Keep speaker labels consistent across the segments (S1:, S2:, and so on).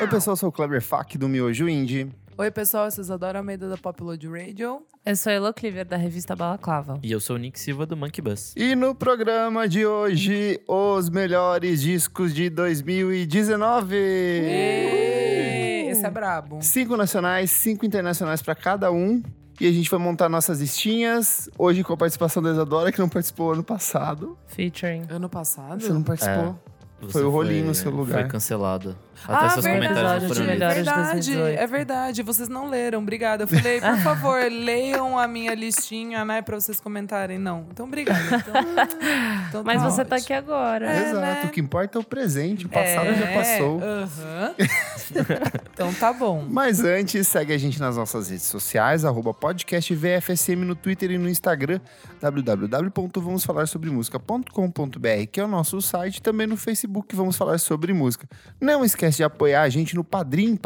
S1: Oi, pessoal, eu sou o Kleber Fak do Miojo Indie.
S2: Oi, pessoal, vocês adoram a Almeida da Popload Radio.
S3: Eu sou a Elo Cleaver, da revista Balaclava.
S4: E eu sou o Nick Silva do Monkey Bus.
S1: E no programa de hoje, os melhores discos de 2019.
S2: Ê, Esse é brabo.
S1: Cinco nacionais, cinco internacionais pra cada um. E a gente vai montar nossas listinhas. Hoje com a participação da Isadora, que não participou ano passado.
S3: Featuring.
S2: Ano passado?
S1: Você não participou.
S4: Você
S1: Foi o rolinho no seu lugar.
S4: Foi cancelado. Até
S1: tá
S2: Ah,
S4: seus
S2: verdade,
S4: comentários não
S3: de
S4: foram lidos.
S3: melhores de
S2: verdade,
S3: 2018.
S2: é verdade. Vocês não leram, obrigada. Eu falei, por favor, leiam a minha listinha, né, pra vocês comentarem. Não, então obrigada. Então, então
S3: Mas
S2: tá
S3: você tá
S2: ótimo.
S3: aqui agora.
S2: É,
S1: Exato,
S2: né?
S1: o que importa é o presente, o passado
S2: É,
S1: já passou.
S2: aham. então tá bom.
S1: Mas antes, segue a gente nas nossas redes sociais, arroba podcast VFSM no Twitter e no Instagram, www.vamosfalarsobremusica.com.br, que é o nosso site, e também no Facebook Vamos Falar Sobre Música. Não esquece de apoiar a gente no Padrim,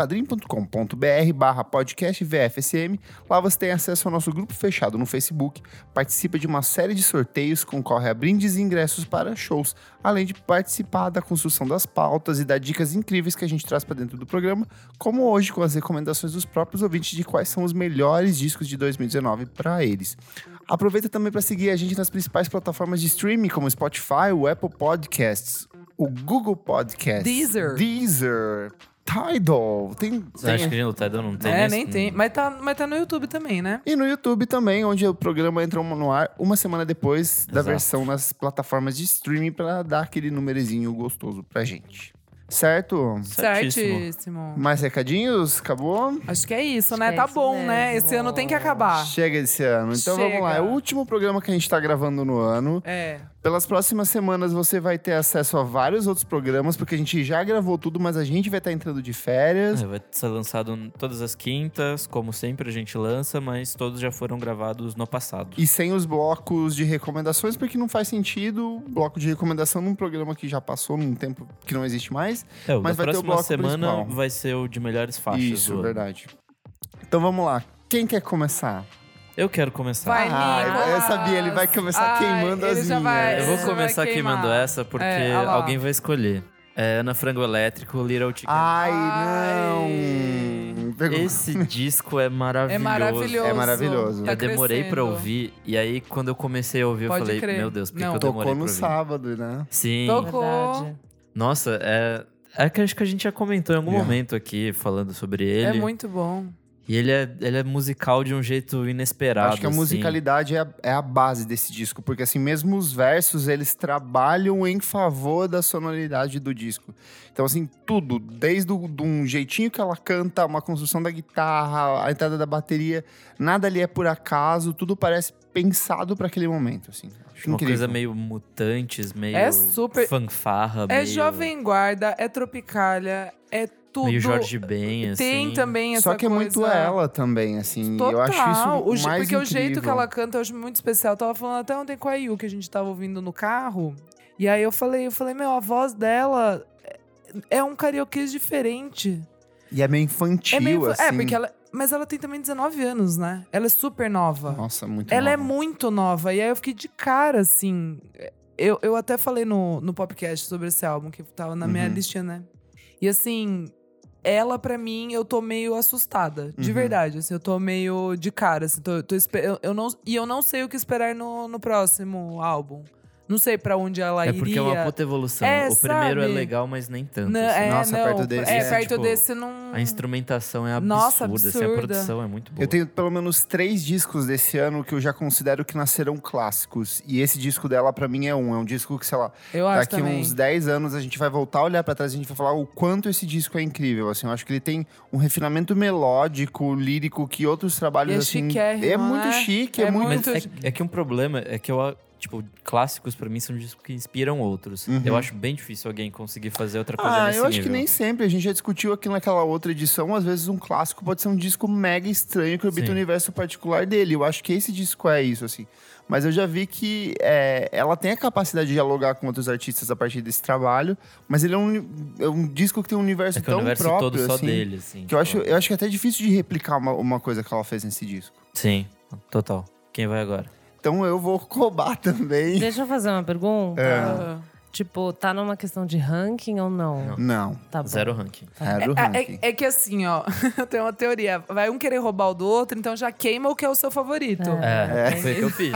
S1: padrim.com.br barra podcast VFSM. Lá você tem acesso ao nosso grupo fechado no Facebook, participa de uma série de sorteios, concorre a brindes e ingressos para shows, além de participar da construção das pautas e dar dicas incríveis que a gente traz para dentro do programa, como hoje com as recomendações dos próprios ouvintes de quais são os melhores discos de 2019 para eles. Aproveita também para seguir a gente nas principais plataformas de streaming, como Spotify, o Apple Podcasts, o Google Podcasts,
S2: Deezer.
S1: Deezer, Tidal, tem,
S4: Você acha
S1: tem-
S4: que no Tidal não tem
S2: É,
S4: isso?
S2: nem
S1: assim.
S2: tem. Mas tá, mas tá no YouTube também, né?
S1: E no YouTube também, onde o programa entra no ar uma semana depois da
S4: Exato.
S1: versão nas plataformas de streaming para dar aquele numerezinho gostoso pra gente. Certo?
S4: Certíssimo.
S2: Certíssimo.
S1: Mais recadinhos? Acabou?
S2: Acho que é isso,
S3: Acho
S2: né?
S3: que é
S2: Tá
S3: isso
S2: bom, né?
S3: mesmo.
S2: Esse ano tem que acabar.
S1: Chega desse ano. Então vamos
S2: Tá. Chega.
S1: lá. É o último programa que a gente tá gravando no ano.
S2: É.
S1: Pelas próximas semanas você vai ter acesso a vários outros programas, porque a gente já gravou tudo, mas a gente vai estar entrando de férias.
S4: É, vai ser lançado todas as quintas, como sempre a gente lança, mas todos já foram gravados no passado.
S1: E sem os blocos de recomendações, porque não faz sentido bloco de recomendação num programa que já passou, num tempo que não existe mais.
S4: É, o
S1: Mas
S4: da
S1: vai ter o
S4: próxima
S1: bloco
S4: semana
S1: principal.
S4: vai ser o de melhores faixas.
S1: Isso,
S4: do ano.
S1: verdade. Então vamos lá. Quem quer começar?
S4: Eu quero começar.
S2: Vai,
S1: Ah,
S2: Nicolas.
S1: eu sabia, ele vai começar
S2: Ai,
S1: queimando
S2: ele
S1: as
S2: já vai-
S4: Eu
S1: minhas.
S4: vou
S2: Você é, vai
S4: começar
S2: queimar.
S4: queimando essa porque
S2: É, olha lá.
S4: alguém vai escolher. É Ana Frango Elétrico, Little Chicken.
S1: Ai,
S2: Ai.
S1: não. Pegou-
S4: Esse disco é maravilhoso.
S2: É maravilhoso.
S1: É maravilhoso.
S2: Tá
S4: eu demorei pra
S2: crescendo.
S4: ouvir, e aí quando eu comecei a ouvir,
S2: Pode
S4: eu falei,
S2: crer.
S4: meu Deus, por que,
S2: Não.
S4: que eu demorei
S1: Tocou no
S4: pra ouvir?
S1: sábado, né?
S4: Sim.
S2: Tocou.
S3: Verdade.
S4: Nossa, é. É que acho que a gente já comentou em algum
S1: Já.
S4: momento aqui, falando sobre
S2: É
S4: ele.
S2: muito bom.
S4: E ele é, ele é musical de um jeito inesperado.
S1: Acho que a
S4: assim.
S1: musicalidade é a, é a base desse disco, porque assim, mesmo os versos, eles trabalham em favor da sonoridade do disco. Então assim, tudo, desde o, de um jeitinho que ela canta, uma construção da guitarra, a entrada da bateria, nada ali é por acaso, tudo parece pensado pra aquele momento, assim. Acho
S4: Uma
S1: incrível.
S4: coisa meio mutantes, meio.
S2: É super-
S4: Fanfarra,
S2: É
S4: meio.
S2: Jovem Guarda, é Tropicália, é tudo.
S4: Meio Jorge Ben, assim.
S2: Tem também essa
S1: Só que é muito
S2: coisa-
S1: ela também, assim. e
S2: Total.
S1: Eu acho isso
S2: o je-
S1: mais
S2: Porque o jeito
S1: incrível.
S2: que ela canta eu acho muito especial. Eu tava falando até ontem com a Yu, que a gente tava ouvindo no carro. E aí eu falei, eu falei, meu, a voz dela é- é um karaokê diferente.
S1: E é meio infantil,
S2: é meio.
S1: assim.
S2: É, porque ela. Mas ela tem também 19 anos, né? Ela é super nova.
S1: Nossa, muito
S2: Ela é
S1: nova.
S2: muito nova. E aí eu fiquei de cara, assim. Eu, eu até falei no, no podcast sobre esse álbum, que tava na minha
S1: Uhum.
S2: lista, né? E assim, ela pra mim, eu tô meio assustada. De
S1: Uhum.
S2: verdade, assim, eu tô meio de cara. Assim, tô, tô espe- eu, eu não, e eu não sei o que esperar no, no próximo álbum. Não sei pra onde ela
S4: É
S2: iria.
S4: porque é uma puta evolução.
S2: É,
S4: o primeiro é
S2: sabe?
S4: legal, mas nem tanto.
S2: Não,
S4: assim.
S2: é,
S1: Nossa,
S2: não,
S1: perto desse,
S2: É,
S4: é,
S2: perto
S4: tipo,
S2: desse não.
S4: A instrumentação é absurda,
S2: Nossa,
S4: assim, a
S2: absurda.
S4: produção é muito boa.
S1: Eu tenho pelo menos três discos desse ano que eu já considero que nasceram clássicos. E esse disco dela, pra mim, é um. É um disco que, sei lá,
S2: Eu acho
S1: daqui
S2: também.
S1: uns 10 anos a gente vai voltar a olhar pra trás e a gente vai falar o quanto esse disco é incrível. Assim, eu acho que ele tem um refinamento melódico, lírico, que outros trabalhos,
S2: E é
S1: assim.
S2: chiquérrimo,
S1: é muito
S2: né?
S1: chique, é,
S2: É
S1: muito.
S4: Mas
S2: muito-
S4: é, é que um problema é que eu. Tipo, clássicos pra mim são discos que inspiram outros.
S1: Uhum.
S4: Eu acho bem difícil alguém conseguir fazer outra coisa
S1: Ah,
S4: nesse
S1: eu acho que
S4: nível.
S1: nem sempre. A gente já discutiu aqui naquela outra edição. Às vezes um clássico pode ser um disco mega estranho que orbita
S4: Sim.
S1: o universo particular dele. Eu acho que esse disco é isso, assim. Mas eu já vi que é, ela tem a capacidade de dialogar com outros artistas a partir desse trabalho. Mas ele é um, é um disco que tem um universo
S4: É que o
S1: tão
S4: universo
S1: próprio,
S4: todo só
S1: assim,
S4: dele, assim.
S1: Que eu acho,
S4: tipo.
S1: eu acho que é até difícil de replicar uma, uma coisa que ela fez nesse disco.
S4: Sim, total. Quem vai agora?
S1: Então eu vou roubar também.
S3: Deixa eu fazer uma pergunta.
S4: É.
S2: Ah.
S3: Tipo, tá numa questão de ranking ou não?
S1: Não,
S3: Tá bom.
S4: Zero ranking.
S1: era o
S2: É-
S1: ranking.
S2: É, é que assim, ó, eu tenho uma teoria. Vai um querer roubar o do outro, então já queima o que é o seu favorito.
S4: É, foi o que eu fiz.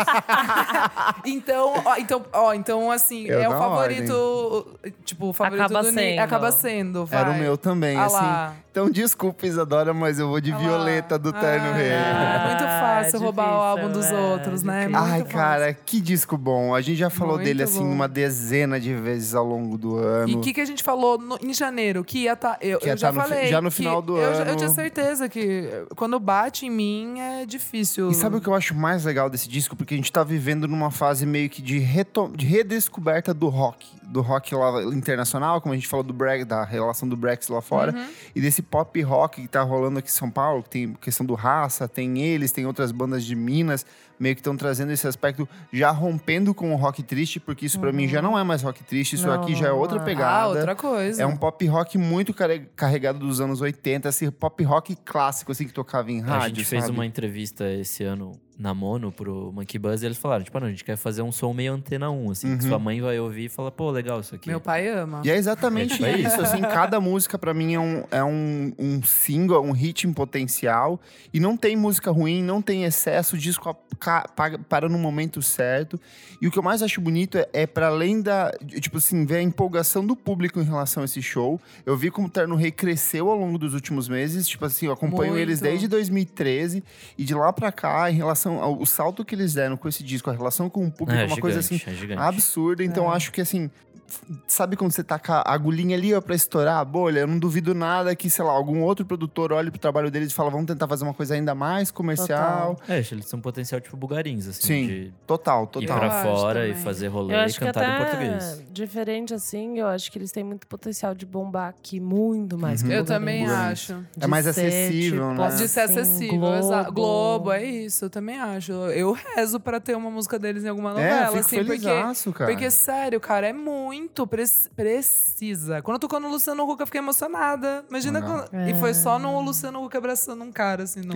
S2: Então, ó, então, ó, então assim,
S1: Eu
S2: é o
S1: dou a
S2: favorito. Tipo, o favorito
S3: Acaba
S2: do Ni-
S3: sendo.
S2: Acaba sendo. Vai.
S1: Era o meu também,
S2: Ah
S1: assim.
S2: lá.
S1: Então desculpa, Isadora, mas eu vou de
S2: Ah lá.
S1: Violeta do Terno
S2: Ah,
S1: Rei.
S2: É muito fácil
S3: difícil,
S2: roubar o álbum dos
S3: é,
S2: outros, né?
S3: difícil.
S1: Ai,
S2: muito
S1: cara, que disco bom. A gente já falou
S2: Muito
S1: dele, assim,
S2: bom.
S1: uma dezena de vezes ao longo do ano.
S2: E o que, que a gente falou no- em janeiro? Que ia tá, eu,
S1: Que ia
S2: eu já
S1: tá no fi-
S2: falei.
S1: já no
S2: que
S1: final do
S2: eu, já- Eu
S1: ano.
S2: tinha certeza que eh, quando bate em mim é difícil.
S1: E sabe o que eu acho mais legal desse disco? Porque a gente tá vivendo numa fase meio que de, reto- de redescoberta do rock. Do rock lá internacional, como a gente falou do Brex, da relação do Brex lá fora. E desse pop rock que tá rolando aqui em São Paulo, que tem questão do raça, tem eles, tem outras bandas de Minas, meio que estão trazendo esse aspecto, já rompendo com o rock triste, porque isso pra mim já não é mais rock triste, isso
S3: Não,
S1: aqui já é
S3: não
S1: outra
S3: é. Ah,
S1: pegada.
S2: Ah, outra coisa.
S1: É um pop rock muito care- carregado dos anos 80, esse pop rock clássico, assim, que tocava em rádio.
S4: a gente fez
S1: sabe?
S4: uma entrevista esse ano na Mono pro Monkey Buzz e eles falaram, tipo, ah, não, a gente quer fazer um som meio antena 1, assim, que
S1: Uhum.
S4: sua mãe vai ouvir e fala, pô, legal isso aqui.
S2: Meu pai ama.
S1: E é exatamente
S4: É tipo
S1: isso. Assim, cada música pra mim é, um, é um, um single, um hit em potencial. E não tem música ruim, não tem excesso, o disco aca- pa- para no momento certo. E o que eu mais acho bonito é, é para além da. de- Tipo assim, ver a empolgação do público em relação a esse show. Eu vi como o Terno Rei cresceu ao longo dos últimos meses. Tipo assim, eu acompanho
S2: Muito.
S1: eles desde 2013. E de lá pra cá, em relação ao o salto que eles deram com esse disco, a relação com o público, é uma coisa assim
S4: é gigante.
S1: absurda. Então
S2: É.
S1: acho que assim, f- sabe quando você taca a agulhinha ali ó, pra estourar a bolha? Eu não duvido nada que, sei lá, algum outro produtor olhe pro trabalho deles e fala, vamos tentar fazer uma coisa ainda mais comercial.
S4: É, eles são um potencial tipo bugarins, assim,
S1: Sim,
S4: de
S1: Total, total.
S4: ir
S2: Eu
S4: pra
S2: acho
S4: fora e
S2: também.
S4: fazer rolê
S3: Eu
S4: e
S3: acho que
S4: cantar em
S3: até
S4: português.
S3: diferente assim, eu acho que eles têm muito potencial de bombar aqui muito mais.
S1: Hum.
S4: Uhum.
S3: que
S2: Eu também
S3: Bulgarins.
S2: acho.
S1: É mais
S3: De ser,
S1: acessível,
S3: tipo,
S1: né?
S2: De ser
S3: assim,
S2: acessível, Globo. Globo, é isso, eu também acho. Eu rezo pra ter uma música deles em alguma
S1: É,
S2: novela,
S1: eu fico
S2: assim, porque
S1: felizaço, cara.
S2: Porque, sério, cara, é muito preci- precisa. Quando tocou no Luciano Huck, eu fiquei emocionada. Imagina
S1: Legal.
S2: quando... E foi só no Luciano Huck abraçando um cara, assim, no...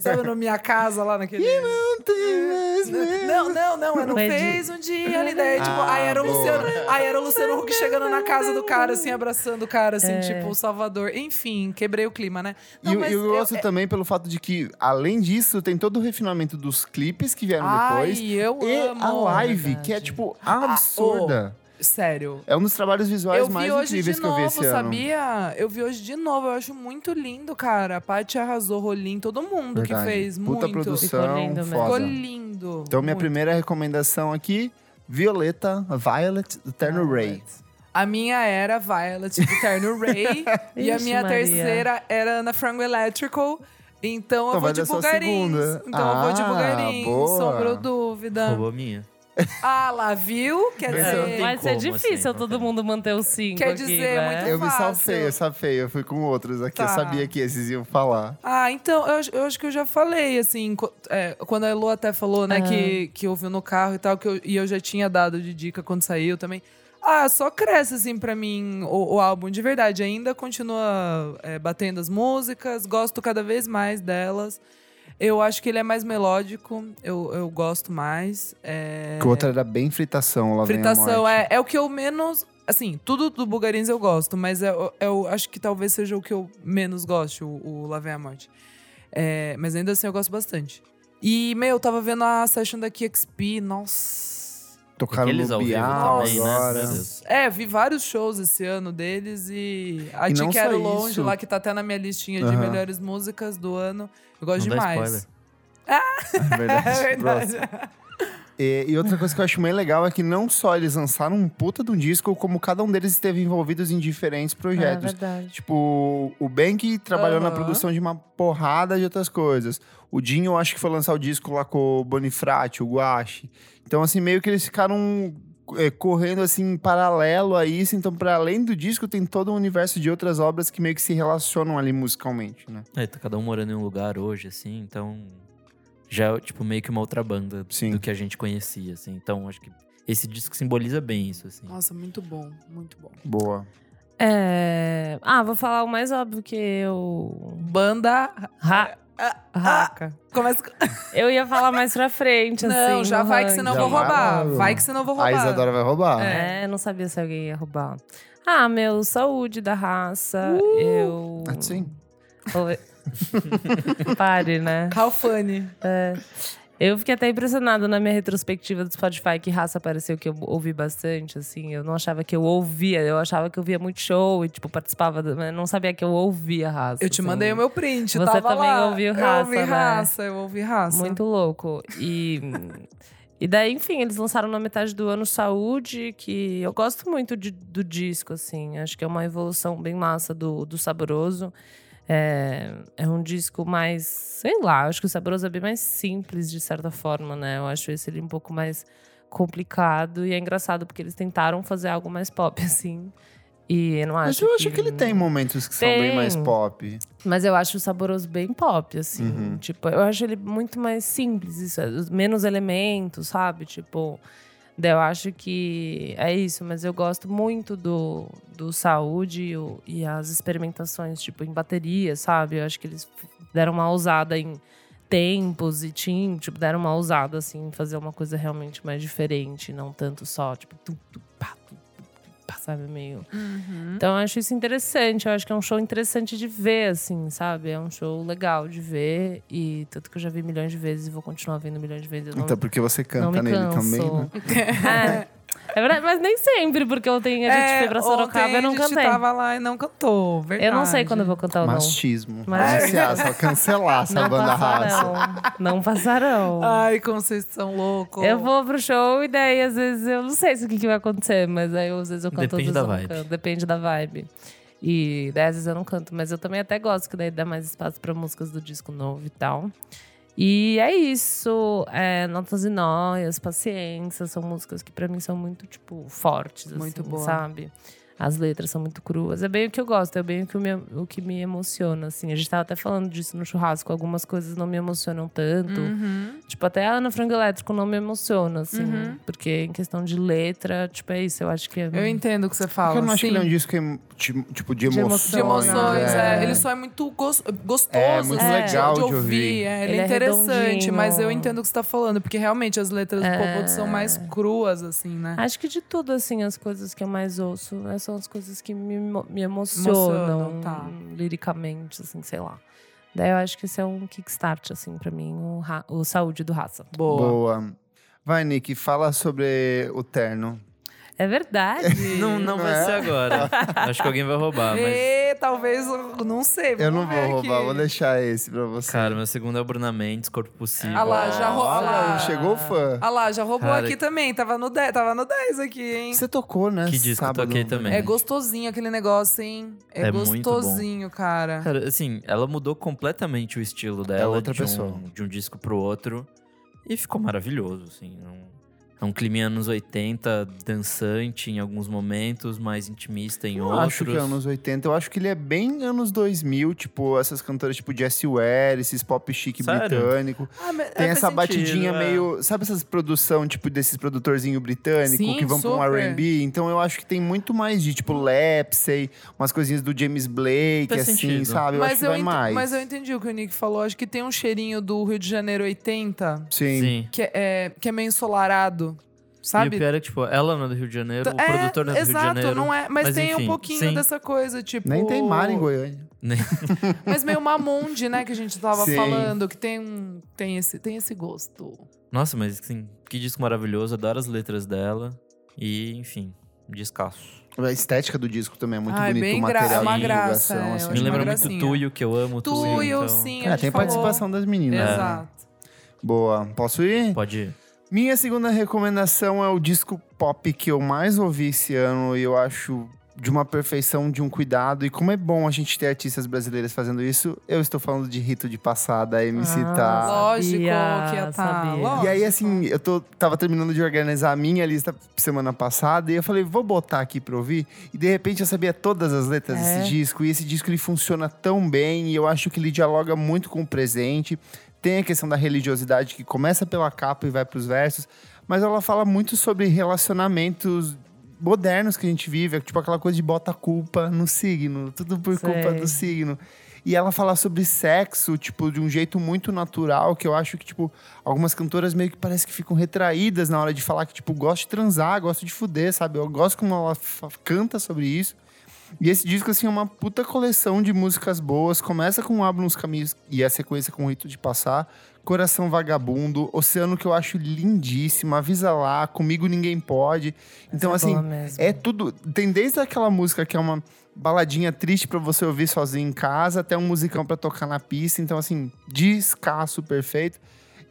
S2: sabe, na minha casa lá naquele...
S1: Não tem mais medo.
S2: é, Não, não, não, eu não
S3: Mas de-
S2: fez um dia ali, daí, tipo,
S1: Ah,
S2: aí era, o
S1: boa.
S2: Luciano, aí era o Luciano Huck chegando na casa do cara, assim, abraçando o cara, assim,
S3: É.
S2: tipo, o Salvador. Enfim, quebrei o clima, né?
S1: E
S2: Não,
S1: eu,
S2: mas
S1: eu
S2: eu-
S1: gosto também pelo fato de que, além disso, tem todo o refinamento dos clipes que vieram
S2: Ai,
S1: depois.
S2: eu
S1: E
S2: amo.
S1: a live, que é,
S3: verdade.
S1: tipo, absurda.
S2: Sério,
S1: É um dos trabalhos visuais
S2: eu vi
S1: mais
S2: hoje
S1: incríveis
S2: de
S1: que eu
S2: novo,
S1: vi esse ano.
S2: sabia? Eu vi hoje de novo, eu acho muito lindo, cara. A Paty arrasou, Rolim, todo mundo
S1: Verdade.
S2: que fez,
S1: Puta
S2: muito.
S1: produção,
S3: Ficou lindo mesmo.
S1: foda.
S2: Ficou lindo.
S1: Então, minha
S2: muito.
S1: primeira recomendação aqui, Violeta, Violet, do Terno Ray.
S2: A minha era Violet de Terno Ray. e a
S3: Ixi,
S2: minha
S3: Maria.
S2: terceira era Ana Frango Electrical. Então,
S1: Então
S2: eu
S1: vai
S2: vou de
S1: dar sua
S2: Bulgarins.
S1: segunda.
S2: Então eu vou de
S1: Ah,
S2: Bulgarins.
S1: boa.
S2: Sobrou dúvida.
S4: Roubou minha.
S2: Ah, lá viu? Quer
S1: Mas
S2: dizer.
S1: eu não
S4: tem
S3: Mas é
S4: como, assim,
S3: difícil
S4: não
S3: todo
S4: tem.
S3: mundo manter o cinco
S2: Quer
S3: aqui,
S2: dizer,
S3: né?
S2: muito-
S1: Eu me
S2: É fácil.
S1: salvei, eu salvei, eu fui com outros aqui, eu
S2: Tá.
S1: sabia que esses iam falar.
S2: Ah, então, eu, acho- eu acho que eu já falei, assim, co- é, quando a Elo até falou, né, que, que ouviu no carro e tal, que eu, e eu já tinha dado de dica quando saiu também. Ah, só cresce, assim, pra mim o, o álbum, de verdade. Ainda continua é, batendo as músicas, gosto cada vez mais delas. Eu acho que ele é mais melódico, eu, eu gosto mais. É...
S1: Que outra era bem fritação lá vem a
S2: Fritação
S1: morte.
S2: é, é o que eu menos. Assim, tudo do Bulgarins eu gosto, mas eu, eu acho que talvez seja o que eu menos gosto, o, o Lá Vem a Morte. É, mas ainda assim eu gosto bastante. E, meu, eu tava vendo a session da KXP, nossa.
S1: Tocaram
S4: Aqueles
S1: no
S4: ao vivo
S1: Bial
S4: também, né?
S1: agora.
S4: Meu Deus.
S2: É, vi vários shows esse ano deles e. A
S1: E
S2: Te
S1: não só
S2: Quero Longe,
S1: isso.
S2: lá que tá até na minha listinha de
S1: Aham.
S2: melhores músicas do ano. Eu gosto
S4: Não dá
S2: demais.
S4: spoiler.
S1: É verdade.
S2: É verdade.
S1: Próximo. E, e outra coisa que eu acho bem legal é que não só eles lançaram um puta de um disco, como cada um deles esteve envolvidos em diferentes
S3: É
S1: projetos.
S3: verdade.
S1: Tipo, o Bank trabalhou na
S2: Aham.
S1: produção de uma porrada de outras coisas. O Dinho, eu acho que foi lançar o disco lá com o Bonifrati, o Guache. Então, assim, meio que eles ficaram é, correndo, assim, em paralelo a isso. Então, para além do disco, tem todo um universo de outras obras que meio que se relacionam ali musicalmente, né?
S4: É, tá cada um morando em um lugar hoje, assim, então. Já é, tipo, meio que uma outra banda
S1: Sim.
S4: do que a gente conhecia, assim. Então, acho que esse disco simboliza bem isso, assim.
S2: Nossa, muito bom, muito bom.
S1: Boa.
S3: É... Ah, vou falar o mais óbvio que eu...
S2: Banda
S3: Ha...
S2: É, ah, Raca. Começa. com-
S3: Eu ia falar mais pra frente, assim.
S2: Não, já
S3: no
S2: vai que senão eu
S1: Já
S2: vou
S1: vai
S2: roubar.
S1: logo.
S2: Vai que senão eu vou
S1: A
S2: roubar.
S1: Isadora vai roubar.
S3: É, não sabia se alguém ia roubar. Ah, meu, saúde da raça.
S2: Uh!
S3: Eu.
S1: Assim.
S3: Oi. Pare, né?
S2: How funny.
S3: Eu fiquei até impressionada na minha retrospectiva do Spotify que raça pareceu que eu ouvi bastante, assim. Eu não achava que eu ouvia, eu achava que eu via muito show e, tipo, participava, do- mas não sabia que eu ouvia raça.
S2: Eu te
S3: assim.
S2: mandei o meu print.
S3: Você
S2: tava
S3: também
S2: lá.
S3: ouviu
S2: Eu
S3: raça,
S2: ouvi
S3: né?
S2: raça, eu ouvi raça.
S3: Muito louco. E. E daí, enfim, eles lançaram na metade do ano Saúde, que eu gosto muito de- do disco, assim. Acho que é uma evolução bem massa do, do Saboroso. É, é um disco mais, sei lá, acho que o Saboroso é bem mais simples, de certa forma, né? Eu acho esse ele um pouco mais complicado. E é engraçado, porque eles tentaram fazer algo mais pop, assim. E eu não acho
S1: Mas eu acho que ele tem momentos que são bem
S3: Tem.
S1: mais pop.
S3: mas eu acho o saboroso bem pop, assim.
S1: Uhum.
S3: Tipo, eu acho ele muito mais simples, isso, é, menos elementos, sabe? Tipo, daí eu acho que é isso, mas eu gosto muito do, do saúde e, o- e as experimentações, tipo, em bateria, sabe? Eu acho que eles f- deram uma ousada em tempos e tim, tipo, deram uma ousada, assim, em fazer uma coisa realmente mais diferente, não tanto só, tipo, tu, tu, pá, tu, tu, tu, pá, sabe? Meio.
S2: Uhum.
S3: Então eu acho isso interessante, eu acho que é um show interessante de ver, assim, sabe? É um show legal de ver. E tanto que eu já vi milhões de vezes e vou continuar vendo milhões de vezes. Eu não,
S1: Então, porque você
S3: não
S1: canta
S3: me
S1: nele
S3: canso.
S1: também, né?
S3: é. É verdade, mas nem sempre, porque ontem a gente
S2: É,
S3: foi pra Sorocaba
S2: ontem
S3: e eu não
S2: A gente
S3: cantei.
S2: tava lá e não cantou, verdade.
S3: Eu não sei quando eu vou cantar ou não.
S1: Machismo.
S3: Mas-
S1: Viciar, só cancelar essa
S3: Não
S1: banda
S3: passarão.
S1: raça.
S3: Não passarão.
S2: Ai, como vocês são loucos.
S3: Eu vou pro show e daí, às vezes, eu não sei se o que, que vai acontecer, mas aí às vezes eu canto,
S4: Depende
S3: às vezes
S4: da
S3: eu não
S4: vibe.
S3: canto. Depende da vibe. E daí, às vezes eu não canto, mas eu também até gosto, que daí dá mais espaço pra músicas do disco novo e tal. E é isso. É, Notas e Noias, Paciência, são músicas que pra mim são muito, tipo, fortes,
S2: Muito
S3: assim,
S2: boa.
S3: sabe? As letras são muito cruas. É bem o que eu gosto, é bem o que me, o que me emociona, assim. A gente tava até falando disso no churrasco, algumas coisas não me emocionam tanto.
S2: Uhum.
S3: Tipo, até a Ana Frango Elétrico não me emociona, assim.
S2: Uhum.
S3: Porque em questão de letra, tipo, é isso. Eu acho que é...
S2: Eu entendo o que você fala.
S1: Porque eu não acho
S2: sim.
S1: que ele é um disco que é, ti- tipo de
S3: De
S1: emoções.
S3: emoções,
S2: de emoções, é.
S3: É.
S2: Ele só é muito gos- gostoso,
S1: É, muito
S2: assim,
S1: legal
S2: de,
S1: de ouvir.
S2: É, ele,
S3: Ele
S2: é
S3: é
S2: interessante,
S3: redondinho. É.
S2: mas eu entendo o que você tá falando, porque realmente as letras do Popoto são mais cruas, assim, né?
S3: Acho que de tudo, assim, as coisas que eu mais ouço né, são as coisas que me, emo- me
S2: Emocionam,
S3: emocionam.
S2: tá.
S3: Liricamente, assim, sei lá. Daí eu acho que esse é um kickstart, assim, pra mim. O, ra- o Saúde do Raça.
S2: Boa.
S1: Boa. Vai, Nick, fala sobre o terno.
S3: É verdade.
S4: Não, não vai
S1: é?
S4: ser agora. Acho que alguém vai roubar, Ah, mas.
S2: E talvez, eu não sei.
S1: Eu não
S2: vamos
S1: vou
S2: ver aqui.
S1: roubar, vou deixar esse pra você.
S4: Cara, meu segundo é o Bruna Mendes, corpo possível.
S2: Ah lá, já roubou.
S1: Olha, chegou o fã.
S2: Ah lá, já roubou
S4: Cara,
S2: aqui também. Tava no 10, tava no 10 aqui, hein?
S1: Você tocou, né?
S4: Que disco eu
S1: sábado.
S4: toquei também.
S2: É gostosinho aquele negócio, hein? É,
S4: É muito bom.
S2: gostosinho, cara.
S4: Cara, assim, ela mudou completamente o estilo
S2: É
S4: dela.
S1: outra
S4: de um-
S1: pessoa.
S4: de um disco pro outro. E ficou maravilhoso, assim. Um, é um clima anos 80, dançante em alguns momentos, mais intimista em
S1: Eu
S4: outros.
S1: acho que é anos 80. Eu acho que ele é bem anos 2000. Tipo, essas cantoras tipo Jessie Ware, esses pop chique
S4: Sério?
S1: britânico.
S2: Ah, mas-
S1: Tem
S4: É,
S1: essa
S4: faz
S1: batidinha
S4: sentido, é.
S1: meio... Sabe essas produção, tipo, desses produtorzinho britânico
S2: Sim,
S1: que vão pra um
S2: super.
S1: R&B? Então eu acho que tem muito mais de, tipo, Lapsey, umas coisinhas do James Blake,
S4: Faz
S1: assim,
S4: sentido.
S1: sabe? Eu acho que vai
S2: ent-
S1: mais.
S2: mas eu entendi o que o Nick falou. Acho que tem um cheirinho do Rio de Janeiro 80,
S1: Sim.
S4: Sim.
S2: que é, que é meio ensolarado,
S4: E o
S2: sabe?
S4: pior é que, tipo, ela não é do Rio de Janeiro,
S2: T-
S4: o
S2: é,
S4: produtor não é do
S2: exato,
S4: Rio de Janeiro.
S2: não é. Mas,
S4: mas
S2: tem um
S4: enfim,
S2: pouquinho
S4: sim.
S2: dessa coisa, tipo.
S1: Nem tem mar em Goiânia.
S2: Mas meio Mamonde, né, que a gente tava
S1: Sim.
S2: falando, que tem um. Tem esse, tem esse gosto.
S4: Nossa, mas assim, que disco maravilhoso, adoro as letras dela. E, enfim, descasso.
S1: A estética do disco também é muito
S2: Ai,
S1: bonito.
S2: Ah, bem
S1: o
S2: gra-
S1: material
S4: é uma
S1: de
S2: graça,
S1: divulgação,
S2: é, eu
S1: assim.
S2: acho
S4: Me
S2: uma
S4: lembra muito
S2: gracinha.
S4: Tuyo, que eu amo Tuyo.
S2: Tu e eu
S4: então-
S2: sim. a
S1: Cara, Ah,
S2: gente
S1: tem
S2: falou.
S1: participação das meninas. né?
S2: Exato.
S1: Boa. Posso ir?
S4: Pode ir.
S1: Minha segunda recomendação é o disco pop que eu mais ouvi esse ano e eu acho de uma perfeição, de um cuidado. E como é bom a gente ter artistas brasileiras fazendo isso, eu estou falando de Rito de Passada, MC
S3: Ah,
S1: Tá.
S2: Lógico que
S3: Sabia,
S2: ia tá.
S3: sabia.
S2: lógico.
S1: E aí, assim, eu tô, tava terminando de organizar a minha lista semana passada e eu falei, vou botar aqui pra ouvir. E de repente eu sabia todas as letras
S3: É.
S1: desse disco. E esse disco ele funciona tão bem e eu acho que ele dialoga muito com o presente. Tem a questão da religiosidade que começa pela capa e vai pros versos, mas ela fala muito sobre relacionamentos é modernos que a gente vive, tipo aquela coisa de bota a culpa no signo, tudo por
S3: Sei.
S1: culpa do signo. E ela falar sobre sexo, tipo, de um jeito muito natural, que eu acho que, tipo, algumas cantoras meio que parece que ficam retraídas na hora de falar que, tipo, gosto de transar, gosto de fuder, sabe? Eu gosto como ela fa- canta sobre isso. E esse disco, assim, é uma puta coleção de músicas boas. Começa com Abra nos Caminhos e a sequência com o Rito de Passar. Coração Vagabundo, Oceano, que eu acho lindíssimo, Avisa Lá, Comigo Ninguém Pode. Então, assim,
S3: boa mesmo.
S1: é tudo. Tem desde aquela música que é uma baladinha triste pra você ouvir sozinho em casa, até um musicão pra tocar na pista. Então, assim, descasso perfeito.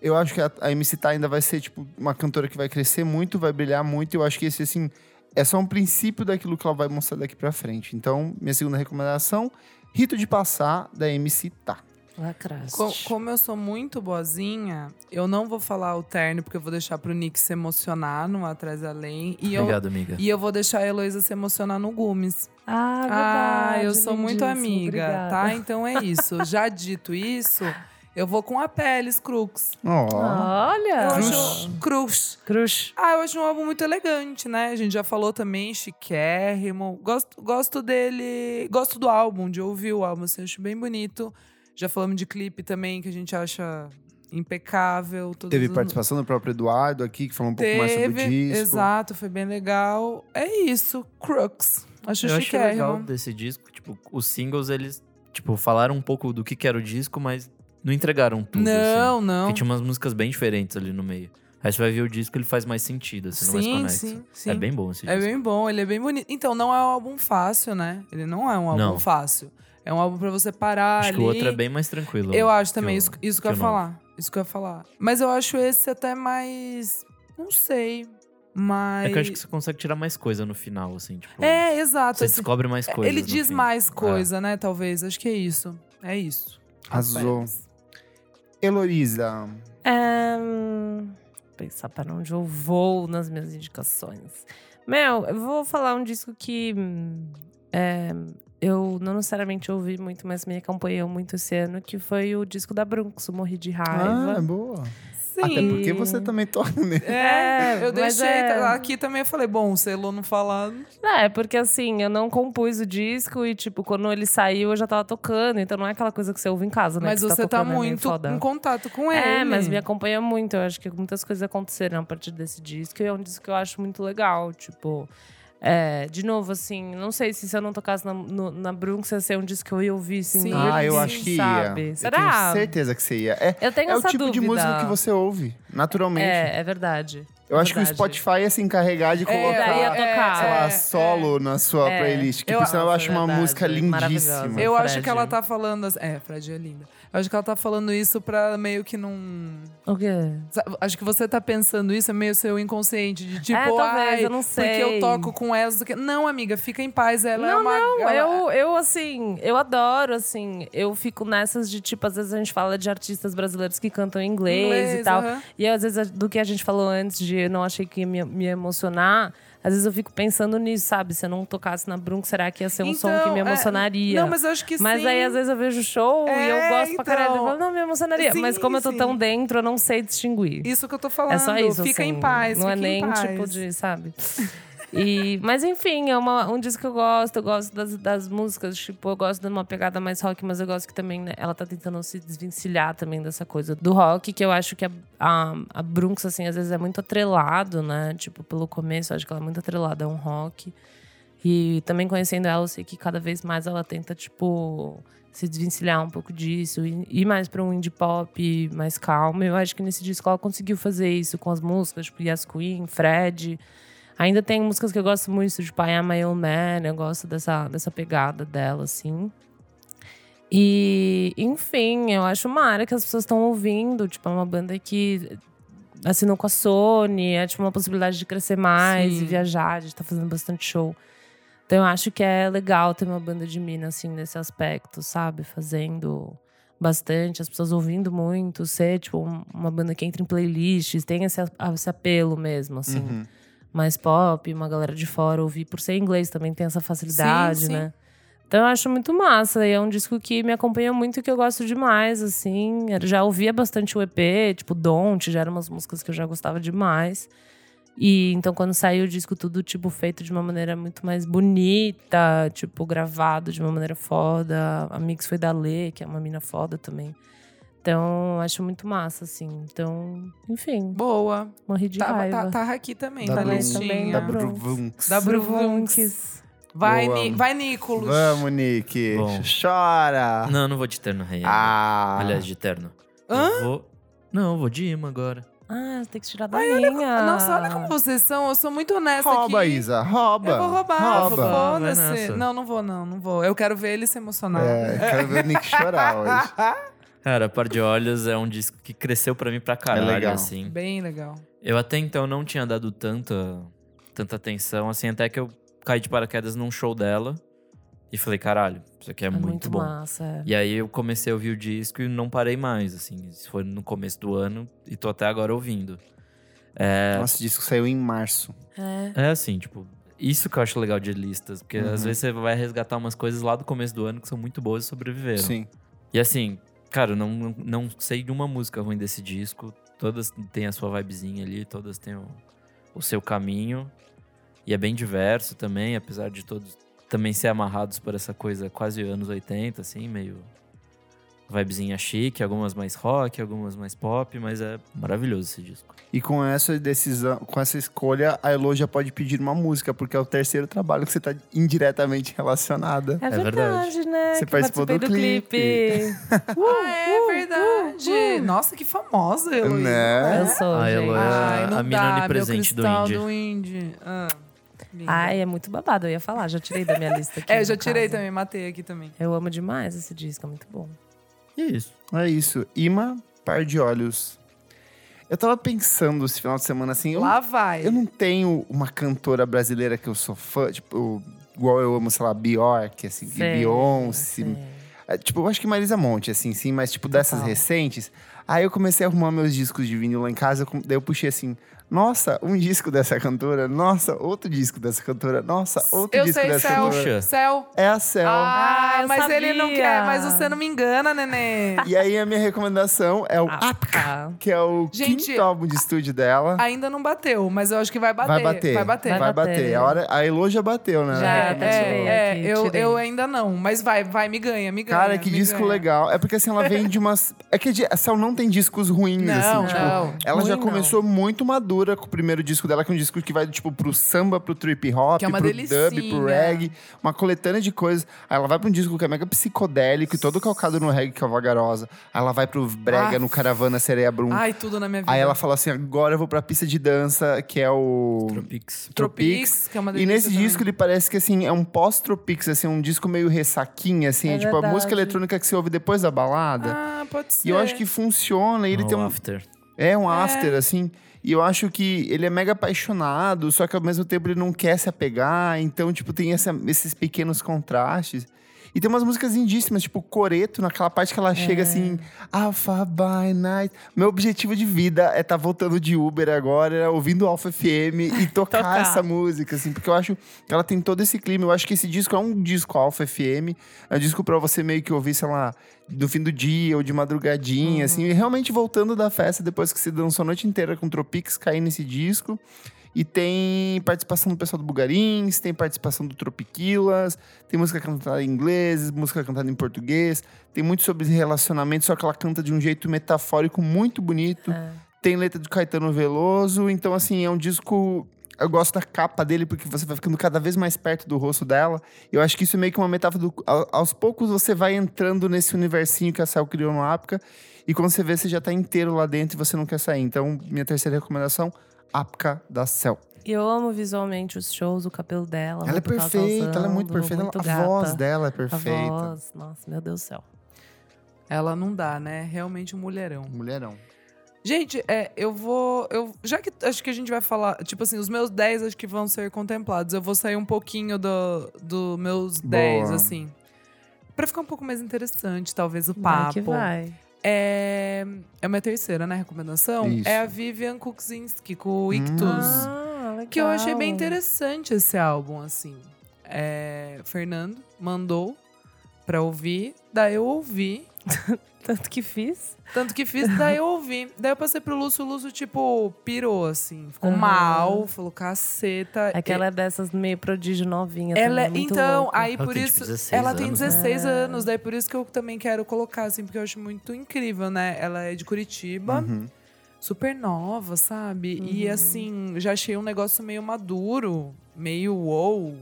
S1: Eu acho que a, a MC Tá ainda vai ser, tipo, uma cantora que vai crescer muito, vai brilhar muito. E eu acho que esse, assim, é só um princípio daquilo que ela vai mostrar daqui pra frente. Então, minha segunda recomendação, Rito de Passar, da MC Tá.
S3: Lacraste.
S2: Co- como eu sou muito boazinha, eu não vou falar o terno, porque eu vou deixar pro Nick se emocionar no Atrás Além. E eu,
S4: Obrigado, amiga.
S2: e eu vou deixar a Heloísa se emocionar no Gumes.
S3: Ah,
S2: ah,
S3: verdade,
S2: eu sou muito
S3: lindíssimo,
S2: amiga,
S3: obrigada.
S2: tá? Então é isso. Já dito isso, eu vou com a Peles Crux.
S1: Ó.
S2: Eu
S3: Olha!
S2: acho Crux.
S3: Cruz.
S2: Ah, eu acho um álbum muito elegante, né? A gente já falou também, chiquérrimo. Gosto, gosto dele. Gosto do álbum, de ouvir o álbum, assim, acho bem bonito. Já falamos de clipe também, que a gente acha impecável. todas
S1: Teve
S2: as-
S1: participação do próprio Eduardo aqui, que falou um pouco mais sobre o
S2: Teve,
S1: disco.
S2: Exato, foi bem legal. É isso, Crux. Acho
S4: Eu achei legal
S2: chiquérrimo.
S4: desse disco, tipo, os singles, eles, tipo, falaram um pouco do que que era o disco, mas não entregaram tudo, assim.
S2: não, não.
S4: Porque tinha umas músicas bem diferentes ali no meio. Aí você vai ver o disco, ele faz mais sentido, assim, não mais
S2: sim,
S4: conecta.
S2: sim, sim.
S4: É bem bom esse
S2: É
S4: disco.
S2: bem bom, ele é bem bonito. Então, não é um álbum fácil, né? Ele não é um álbum
S4: Não.
S2: fácil. É um álbum pra você parar
S4: Acho
S2: ali.
S4: que o outro é bem mais tranquilo.
S2: Eu acho também,
S4: o-
S2: isso, isso que eu ia
S4: que o novo.
S2: falar. Isso que eu ia falar. Mas eu acho esse até mais. Não sei. Mais.
S4: É que eu acho que você consegue tirar mais coisa no final, assim, tipo...
S2: É, exato.
S4: Você
S2: assim,
S4: descobre mais coisas
S2: ele
S4: no
S2: diz
S4: fim. É.
S2: mais coisa, né? Talvez. Acho que é isso. É isso.
S1: Arrasou.
S2: Rapaz.
S1: Heloísa.
S3: Ahn, pensar para onde eu vou nas minhas indicações. Meu, eu vou falar um disco que hum, é, eu não necessariamente ouvi muito, mas me acompanhou muito esse ano, que foi o disco da Brunx, o Morri de
S1: Ah,
S3: Raiva.
S1: boa.
S2: Sim.
S1: Ah, Até porque você também toca nele.
S2: É, eu
S3: mas
S2: deixei.
S3: é-
S2: tá- Aqui também eu falei, bom, se Elô não falar.
S3: É, porque assim, eu não compus o disco e, tipo, quando ele saiu eu já tava tocando, então não é aquela coisa que você ouve em casa, né?
S2: mas
S3: que
S2: você tá,
S3: tocando, é meio
S2: muito
S3: foda.
S2: em contato com ele.
S3: É, mas me acompanha muito. Eu acho que muitas coisas aconteceram a partir desse disco. E é um disco que eu acho muito legal. Tipo, é, de novo, assim, não sei se, se eu não tocasse na, no, na Brunx, ia ser um disco que eu ia ouvir, assim,
S2: Sim.
S1: Ah, eu
S3: assim,
S1: acho que
S3: sabe?
S1: ia. Eu
S3: Será?
S1: tenho certeza que você ia. É,
S3: Eu tenho
S1: é o
S3: essa
S1: tipo de
S3: dúvida.
S1: música que você ouve, naturalmente.
S3: É, é verdade.
S1: eu acho que o
S3: verdade.
S1: Spotify ia se encarregar de colocar,
S3: daí ia tocar.
S1: sei lá,
S2: é,
S1: solo na sua
S3: É.
S1: playlist. Que
S2: Eu-
S1: por sinal eu
S3: Nossa,
S1: acho uma
S3: verdade,
S1: música
S3: maravilhosa.
S1: lindíssima.
S2: Eu
S3: Fred.
S2: acho que ela tá falando. assim- É, Fred é linda. Eu acho que ela tá falando isso pra meio que não.
S3: O quê?
S2: Sa- Acho que você tá pensando isso, é meio seu inconsciente, de tipo,
S3: É, talvez,
S2: ai,
S3: eu não sei."
S2: porque eu toco com ela. do que- Não, amiga, fica em paz, ela é
S3: Não,
S2: uma...
S3: Não,
S2: ela-
S3: eu, eu, assim, eu adoro, assim, eu fico nessas de, tipo, às vezes a gente fala de artistas brasileiros que cantam em inglês, e
S2: Inglês,
S3: tal.
S2: aham.
S3: E eu, às vezes, do que a gente falou antes de eu não achei que ia me, me emocionar, às vezes eu fico pensando nisso, sabe? Se eu não tocasse na Brunco, será que ia ser um som que
S2: Então,
S3: me
S2: é,
S3: emocionaria?
S2: Não, mas eu acho que
S3: Mas
S2: sim.
S3: aí, às vezes, eu vejo show e eu
S2: É,
S3: gosto pra caralho. Eu
S2: então.
S3: falo, não, me emocionaria.
S2: Sim,
S3: mas como eu tô
S2: sim.
S3: tão dentro, eu não sei distinguir.
S2: Isso que eu tô falando.
S3: É só isso.
S2: Fica
S3: assim,
S2: em paz,
S3: Não é
S2: fica em
S3: nem
S2: paz.
S3: tipo de, sabe? E, mas enfim, é uma- um disco que eu gosto, eu gosto das, das músicas, tipo, eu gosto de uma pegada mais rock, mas eu gosto que também né, ela tá tentando se desvencilhar também dessa coisa do rock, que eu acho que a, a, a Brunx, assim, às vezes é muito atrelado, né? Tipo, pelo começo, eu acho que ela é muito atrelada a um rock. E também conhecendo ela, eu sei que cada vez mais ela tenta, tipo, se desvencilhar um pouco disso, e ir mais pra um indie pop mais calmo. Eu acho que nesse disco ela conseguiu fazer isso com as músicas, tipo Yas Queen, Fred. Ainda tem músicas que eu gosto muito, tipo I Am My Own Man, eu gosto dessa, dessa pegada dela, assim. E, enfim, eu acho uma área que as pessoas estão ouvindo, tipo, é uma banda que assinou com a Sony, é tipo uma possibilidade de crescer mais
S2: Sim.
S3: e viajar, a gente tá fazendo bastante show. Então eu acho que é legal ter uma banda de mina, assim, nesse aspecto, sabe? Fazendo bastante, as pessoas ouvindo muito, ser, tipo, um- uma banda que entra em playlists, tem esse, a- esse apelo mesmo, assim
S1: Uhum.
S3: mais pop, uma galera de fora ouvir por ser inglês também tem essa facilidade,
S2: Sim, sim.
S3: né? Então eu acho muito massa e é um disco que me acompanha muito e que eu gosto demais, assim. Eu já ouvia bastante o EP, tipo Don't, já eram umas músicas que eu já gostava demais. E então, quando saiu o disco, tudo, tipo, feito de uma maneira muito mais bonita, tipo, gravado de uma maneira foda. A mix foi da Lê, que é uma mina foda também. Então, acho muito massa, assim. Então, enfim,
S2: Boa.
S3: morri de
S2: Tava,
S3: raiva.
S2: tá, tava aqui também,
S1: Da
S2: tá na
S1: Bruna.
S2: listinha.
S1: Da
S3: Bruna.
S1: Bruvunks.
S2: Da Bruvunks.
S3: Bruvunks.
S2: Vai,
S1: Boa.
S2: Ni- vai, Nicolas.
S1: Vamos, Nick.
S4: Bom.
S1: Chora.
S4: Não, eu não vou de terno rei.
S1: Ah.
S4: Aliás, de terno.
S2: Hã?
S4: Eu vou... Não, eu vou de imã agora.
S3: Ah, tem que tirar da linha.
S2: Ah, Nossa, olha
S1: É
S2: como vocês são. Eu sou muito honesta
S1: rouba,
S2: aqui.
S1: Isa. Rouba.
S2: Eu vou roubar,
S1: Rouba.
S4: roubar. Vai
S2: foda-se.
S4: nessa.
S2: Não, não vou, não, não vou. Eu quero ver ele se emocionar.
S1: É, quero ver o Nick chorar hoje.
S4: Cara, Par de Olhos é um disco que cresceu pra mim pra caralho,
S1: É legal.
S4: assim.
S2: Bem legal.
S4: Eu até então não tinha dado tanta, tanta atenção, assim, até que eu caí de paraquedas num show dela. E falei, caralho, isso aqui é,
S3: É
S4: muito, bom.
S3: massa. é.
S4: E aí eu comecei a ouvir o disco e não parei mais, assim. Isso foi no começo do ano e tô até agora ouvindo.
S1: Nossa, o disco saiu em março.
S3: É.
S4: É assim, tipo, isso que eu acho legal de listas. Porque
S1: Uhum.
S4: às vezes você vai resgatar umas coisas lá do começo do ano que são muito boas e sobreviveram.
S1: Sim.
S4: E assim, cara, eu não, não, não sei de uma música ruim desse disco. Todas têm a sua vibezinha ali, todas têm o, o seu caminho. E é bem diverso também, apesar de todos também ser amarrados por essa coisa quase anos 80, assim, meio vibezinha chique, algumas mais rock, algumas mais pop, mas é maravilhoso esse disco.
S1: E com essa decisão, com essa escolha, a Elo já pode pedir uma música, porque é o terceiro trabalho que você tá indiretamente relacionada.
S3: É
S4: verdade.
S3: verdade, né?
S1: Você
S3: que
S1: participou do
S3: participei Uh,
S2: ah, é verdade. Nossa, que famosa, Heloísa.
S1: Né?
S3: Eu sou,
S4: Ah,
S3: gente.
S4: Eloy.
S2: Ai, não
S4: A mina
S2: dá,
S4: onipresente
S2: meu
S4: do
S2: cristal
S4: indie.
S2: do indie. Ah, linda.
S3: Ai, é muito babado. Eu ia falar, já tirei da minha lista aqui.
S2: é, eu já
S3: no
S2: tirei
S3: caso.
S2: também, matei aqui também.
S3: Eu amo demais esse disco, é muito bom.
S4: E é isso.
S1: É isso. Ima, par de olhos. Eu tava pensando esse final de semana assim. eu-
S2: Lá vai.
S1: Eu não tenho uma cantora brasileira que eu sou fã, tipo, igual eu amo, sei lá, Bjork, assim,
S3: Sei,
S1: Beyoncé. É, Tipo, eu acho que Marisa Monte, assim, sim, mas tipo, dessas
S3: Total.
S1: recentes. Aí eu comecei a arrumar meus discos de vinil lá em casa, eu com- daí eu puxei assim, nossa, um disco dessa cantora, nossa, outro disco dessa cantora, nossa, outro
S2: Eu
S1: disco
S2: sei,
S1: dessa
S2: Cel.
S1: cantora.
S4: Puxa.
S2: Cel.
S1: É a Cel.
S2: Ah,
S3: Ah, eu
S2: mas ele não
S3: sabia.
S2: quer, mas você não me engana, nenê.
S1: E aí a minha recomendação é o
S3: Ah,
S1: Apka,
S3: tá.
S1: que é o
S2: Gente,
S1: quinto álbum de estúdio dela.
S2: Ainda não bateu, mas eu acho que vai bater.
S1: Vai bater.
S2: Vai bater.
S1: Vai bater. A, hora, a Elo já bateu, né?
S3: Já,
S1: Ela
S2: É,
S3: até
S1: começou.
S3: tirei
S2: é,
S3: aqui,
S2: eu,
S3: tirei.
S2: eu ainda não, mas vai, vai, me ganha, me ganha.
S1: Cara, que
S2: me
S1: disco
S2: ganha.
S1: legal. É porque assim, ela vem de umas. É que a Cel não tem discos ruins,
S2: Não,
S1: assim, tipo.
S2: não.
S1: Ela já
S3: Ruim, não.
S1: começou muito madura com o primeiro disco dela, que é um disco que vai, tipo, pro samba, pro trip hop,
S2: Que é uma
S1: pro
S2: delicinha.
S1: dub, pro reggae, uma coletânea de coisas. Aí ela vai pra um disco que é mega psicodélico e todo calcado no reggae, que é o Vagarosa. Aí ela vai pro brega,
S2: Ah.
S1: no Caravana Sereia Brum.
S2: Ai, tudo na minha vida.
S1: um Aí ela fala assim, agora eu vou pra pista de dança, que é o...
S4: Tropics.
S1: Tropics.
S2: que é uma
S1: E
S2: delícia
S1: nesse
S2: também.
S1: disco ele parece que assim é um pós-Tropics, assim, um disco meio ressaquinha, assim,
S3: É
S1: é tipo a música
S3: verdade.
S1: eletrônica que você ouve depois da balada.
S2: Ah, pode ser.
S1: E eu acho que funciona, e ele
S4: Ou
S1: tem um,
S4: After.
S1: é um after, assim. E eu acho que ele é mega apaixonado, só que ao mesmo tempo ele não quer se apegar. Então, tipo, tem essa- esses pequenos contrastes. E tem umas músicas lindíssimas, tipo Coreto, naquela parte que ela chega assim, Alpha by Night. Meu objetivo de vida é estar voltando de Uber agora, ouvindo Alpha FM e tocar,
S3: Tocar.
S1: essa música, assim, porque eu acho que ela tem todo esse clima. Eu acho que esse disco é um disco Alpha FM, é um disco pra você meio que ouvir, sei lá, do fim do dia ou de madrugadinha, assim, e realmente voltando da festa depois que se dançou a noite inteira com Tropics cair nesse disco. E tem participação do pessoal do Bugarins, tem participação do Tropiquilas, tem música cantada em inglês, música cantada em português, tem muito sobre relacionamento, só que ela canta de um jeito metafórico muito bonito. Tem letra do Caetano Veloso, então assim, é um disco. Eu gosto da capa dele porque você vai ficando cada vez mais perto do rosto dela. Eu acho que isso é meio que uma metáfora do. ao- Aos poucos você vai entrando nesse universinho que a Cel criou no Apca. E quando você vê, você já tá inteiro lá dentro e você não quer sair. Então, minha terceira recomendação, Apca da Cel.
S3: E eu amo visualmente os shows, o cabelo dela. a
S1: Ela é
S3: roupa que tá
S1: perfeita, ela é muito
S3: usando,
S1: perfeita.
S3: muito
S1: ela- a
S3: gata.
S1: voz dela é perfeita.
S3: A voz, nossa, meu Deus do céu.
S2: Ela não dá, né? Realmente um mulherão.
S1: Mulherão.
S2: Gente, é, eu vou. Eu, já que acho que a gente vai falar. Tipo assim, os meus 10 acho que vão ser contemplados. Eu vou sair um pouquinho do, do meus 10,
S1: Boa.
S2: assim. Pra ficar um pouco mais interessante, talvez, o
S3: Vai que
S2: papo.
S3: vai.
S2: É, é a minha terceira, né? Recomendação.
S1: Isso.
S2: É a Vivian Kuczynski com o Ictus.
S3: Ah, legal.
S2: Que eu achei bem interessante esse álbum, assim. É, Fernando mandou pra ouvir, daí eu ouvi.
S3: Tanto que fiz.
S2: Tanto que fiz, daí eu ouvi. Daí eu passei pro Lúcio, o Lúcio, tipo, pirou, assim. Ficou
S3: Aham.
S2: mal, falou, caceta.
S3: Aquela é dessas meio prodígio novinha.
S2: Ela,
S3: também, é muito
S2: então,
S3: louca.
S2: aí
S4: Ela
S2: por
S4: tem,
S2: isso.
S4: tipo, 16
S2: ela tem
S4: anos, né?
S2: 16 anos, daí por isso que eu também quero colocar, assim, porque eu acho muito incrível, né? Ela é de Curitiba,
S1: Uhum.
S2: super nova, sabe?
S3: Uhum.
S2: E assim, já achei um negócio meio maduro, meio wow.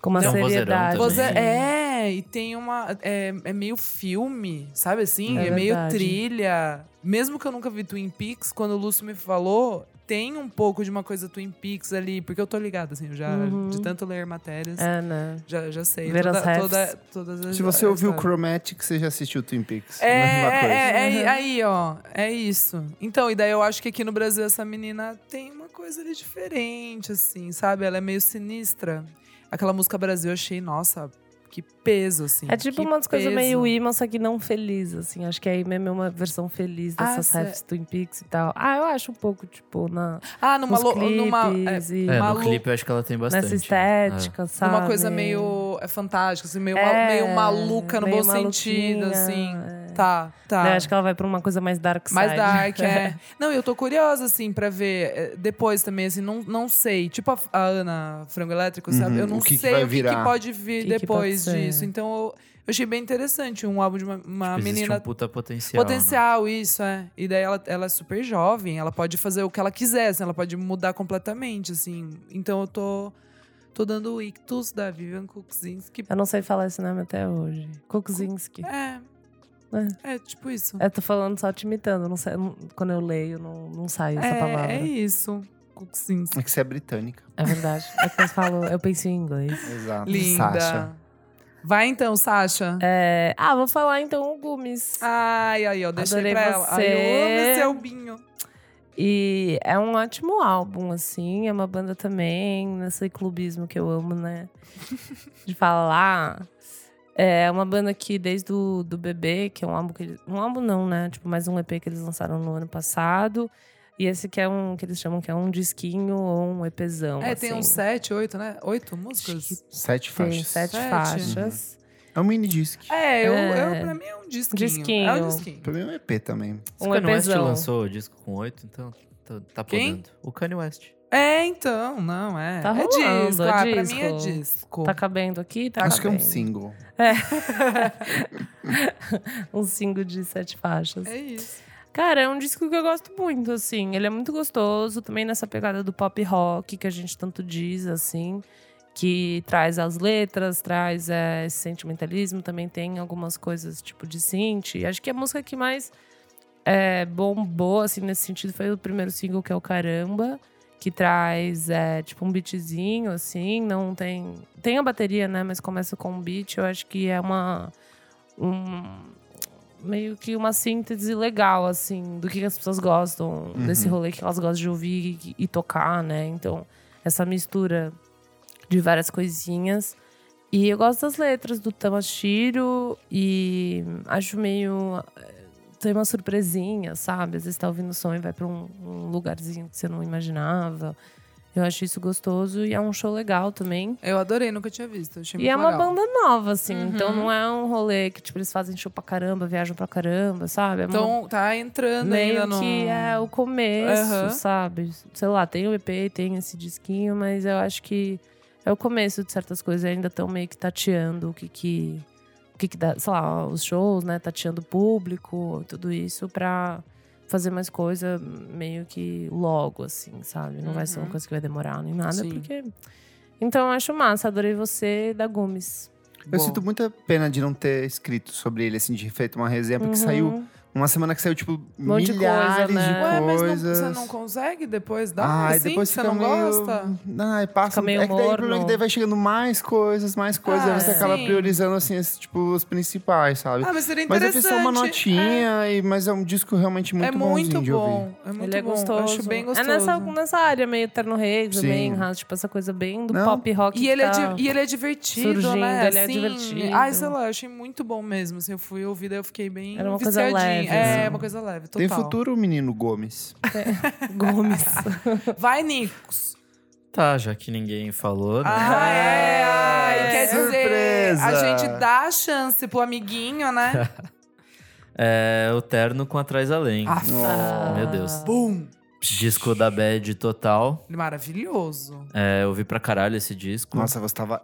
S3: Com uma
S4: Tem um vozeirão
S3: seriedade.
S4: também.
S2: Você
S3: né?
S2: é, e tem uma. É, é meio filme, sabe assim?
S3: É
S2: É, meio
S3: verdade.
S2: trilha. Mesmo que eu nunca vi Twin Peaks, quando o Lúcio me falou, tem um pouco de uma coisa Twin Peaks ali, porque eu tô ligada, assim, eu já
S3: Uhum.
S2: de tanto ler matérias.
S3: É, né?
S2: Já, já sei.
S3: Ver
S2: toda,
S3: as refs.
S2: toda- todas as
S1: Se você ouviu o
S2: histórias.
S1: Chromatic, você já assistiu Twin Peaks.
S2: é,
S1: Mesma coisa.
S2: é, é, é,
S3: Uhum.
S2: aí, ó. É isso. Então, e daí eu acho que aqui no Brasil essa menina tem uma coisa ali diferente, assim, sabe? Ela é meio sinistra. Aquela música Brasil, eu achei, nossa, que peso, assim.
S3: É tipo
S2: que
S3: umas coisas
S2: peso.
S3: meio imã, só que não feliz, assim. Acho que aí mesmo é uma versão feliz
S2: Ah,
S3: dessas
S2: cê-
S3: refs Twin Peaks e tal. Ah, eu acho um pouco, tipo, na,
S2: Ah, numa.
S3: nos
S2: Lo,
S3: clipes
S2: numa é,
S3: e
S4: É,
S2: Malu-
S4: no clipe eu acho que ela tem bastante. né? é.
S3: nessa estética, sabe?
S2: é, numa coisa meio é, fantástica, assim, meio, ma-
S3: É,
S2: meio maluca no
S3: meio
S2: bom sentido,
S3: maluquinha,
S2: assim.
S3: é.
S2: Tá, tá.
S3: Né, acho que ela vai pra uma coisa mais dark side.
S2: Mais dark, é. Não, eu tô curiosa, assim, pra ver eh, depois também, assim, não, não sei. Tipo a, a Ana Frango Elétrico, sabe?
S1: Uhum,
S2: eu não
S1: o que que
S2: sei
S1: vai
S2: o que,
S1: virar.
S2: pode vir
S3: O que que
S2: depois
S3: pode ser.
S2: disso. Então eu, eu achei bem interessante um álbum de uma, uma
S4: Tipo, existe
S2: menina.
S4: um puta
S1: né?
S4: potencial.
S2: Potencial, isso, é. E daí ela, ela é super jovem, ela pode fazer o que ela quiser, assim, ela pode mudar completamente, assim. Então eu tô, tô dando o ictus da Vivian Kuczynski.
S3: Eu não sei falar esse nome até hoje. Kuczynski.
S2: É,
S3: É.
S2: é tipo isso.
S3: Eu tô falando só te imitando. Não sei, não- quando eu leio, não, não sai essa
S2: é,
S3: palavra.
S2: é
S3: É,
S2: isso. Kuczynski.
S1: É que você é britânica.
S3: verdade. É que eu falo, eu penso em inglês.
S1: Exato.
S2: Linda.
S1: Sasha.
S2: Vai então, Sasha.
S3: É, ah, vou falar então o Gumes.
S2: Ai, aí, ó, deixei
S3: Adorei
S2: pra ela.
S3: você.
S2: Ai, eu amo esse albinho.
S3: E é um ótimo álbum, assim. É uma banda também, nesse clubismo que eu amo, né? De falar. É uma banda que desde o do Bebê, que é um álbum que eles. Um álbum não, né? Tipo, mais um EP que eles lançaram no ano passado. E esse que é um que eles chamam que é um disquinho ou um EPzão.
S2: é, tem
S3: assim.
S2: uns sete, oito, né? Oito músicas?
S3: Acho
S1: Sete
S3: Tem
S1: faixas.
S3: sete
S2: Sete.
S3: faixas.
S1: É um mini disc.
S2: É, eu,
S3: É.
S2: eu, pra mim é um disquinho.
S3: Disquinho.
S2: É um disquinho.
S1: Pra mim é um EP também.
S4: O
S3: Um
S4: Kanye West
S3: EPzão.
S4: lançou o disco com oito, então tá, tá
S2: Quem?
S4: podando. O Kanye West.
S2: É, então, não, é.
S3: Tá
S2: é
S3: rolando,
S2: disco,
S3: é
S2: ah, pra mim é
S3: disco.
S2: disco.
S3: Tá cabendo aqui? Tá
S1: Acho que é um
S3: cabendo.
S1: single.
S3: Um single de sete faixas.
S2: É isso.
S3: Cara, é um disco que eu gosto muito, assim. Ele é muito gostoso, também nessa pegada do pop rock que a gente tanto diz, assim. Que traz as letras, traz é, esse sentimentalismo. Também tem algumas coisas, tipo, de synth. E Acho que a música que mais é, bombou, assim, nesse sentido foi o primeiro single, que é o Caramba. Que traz, é, tipo, um beatzinho, assim. Não tem... Tem a bateria, né? Mas começa com um beat. Eu acho que é uma... Um, meio que uma síntese legal, assim, do que as pessoas gostam,
S1: Uhum.
S3: desse rolê que elas gostam de ouvir e, e tocar, né? Então, essa mistura de várias coisinhas. E eu gosto das letras do Tamashiro e acho meio. eh, Tem uma surpresinha, sabe? Às vezes tá ouvindo o som e vai pra um, um lugarzinho que você não imaginava. Eu acho isso gostoso e é um show legal também.
S2: Eu adorei, nunca tinha visto. Achei
S3: E
S2: muito
S3: é uma
S2: legal.
S3: banda nova, assim.
S2: Uhum.
S3: Então não é um rolê que, tipo, eles fazem show pra caramba, viajam pra caramba, sabe? É uma-
S2: Então, tá entrando
S3: meio
S2: ainda no...
S3: que é o começo,
S2: Aham.
S3: sabe? Sei lá, tem o EP, tem esse disquinho, mas eu acho que é o começo de certas coisas. Ainda estão meio que tateando o que que... O que que dá, sei lá, os shows, né? Tateando o público, tudo isso pra fazer mais coisa meio que logo, assim, sabe? Não vai ser uma
S2: Uhum.
S3: coisa que vai demorar nem nada,
S2: Sim.
S3: porque... Então, eu acho massa. Adorei você, da Gomes.
S1: Eu
S2: Bom.
S1: sinto muita pena de não ter escrito sobre ele, assim, de feito uma resenha, porque
S3: Uhum. Um
S1: saiu uma semana que saiu, tipo,
S3: monte de
S1: milhares
S3: coisa, né?
S1: de
S2: Ué, mas não-
S1: coisas.
S2: você não consegue depois dar?
S1: Ai,
S2: assim?
S1: depois
S2: você
S1: fica
S2: não
S1: meio...
S2: gosta?
S1: Ai, passa.
S3: Fica meio
S1: é que daí o problema é que
S3: morno.
S1: daí vai chegando mais coisas, mais coisas.
S2: Ah,
S1: aí você acaba
S2: sim.
S1: priorizando, assim, esse, tipo, os principais, sabe?
S2: Ah, mas seria
S1: mas eu
S2: interessante.
S1: fiz só uma notinha, e, mas é um disco realmente muito
S2: é
S1: bonzinho
S2: muito
S1: de ouvir.
S2: bom. É muito
S3: Ele é
S2: bom.
S3: gostoso.
S2: Eu acho bem gostoso.
S3: É nessa, nessa área, meio terno rei
S1: Sim.
S3: também, raso, tipo essa coisa bem do
S1: Não.
S3: pop rock.
S2: E
S3: que
S2: ele, é
S3: tá-
S2: di- e ele é divertido,
S3: surgindo,
S2: né?
S3: ele é
S2: Assim,
S3: divertido.
S2: Ai, sei lá, eu achei muito bom mesmo. Assim, eu fui ouvida, eu fiquei bem
S3: Era uma coisa
S2: viciadinha.
S3: leve,
S2: é,
S3: assim.
S2: uma coisa leve,
S1: Tem
S2: total.
S1: futuro, menino Gomes.
S3: Gomes.
S2: Vai, Nicos.
S4: Tá, já que ninguém falou, né?
S2: Ah, é, ai,
S1: é.
S2: quer dizer,
S1: Surpresa.
S2: a gente dá a chance pro amiguinho, né?
S4: É o Terno com Atrás Além.
S2: Ah,
S1: Ah.
S4: Meu Deus.
S2: Boom!
S4: Disco da Bad total.
S2: Maravilhoso.
S4: É, eu vi pra caralho esse disco.
S1: Nossa, você tava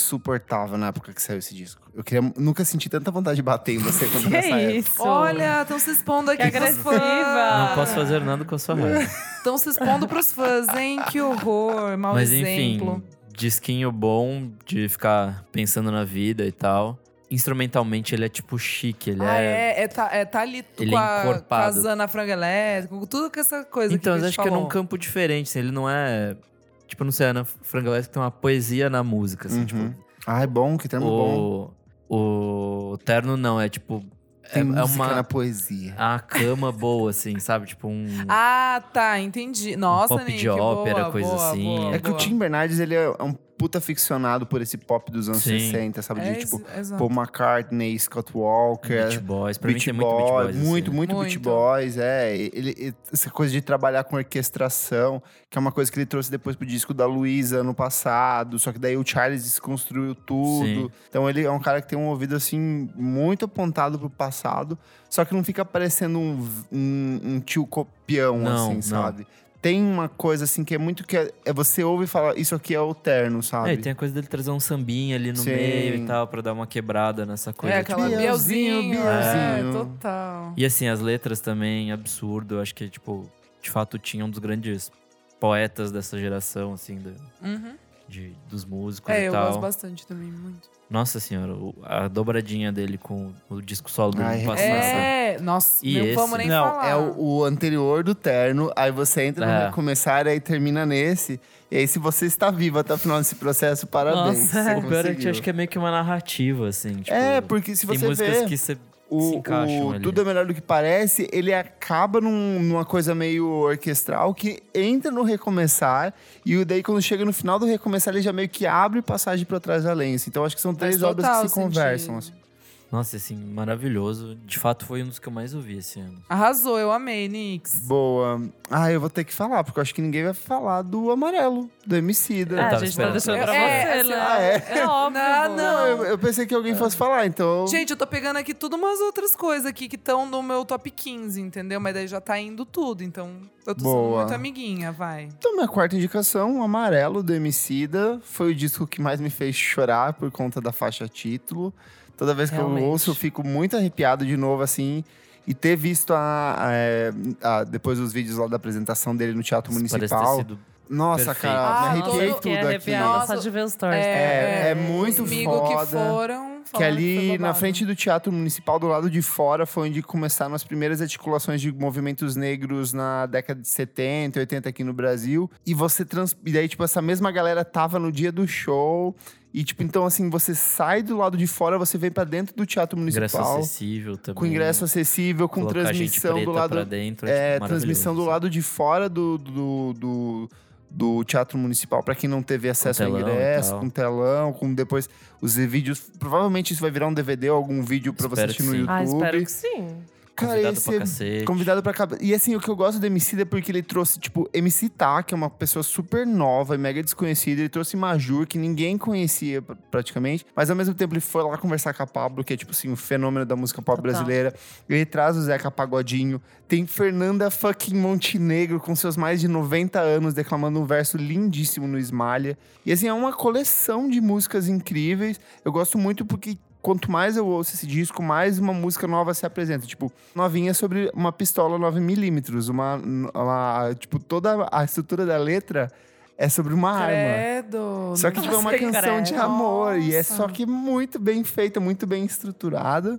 S1: insuportável na época que saiu esse disco. Eu queria, nunca senti tanta vontade de bater em você quanto
S3: Que
S1: nessa época.
S3: isso?
S2: Olha, estão se expondo aqui
S3: Que
S2: pros
S3: agressiva.
S4: Não
S2: fãs.
S4: posso fazer nada com a sua raiva.
S2: Estão se expondo pros fãs, hein? Que horror, mau
S4: Mas enfim,
S2: Ah. exemplo.
S4: disquinho bom de ficar pensando na vida e tal. Instrumentalmente ele é tipo chique, ele
S2: ah,
S4: é...
S2: é, é, tá, é, tá ali
S4: Ele é
S2: com a
S4: encorpado.
S2: casana franga elétrica, com tudo com essa coisa
S4: Então,
S2: que
S4: mas
S2: a gente
S4: acho que é
S2: falou.
S4: num campo diferente, assim, ele não é... Tipo, não sei, a Ana Frango Elétrico tem uma poesia na música, assim,
S1: Uhum.
S4: tipo...
S1: Ah, é bom, que termo bom.
S4: O, o Terno não, é tipo...
S1: Tem
S4: é, é
S1: música
S4: uma...
S1: na poesia.
S4: A cama boa, assim, sabe? Tipo um...
S2: Ah, tá, entendi. Nossa,
S4: pop
S2: Nick,
S4: de ópera,
S2: boa,
S4: coisa
S2: boa,
S4: assim.
S2: boa,
S1: é que o
S2: boa.
S1: Tim Bernardes, ele é um puta aficionado por esse pop dos anos
S4: Sim.
S1: 60, sabe? De,
S2: É,
S1: tipo,
S2: ex- exato.
S1: Paul McCartney, Scott Walker...
S4: um Beach Boys. Pra mim
S1: Beach
S4: tem muito Beach
S1: Boy,
S4: Boys.
S1: muito,
S4: assim.
S1: muito, Beach
S2: Muito.
S1: Boys, é. Ele, ele- essa coisa de trabalhar com orquestração, que é uma coisa que ele trouxe depois pro disco da Luísa ano passado, só que daí o Charles desconstruiu tudo.
S4: Sim.
S1: Então ele é um cara que tem um ouvido, assim, muito apontado pro passado, só que não fica parecendo um, v- um, um tio copião,
S4: Não,
S1: assim,
S4: não.
S1: sabe? Tem uma coisa, assim, que é muito que... É, é você ouve e fala, isso aqui é o terno, sabe?
S4: É, e tem a coisa dele trazer um sambinha ali no
S1: Sim.
S4: meio e tal, pra dar uma quebrada nessa coisa.
S2: É, aquela
S1: tipo,
S2: Bielzinho,
S1: Bielzinho,
S2: É,
S1: Bielzinho.
S2: total.
S4: E assim, as letras também, absurdo. Eu acho que, tipo, de fato tinha um dos grandes poetas dessa geração, assim, do-
S2: Uhum.
S4: de, dos músicos
S2: É,
S4: e
S2: eu
S4: tal.
S2: gosto bastante também, muito.
S4: Nossa senhora, o- a dobradinha dele com o disco solo do
S1: Ai,
S4: ano passado.
S2: É, nossa,
S4: E
S2: não
S4: esse?
S2: vamos nem
S1: Não,
S2: falar.
S1: é o, o anterior do terno, aí você entra
S4: É.
S1: no começar e termina nesse. E aí, se você está vivo até o final desse processo, parabéns.
S4: Nossa,
S1: você
S4: o pior é que
S1: conseguiu.
S4: acho que é meio que uma narrativa, assim. Tipo,
S1: É, porque se
S4: tem
S1: você
S4: músicas
S1: vê
S4: que você se
S1: o,
S4: encaixam
S1: o
S4: ali.
S1: Tudo é Melhor do que Parece, ele acaba num- numa coisa meio orquestral que entra no recomeçar. E o- daí, quando chega no final do recomeçar, ele já meio que abre passagem para trás da lença. Então, acho que são
S2: Faz
S1: três obras
S2: total
S1: que se conversam.
S2: sentido.
S4: Nossa, assim, maravilhoso. De fato, foi um dos que eu mais ouvi esse ano.
S2: Arrasou, eu amei, Nix.
S1: Boa. Ah, eu vou ter que falar, porque eu acho que ninguém vai falar do amarelo, do Emicida.
S4: Eu
S3: Ah, a
S4: tava
S3: gente tá
S4: esperando.
S3: deixando
S4: É,
S3: pra
S2: é,
S3: você, né?
S1: ah, é?
S3: óbvio. né?
S2: Não,
S3: pô.
S2: não.
S1: Não, Ah, eu, eu pensei que alguém fosse falar, então.
S2: Gente, eu tô pegando aqui tudo umas outras coisas aqui que estão no meu top 15, entendeu? Mas daí já tá indo tudo, então eu tô sendo
S1: Boa.
S2: muito amiguinha, vai.
S1: Então, minha quarta indicação, Amarelo, do Emicida. Foi o disco que mais me fez chorar por conta da faixa título. Toda vez que
S3: Realmente.
S1: eu ouço, eu fico muito arrepiado de novo, assim. E ter visto a, a- é, a- depois os vídeos lá da apresentação dele no Teatro
S4: Isso parece ter
S1: Municipal.
S4: sido
S1: Nossa,
S4: perfeito.
S1: cara,
S2: Ah,
S1: me arrepiei
S2: todo-
S1: tudo
S3: Fiquei
S1: aqui.
S3: arrepiada
S2: Nossa,
S3: só de ver os stories.
S1: É, é muito
S2: os amigos que
S1: foda.
S2: foram.
S1: Que
S2: falaram foi
S1: ali
S2: babado.
S1: na frente do Teatro Municipal, do lado de fora, foi onde começaram as primeiras articulações de movimentos negros na década de 70, 80 aqui no Brasil. E você trans... E daí, tipo, essa mesma galera tava no dia do show. E, tipo, então, assim, você sai do lado de fora, você vem pra dentro do Teatro
S4: ingresso
S1: Municipal.
S4: acessível também. né?
S1: Com ingresso acessível, com
S4: Colocar gente
S1: transmissão
S4: preta
S1: do
S4: pra
S1: lado.
S4: dentro,
S1: É,
S4: tipo,
S1: transmissão do
S4: maravilhoso,
S1: lado de fora do, do, do, do Teatro Municipal, pra quem não teve acesso ao
S4: telão e
S1: ingresso,
S4: tal.
S1: com telão, com depois os vídeos. Provavelmente isso vai virar um DVD ou algum vídeo pra você
S4: Espero
S1: assistir
S4: que
S1: no
S4: sim.
S1: YouTube.
S3: Ah, espero que sim.
S1: Cara,
S4: Convidado
S1: esse
S4: pra
S1: é
S4: cacete.
S1: Convidado pra cá. E assim, o que eu gosto do MC é porque ele trouxe, tipo, MC Tá, que é uma pessoa super nova e mega desconhecida. Ele trouxe Majur, que ninguém conhecia pr- praticamente. Mas ao mesmo tempo, ele foi lá conversar com a Pablo, que é, tipo assim, o fenômeno da música pop
S3: Total.
S1: brasileira. Ele traz o Zeca Pagodinho. Tem Fernanda fucking Montenegro, com seus mais de 90 anos, declamando um verso lindíssimo no Esmalha. E assim, é uma coleção de músicas incríveis. Eu gosto muito porque quanto mais eu ouço esse disco, mais uma música nova se apresenta. Tipo, novinha sobre uma pistola 9mm. Uma, uma- tipo, toda a estrutura da letra é sobre uma arma.
S2: Credo.
S1: Só que tipo, é uma
S3: Nossa,
S1: canção de
S3: credo.
S1: amor. E é
S2: Nossa.
S1: só que muito bem feita, muito bem estruturada.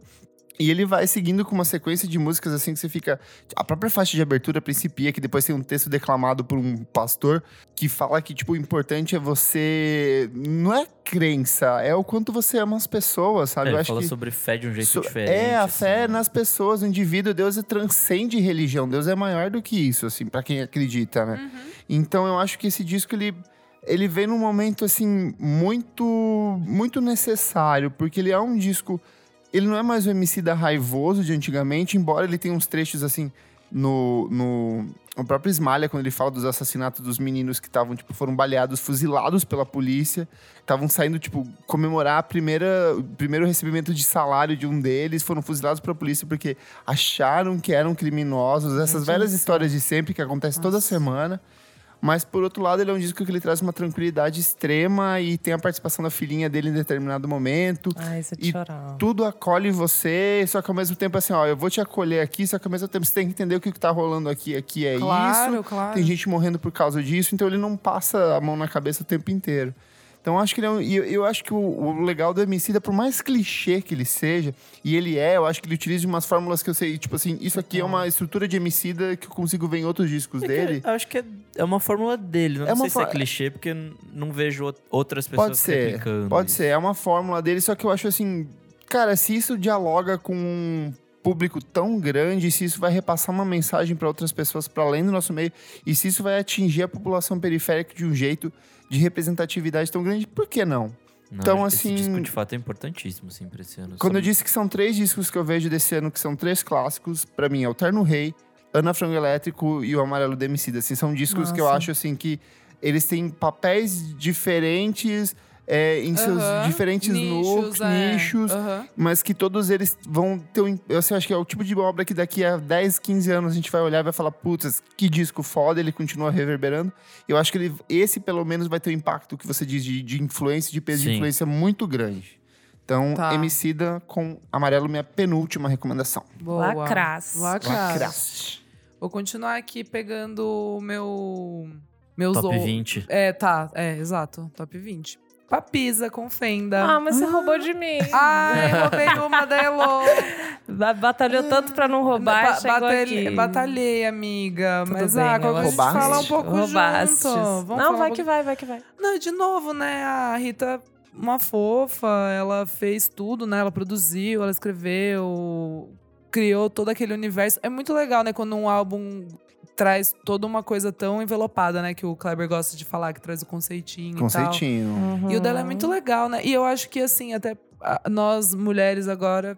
S1: E ele vai seguindo com uma sequência de músicas assim que você fica. A própria faixa de abertura principia, que depois tem um texto declamado por um pastor que fala que, tipo, o importante é você. Não é crença, é o quanto você ama as pessoas,
S4: É,
S1: sabe?
S4: ele
S1: Eu acho
S4: fala
S1: que.
S4: sobre fé de um jeito
S1: So-
S4: diferente.
S1: É, a
S4: assim,
S1: fé
S4: né?
S1: nas pessoas, no indivíduo. Deus transcende religião. Deus é maior do que isso, assim, pra quem acredita, né? Então eu acho que esse disco, ele, ele vem num momento, assim, muito, muito necessário. Porque ele é um disco... Ele não é mais o MC da raivoso de antigamente, embora ele tenha uns trechos, assim, no, no, no próprio Esmalha, quando ele fala dos assassinatos dos meninos que estavam, tipo, foram baleados, fuzilados pela polícia, estavam saindo, tipo, comemorar a primeira, o primeiro recebimento de salário de um deles, foram fuzilados pela polícia porque acharam que eram criminosos, essas velhas histórias de sempre que acontecem toda semana. Mas, por outro lado, ele é um disco que ele traz uma tranquilidade extrema e tem a participação da filhinha dele em determinado momento
S3: Ai, isso é de
S1: E
S3: chorar.
S1: tudo acolhe você, só que ao mesmo tempo assim, ó, eu vou te acolher aqui, só que ao mesmo tempo você tem que entender o que, que tá rolando aqui, aqui é
S2: claro,
S1: isso.
S2: claro.
S1: Tem gente morrendo por causa disso, então ele não passa a mão na cabeça o tempo inteiro. Então eu acho que ele é um- e eu, eu acho que o, o legal do Emicida, por mais clichê que ele seja, e ele é, eu acho que ele utiliza umas fórmulas que eu sei, tipo assim, isso aqui é uma estrutura de Emicida que eu consigo ver em outros discos dele.
S4: Eu acho que é, é uma fórmula dele. Não,
S1: É uma
S4: sei se é
S1: fór-
S4: clichê, porque n- não vejo o- outras pessoas
S1: Pode ser,
S4: replicando.
S1: pode
S4: isso.
S1: ser. É uma fórmula dele, só que eu acho assim, cara, se isso dialoga com um público tão grande, se isso vai repassar uma mensagem para outras pessoas para além do nosso meio, e se isso vai atingir a população periférica de um jeito de representatividade tão grande, por que não?
S4: Não,
S1: Então,
S4: esse
S1: assim-
S4: disco de fato é importantíssimo, sim, pra esse ano.
S1: Quando
S4: Só-
S1: eu disse que são três discos que eu vejo desse ano, que são três clássicos, pra mim é o Terno Rei, Ana Frango Elétrico e o Amarelo Demicida. Assim, são discos que eu
S3: Nossa.
S1: acho assim que eles têm papéis diferentes é, em seus
S2: Aham.
S1: diferentes looks,
S2: é.
S1: nichos.
S2: Aham.
S1: Mas que todos eles vão ter um. Eu assim, acho que é o tipo de obra que daqui a 10, 15 anos a gente vai olhar e vai falar, putz, que disco foda, ele continua reverberando. Eu acho que ele, esse, pelo menos, vai ter um impacto que você diz de, de influência, de peso de
S4: Sim.
S1: influência muito grande. Então,
S2: Tá.
S1: Emicida com amarelo, minha penúltima recomendação.
S2: Boa.
S3: Lacras.
S2: Lacras.
S1: Lacras.
S2: Vou continuar aqui pegando o meu. Meus
S4: Top
S2: ou-
S4: 20.
S2: É, tá. É, exato. Top 20. Papisa com fenda.
S3: Ah, mas você roubou de mim.
S2: Ai, roubei uma da Elo.
S3: Ba- Batalhou tanto pra não roubar
S2: Ba-
S3: e chegou
S2: batalhei-
S3: aqui.
S2: Batalhei, amiga.
S3: Tudo
S2: mas
S3: bem,
S1: né?
S2: ah,
S3: eu
S2: qualquer coisa a gente
S1: Roubastes.
S2: fala um pouco
S3: Roubastes.
S2: junto. Vamos falar
S3: não,
S2: um
S3: vai
S2: pouco-
S3: que vai, vai que vai.
S2: Não, de novo, né? A Rita, uma fofa, ela fez tudo, né? Ela produziu, ela escreveu, criou todo aquele universo. É muito legal, né? Quando um álbum traz toda uma coisa tão envelopada, né? Que o Kleber gosta de falar, que traz o conceitinho,
S1: Conceitinho.
S2: e tal. E o dela é
S3: Uhum.
S2: muito legal, né? E eu acho que, assim, até ah, nós mulheres agora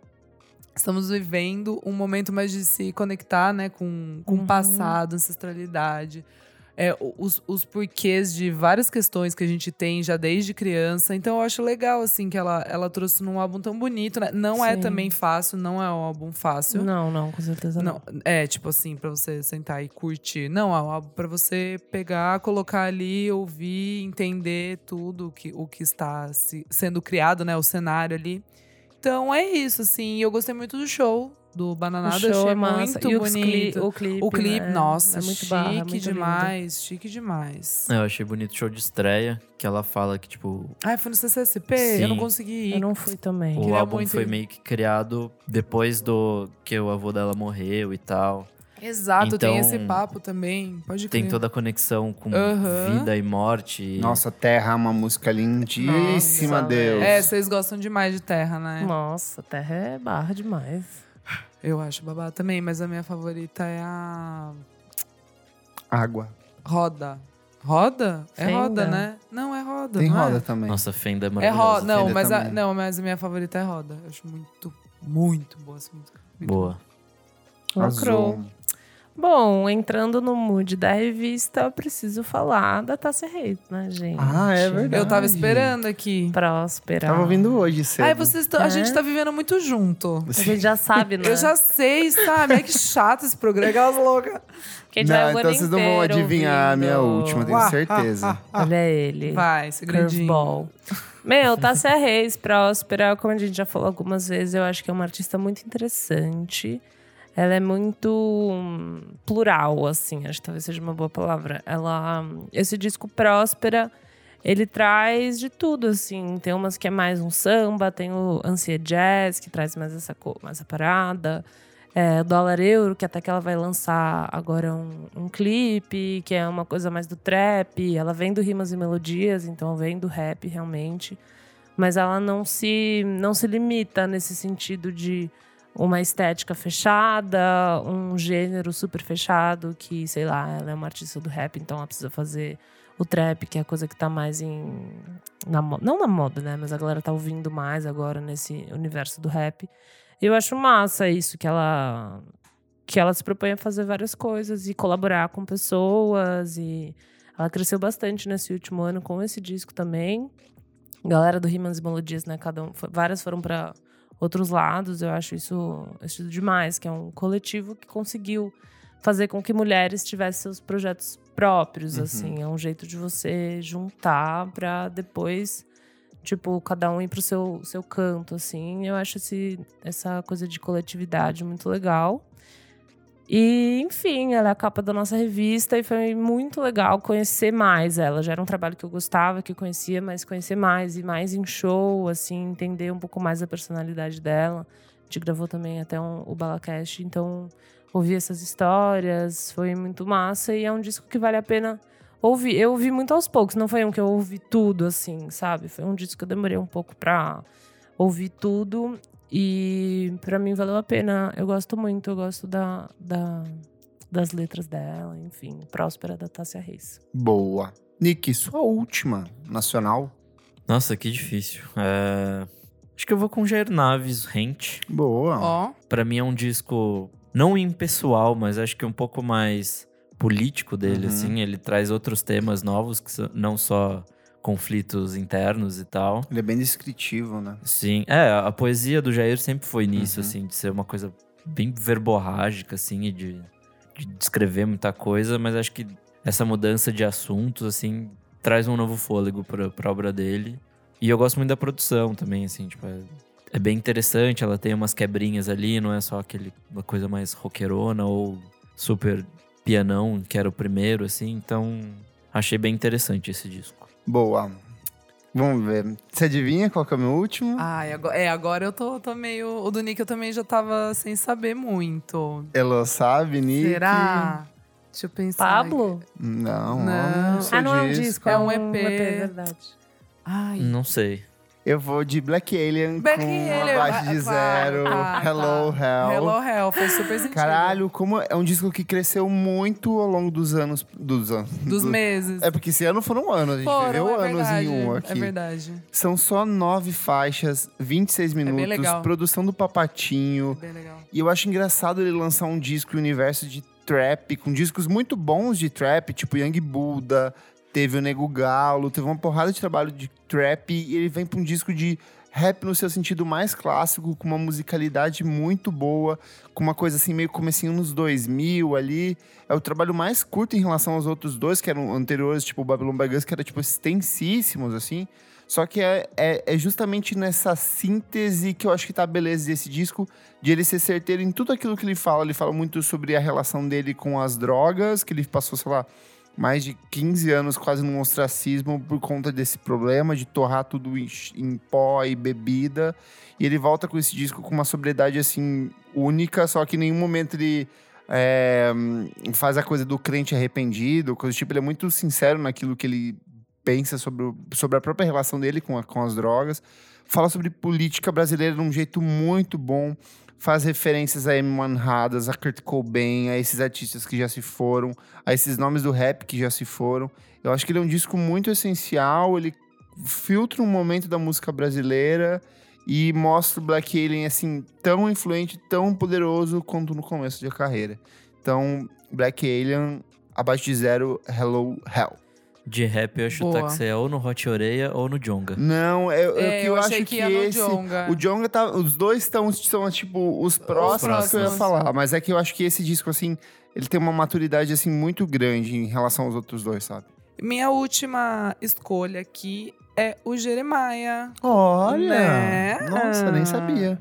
S2: estamos vivendo um momento mais de se conectar, né? Com, com o
S3: Uhum.
S2: passado, ancestralidade é, o- os, os porquês de várias questões que a gente tem já desde criança. Então eu acho legal, assim, que ela, ela trouxe num álbum tão bonito, né? Não é
S3: Sim.
S2: também fácil, não é um álbum fácil.
S3: Não, não, com certeza não.
S2: Não, é tipo assim, pra você sentar e curtir. Não, é um álbum pra você pegar, colocar ali, ouvir, entender tudo o que, o que está se- sendo criado, né? O cenário ali. Então é isso, assim. E eu gostei muito do show do Bananada.
S3: o show
S2: achei
S3: é massa.
S2: muito
S3: e os cli-
S2: bonito.
S3: o clipe,
S2: O clipe,
S3: né?
S2: nossa,
S3: é muito
S2: chique
S3: barra, muito lindo.
S2: demais, chique demais.
S4: É, Eu achei bonito o show de estreia, que ela fala que, tipo,
S2: Ai, foi no CCSP?
S4: Sim.
S2: Eu não consegui ir.
S3: Eu não fui também.
S4: o
S2: queria
S4: álbum
S2: é muito
S4: foi
S2: ir.
S4: meio que criado depois do que o avô dela morreu e tal.
S2: Exato, tem
S4: Então,
S2: esse papo também. Pode crer.
S4: Tem toda a conexão com
S2: Aham.
S4: vida e morte. e-
S1: Nossa, Terra é uma música lindíssima,
S3: Nossa,
S1: Deus.
S2: É, vocês gostam demais de terra, né?
S3: Nossa, terra é barra demais.
S2: Eu acho babá também, mas a minha favorita é a
S1: Água.
S2: roda. Roda? É
S3: Fenda.
S2: roda, né? Não, é roda.
S1: Tem
S2: não
S1: roda
S2: É?
S1: também.
S4: Nossa, Fenda é
S2: É
S4: maravilhosa.
S2: roda. Não
S1: Fenda
S2: mas, a,
S1: também.
S2: não, mas a minha favorita é roda. Eu acho muito, muito boa essa música. Muito
S4: Boa.
S3: Lacrou.
S1: Azul.
S3: Bom, entrando no mood da revista, eu preciso falar da Tassi Reis, né, gente?
S1: Ah, é verdade.
S2: Eu tava esperando aqui.
S3: Próspera.
S1: Tava ouvindo hoje cedo.
S2: Tá. Ai, vocês tão- A
S3: É?
S2: gente tá vivendo muito junto.
S3: A gente já sabe, né?
S2: Eu já sei, sabe? Ai, que chato esse programa, aquelas loucas.
S3: Quem
S1: não,
S2: é
S3: tiver o
S1: então
S3: ano
S1: vocês não vão
S3: inteiro
S1: adivinhar a minha
S3: ouvindo-
S1: última, tenho
S2: Uá,
S1: certeza.
S3: Olha ele.
S2: Vai, segredinho.
S3: Curveball. Meu, Tássia Reis, Próspera, como a gente já falou algumas vezes, eu acho que é uma artista muito interessante. Ela é muito hum, plural, assim, acho que talvez seja uma boa palavra. Ela, hum, esse disco Próspera, ele traz de tudo, assim. Tem umas que é mais um samba, tem o Ansia Jazz, que traz mais essa, co- mais essa parada. É, dólar euro, que até que ela vai lançar agora um, um clipe, que é uma coisa mais do trap. Ela vem do rimas e melodias, então vem do rap realmente. Mas ela não se, não se limita nesse sentido de uma estética fechada, um gênero super fechado, que, sei lá, ela é uma artista do rap, então ela precisa fazer o trap, que é a coisa que tá mais em. Na, mo- não na moda, né? Mas a galera tá ouvindo mais agora nesse universo do rap. Eu acho massa isso que ela que ela se propõe a fazer várias coisas e colaborar com pessoas. E ela cresceu bastante nesse último ano com esse disco também. Galera do Rimas e Melodias, né? Cada um, foi- várias foram para outros lados. Eu acho isso, acho isso demais, que é um coletivo que conseguiu fazer com que mulheres tivessem seus projetos próprios,
S4: Uhum.
S3: assim. É um jeito de você juntar para depois, tipo, cada um ir pro seu, seu canto, assim. Eu acho esse, essa coisa de coletividade muito legal. E, enfim, ela é a capa da nossa revista e foi muito legal conhecer mais ela. Já era um trabalho que eu gostava, que eu conhecia, mas conhecer mais e mais em show, assim, entender um pouco mais a personalidade dela. A gente gravou também até um- o Balacast, então ouvir essas histórias foi muito massa e é um disco que vale a pena ouvir. Eu ouvi muito aos poucos, não foi um que eu ouvi tudo, assim, sabe? Foi um disco que eu demorei um pouco pra ouvir tudo e pra mim valeu a pena. Eu gosto muito, eu gosto da, da- das letras dela, enfim. Próspera da Tássia Reis.
S1: Boa. Nick, sua última nacional.
S4: Nossa, que difícil. É, Acho que eu vou com Jair Naves, Rente.
S1: Boa.
S2: Ó,
S4: Pra mim é um disco não impessoal, mas acho que um pouco mais político dele,
S1: Uhum.
S4: assim. Ele traz outros temas novos, que são- não só conflitos internos e tal.
S1: Ele é bem descritivo, né?
S4: Sim, é, a poesia do Jair sempre foi nisso,
S1: Uhum.
S4: assim, de ser uma coisa bem verborrágica, assim, e de, de descrever muita coisa, mas acho que essa mudança de assuntos, assim, traz um novo fôlego pra, pra obra dele. E eu gosto muito da produção também, assim, tipo, é, é bem interessante, ela tem umas quebrinhas ali, não é só aquele, uma coisa mais roqueirona ou super pianão, que era o primeiro, assim, então achei bem interessante esse disco.
S1: Boa. Vamos ver. Você adivinha qual que é o meu último?
S2: ai, agora, é, agora eu tô, tô meio. O do Nick eu também já tava sem saber muito.
S1: Ela sabe, Nick?
S2: Ah. Será? Deixa eu pensar.
S3: Pablo?
S1: Não,
S2: Não.
S1: não. sei
S3: ah, não é um
S1: disso.
S3: disco,
S2: É
S3: é
S2: um
S3: um
S2: EP.
S3: EP, é verdade.
S2: Ai.
S4: Não sei.
S1: Eu vou de Black Alien
S2: Black
S1: com
S2: Alien,
S1: abaixo de
S2: ah, claro,
S1: zero.
S2: tá,
S1: Hello, Hell.
S2: Hello Hell, faz super sentido.
S1: Caralho, como é um disco que cresceu muito ao longo dos anos. Dos anos.
S2: Dos
S1: do-
S2: meses.
S1: É porque esse ano foram um ano, a gente
S2: Foram,
S1: viveu
S2: é
S1: anos
S2: verdade,
S1: em um
S2: É
S1: aqui.
S2: verdade.
S1: São só nove faixas, 26 minutos,
S2: legal.
S1: produção do Papatinho.
S2: É bem legal.
S1: E eu acho engraçado ele lançar um disco em universo de trap, com discos muito bons de trap, tipo Young Buddha, teve o Nego Galo, teve uma porrada de trabalho de trap, e ele vem pra um disco de rap no seu sentido mais clássico, com uma musicalidade muito boa, com uma coisa assim meio comecinho nos 2000 ali. É o trabalho mais curto em relação aos outros dois, que eram anteriores, tipo o Babylon by Gus, que era tipo extensíssimos, assim. Só que é, é, é justamente nessa síntese que eu acho que tá a beleza desse disco, de ele ser certeiro em tudo aquilo que ele fala. Ele fala muito sobre a relação dele com as drogas, que ele passou, sei lá, mais de 15 anos quase num ostracismo por conta desse problema de torrar tudo em, ch- em pó e bebida. E ele volta com esse disco com uma sobriedade, assim, única, só que em nenhum momento ele. é, hum, faz a coisa do crente arrependido, coisa do tipo, ele é muito sincero naquilo que ele pensa sobre, o- sobre a própria relação dele com, a- com as drogas. Fala sobre política brasileira de um jeito muito bom. Faz referências a M. Manhadas, a Kurt Cobain, a esses artistas que já se foram, a esses nomes do rap que já se foram. Eu acho que ele é um disco muito essencial. Ele filtra um momento da música brasileira e mostra o Black Alien assim, tão influente, tão poderoso quanto no começo da carreira. Então, Black Alien, abaixo de zero, Hello Hell.
S4: De rap, eu ia chutar
S2: Boa.
S4: que você é ou no Hot Oreia ou no Jonga.
S1: Não, é, é
S2: É,
S1: que eu,
S2: eu
S1: acho
S2: achei
S1: que,
S2: que ia no
S1: esse.
S2: Djonga.
S1: O Jonga tá. Os dois estão, são, tipo, os próximos que eu ia
S2: próximos.
S1: falar. Mas é que eu acho que esse disco, assim, ele tem uma maturidade, assim, muito grande em relação aos outros dois, sabe?
S2: Minha última escolha aqui é o Jeremiah.
S1: Olha!
S2: Né?
S1: Nossa, nem sabia.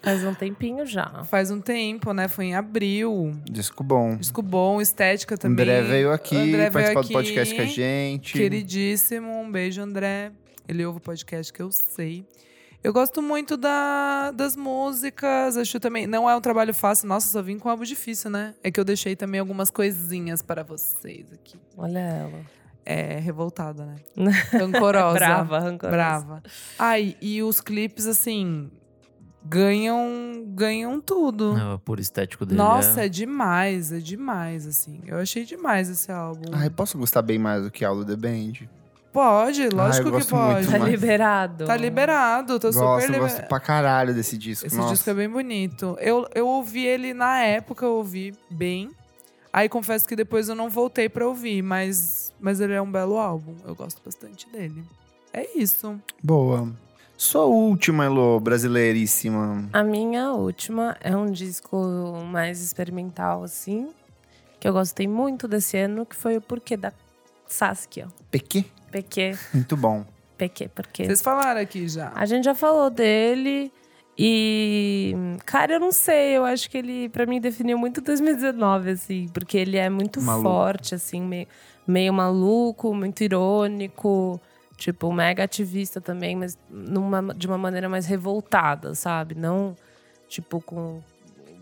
S3: Faz um tempinho já.
S2: Faz um tempo, né? Foi em abril.
S1: Disco bom.
S2: Disco bom, estética também.
S1: André veio aqui,
S2: André
S1: participar
S2: veio
S1: do podcast com a
S2: aqui.
S1: gente.
S2: Queridíssimo, um beijo, André. Ele ouve o podcast que eu sei. Eu gosto muito da- das músicas, acho também. Não é um trabalho fácil, nossa, só vim com algo difícil, né? É que eu deixei também algumas coisinhas para vocês aqui.
S3: Olha ela.
S2: É, revoltada, né? Rancorosa.
S3: Brava, rancorosa.
S2: Brava. Ai, e os clipes, assim, ganham, ganham tudo.
S4: Não, por estético dele.
S2: Nossa,
S4: é...
S2: é demais, é demais, assim. Eu achei demais esse álbum.
S1: Ai, posso gostar bem mais do que All The Band?
S2: Pode, lógico
S1: eu
S2: que
S1: gosto muito,
S2: pode.
S3: Tá
S1: Mas-
S3: liberado.
S2: Tá liberado, tô
S1: gosto,
S2: super
S1: gosto
S2: liberado.
S1: pra caralho desse disco.
S2: Esse
S1: nossa.
S2: disco é bem bonito. Eu, eu ouvi ele na época, eu ouvi bem. Aí confesso que depois eu não voltei pra ouvir, mas, mas ele é um belo álbum. Eu gosto bastante dele. É isso.
S1: Boa. Sua última, Elo, brasileiríssima.
S3: A minha última é um disco mais experimental, assim, que eu gostei muito desse ano, que foi o Porquê da Saskia.
S1: PQ?
S3: PQ,
S1: Muito bom.
S3: PQ, Porquê.
S2: Vocês falaram aqui já.
S3: É. A gente já falou dele e, cara, eu não sei, eu acho que ele pra mim definiu muito 2019 assim, porque ele é muito
S1: Maluco.
S3: forte assim, meio, meio maluco, muito irônico, tipo mega ativista também, mas numa- de uma maneira mais revoltada, sabe? Não tipo com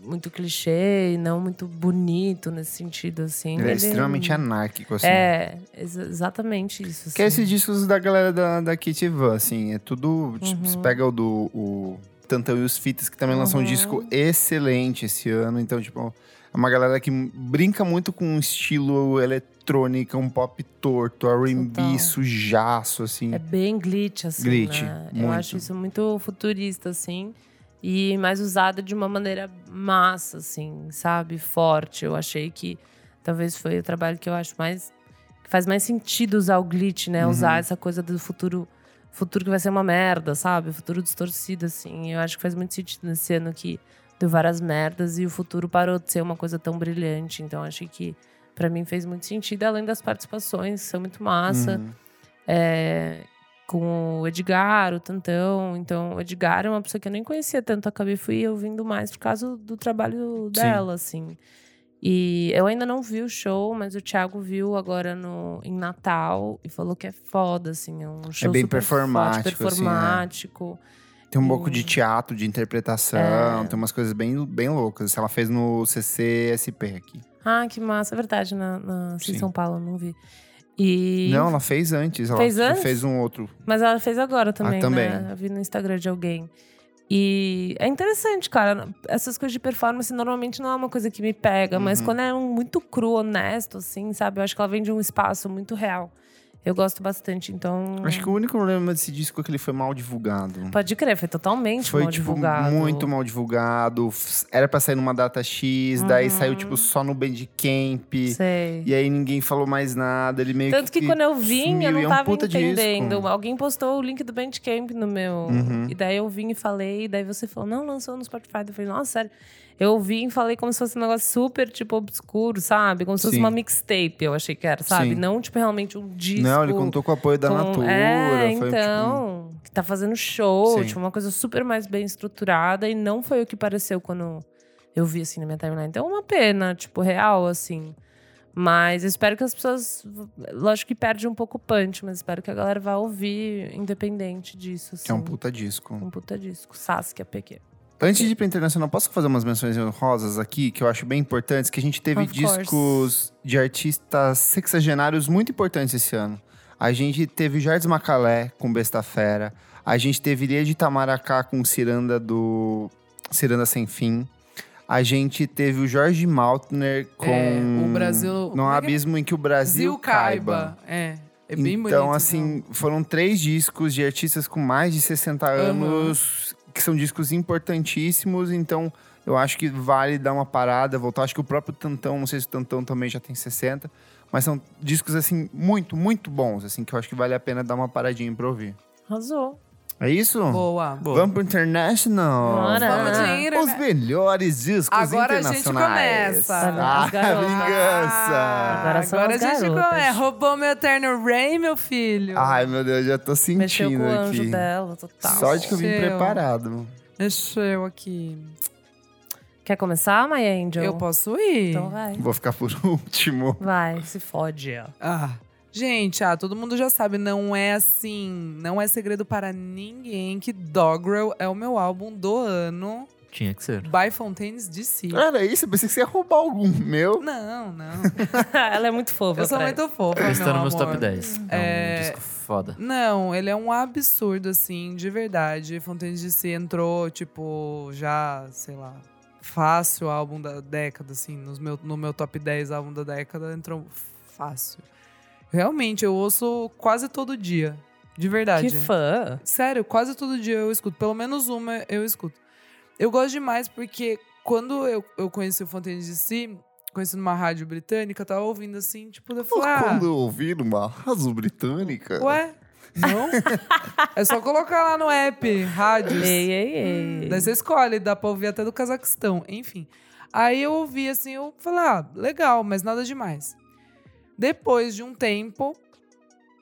S3: muito clichê, e não muito bonito nesse sentido assim.
S1: Ele é extremamente anárquico, assim.
S3: É, ex- exatamente isso.
S1: Que é esses discos da galera da, da Kit Van, assim, é tudo. Tipo, você pega o do o Tantão e os Fitas, que também lançou um
S3: Uhum.
S1: disco excelente esse ano. Então, tipo, é uma galera que brinca muito com um estilo eletrônica, um pop torto,
S3: Total.
S1: RB sujaço, assim.
S3: É bem glitch, assim.
S1: Glitch,
S3: né? Eu
S1: muito.
S3: acho isso muito futurista, assim. E mais usado de uma maneira massa, assim, sabe? Forte. Eu achei que talvez foi o trabalho que eu acho mais. que faz mais sentido usar o glitch, né?
S1: Uhum.
S3: Usar essa coisa do futuro. Futuro que vai ser uma merda, sabe? Futuro distorcido, assim. Eu acho que faz muito sentido nesse ano que deu várias merdas e o futuro parou de ser uma coisa tão brilhante. Então, achei que, pra mim, fez muito sentido, além das participações, que são muito massa
S1: Uhum.
S3: é, com o Edgar, o Tantão. Então, o Edgar é uma pessoa que eu nem conhecia tanto, acabei fui ouvindo mais por causa do trabalho
S1: Sim.
S3: dela, assim. E eu ainda não vi o show, mas o Thiago viu agora no, em Natal e falou que é foda, assim. É um show
S1: bem
S3: super
S1: performático, assim, é.
S3: forte, performático.
S1: Tem um pouco de teatro, de
S3: É.
S1: interpretação, tem umas coisas bem, bem loucas. Ela fez no CCSP aqui.
S3: Ah, que massa. É verdade, na, na- em
S1: Sim.
S3: São Paulo, eu não vi. E,
S1: Não, ela fez antes. Ela
S3: Fez antes?
S1: fez um outro.
S3: Mas ela fez agora também,
S1: Ah, também.
S3: né? Eu vi no Instagram de alguém. E é interessante, cara. Essas coisas de performance normalmente não é uma coisa que me pega, mas
S1: Uhum.
S3: quando é um muito cru, honesto, assim, sabe? Eu acho que ela vem de um espaço muito real. Eu gosto bastante, então.
S1: Acho que o único problema desse disco é que ele foi mal divulgado.
S3: Pode crer, foi totalmente
S1: Foi,
S3: mal
S1: tipo,
S3: divulgado.
S1: muito mal divulgado. F- Era pra sair numa data X, daí
S3: Ah.
S1: saiu, tipo, só no Bandcamp.
S3: Sei.
S1: E aí ninguém falou mais nada. Ele meio
S3: Tanto que, quando eu vim,
S1: sumiu,
S3: eu
S1: e é
S3: não
S1: um
S3: tava
S1: puta
S3: entendendo.
S1: disco.
S3: Alguém postou o link do Bandcamp no meu.
S1: Uhum.
S3: E daí eu vim e falei, e daí você falou, não, lançou no Spotify. Eu falei, nossa, sério. Eu vim e falei como se fosse um negócio super, tipo, obscuro, sabe? Como se fosse
S1: Sim.
S3: uma mixtape, eu achei que era, sabe?
S1: Sim.
S3: Não, tipo, realmente um disco.
S1: Não, ele contou com o apoio da
S3: com-
S1: Natura.
S3: É,
S1: foi, tipo,
S3: então, que tá fazendo show,
S1: Sim.
S3: tipo, uma coisa super mais bem estruturada e não foi o que pareceu quando eu vi, assim, na minha timeline. Então, uma pena, tipo, real, assim. Mas eu espero que as pessoas. Lógico que perde um pouco o punch, mas espero que a galera vá ouvir, independente disso. Assim.
S1: que é um puta disco.
S3: Um puta disco. Saskia PQ.
S1: Antes de ir pra internacional, posso fazer umas menções honrosas aqui, que eu acho bem importantes, que a gente teve
S3: Of
S1: discos
S3: course.
S1: de artistas sexagenários muito importantes esse ano. A gente teve Jardim Macalé com Besta Fera, a gente teve Ilha de Itamaracá com Ciranda do Ciranda Sem Fim. A gente teve o Jorge Maltner com
S2: É, o Brasil-
S1: Não
S2: como
S1: há
S2: é que é?
S1: abismo em que o Brasil caiba.
S2: É. É bem bonito. né?
S1: então, assim, foram três discos de artistas com mais de 60 anos, que são discos importantíssimos, então eu acho que vale dar uma parada, voltar. Acho que o próprio Tantão, não sei se o Tantão também já tem 60, mas são discos, assim, muito, muito bons, assim, que eu acho que vale a pena dar uma paradinha pra ouvir.
S3: Arrasou.
S1: É isso?
S2: então. Boa.
S1: Vamos pro International!
S3: Bora.
S2: Vamos de
S1: Os
S2: internet.
S1: melhores discos
S2: né? Agora a gente
S1: internacionais.
S2: começa.
S1: Ah,
S3: As garotas.
S1: vingança!
S3: Ah, Agora são
S2: Agora a
S3: as
S2: gente
S3: garotas.
S2: come- Roubou meu Eterno Rain, meu filho.
S1: Ai, meu Deus, já tô
S3: Mexeu
S1: sentindo
S3: com o anjo tá?
S1: aqui.
S3: dela, total.
S1: Só de que eu vim
S2: Seu.
S1: preparado.
S2: Deixa eu aqui.
S3: Quer começar, My Angel?
S2: Eu posso ir.
S3: Então vai.
S1: Vou ficar por último.
S3: Vai, se fode.
S2: Ah. Gente, ah, todo mundo já sabe, não é assim, não é segredo para ninguém que Dogrel é o meu álbum do ano
S4: é- Tinha que ser.
S2: by Fontaines DC.
S4: Ah.
S1: Era isso, eu pensei que você ia roubar algum meu.
S2: Não, não.
S3: Ela é muito fofa.
S2: Eu sou
S3: pra
S2: muito fofa, Ah,
S4: Ele
S2: meu
S4: está tá no meus
S2: amor.
S4: top 10. É
S2: É.
S4: um disco foda.
S2: Não, ele é um absurdo, assim, de verdade. Fontaines DC entrou, tipo, já, sei lá, fácil álbum da década, assim, nos meu, no meu top 10 álbum da década, entrou fácil. Realmente, eu ouço quase todo dia. De verdade.
S3: Que fã.
S2: Sério, quase todo dia eu escuto. Pelo menos uma eu escuto. Eu gosto demais porque quando eu, eu conheci o Fontaine de Si, conheci numa rádio britânica, eu tava ouvindo assim, tipo, eu
S1: Pô,
S2: falei, ah,
S1: Quando eu ouvi numa raso britânica.
S2: ué? Não? é só colocar lá no app, rádios.
S3: Ei, ei, ei.
S2: Hum, Daí você escolhe, dá pra ouvir até do Cazaquistão, enfim. Aí eu ouvi assim, eu falei, ah, legal, mas nada demais. Depois de um tempo,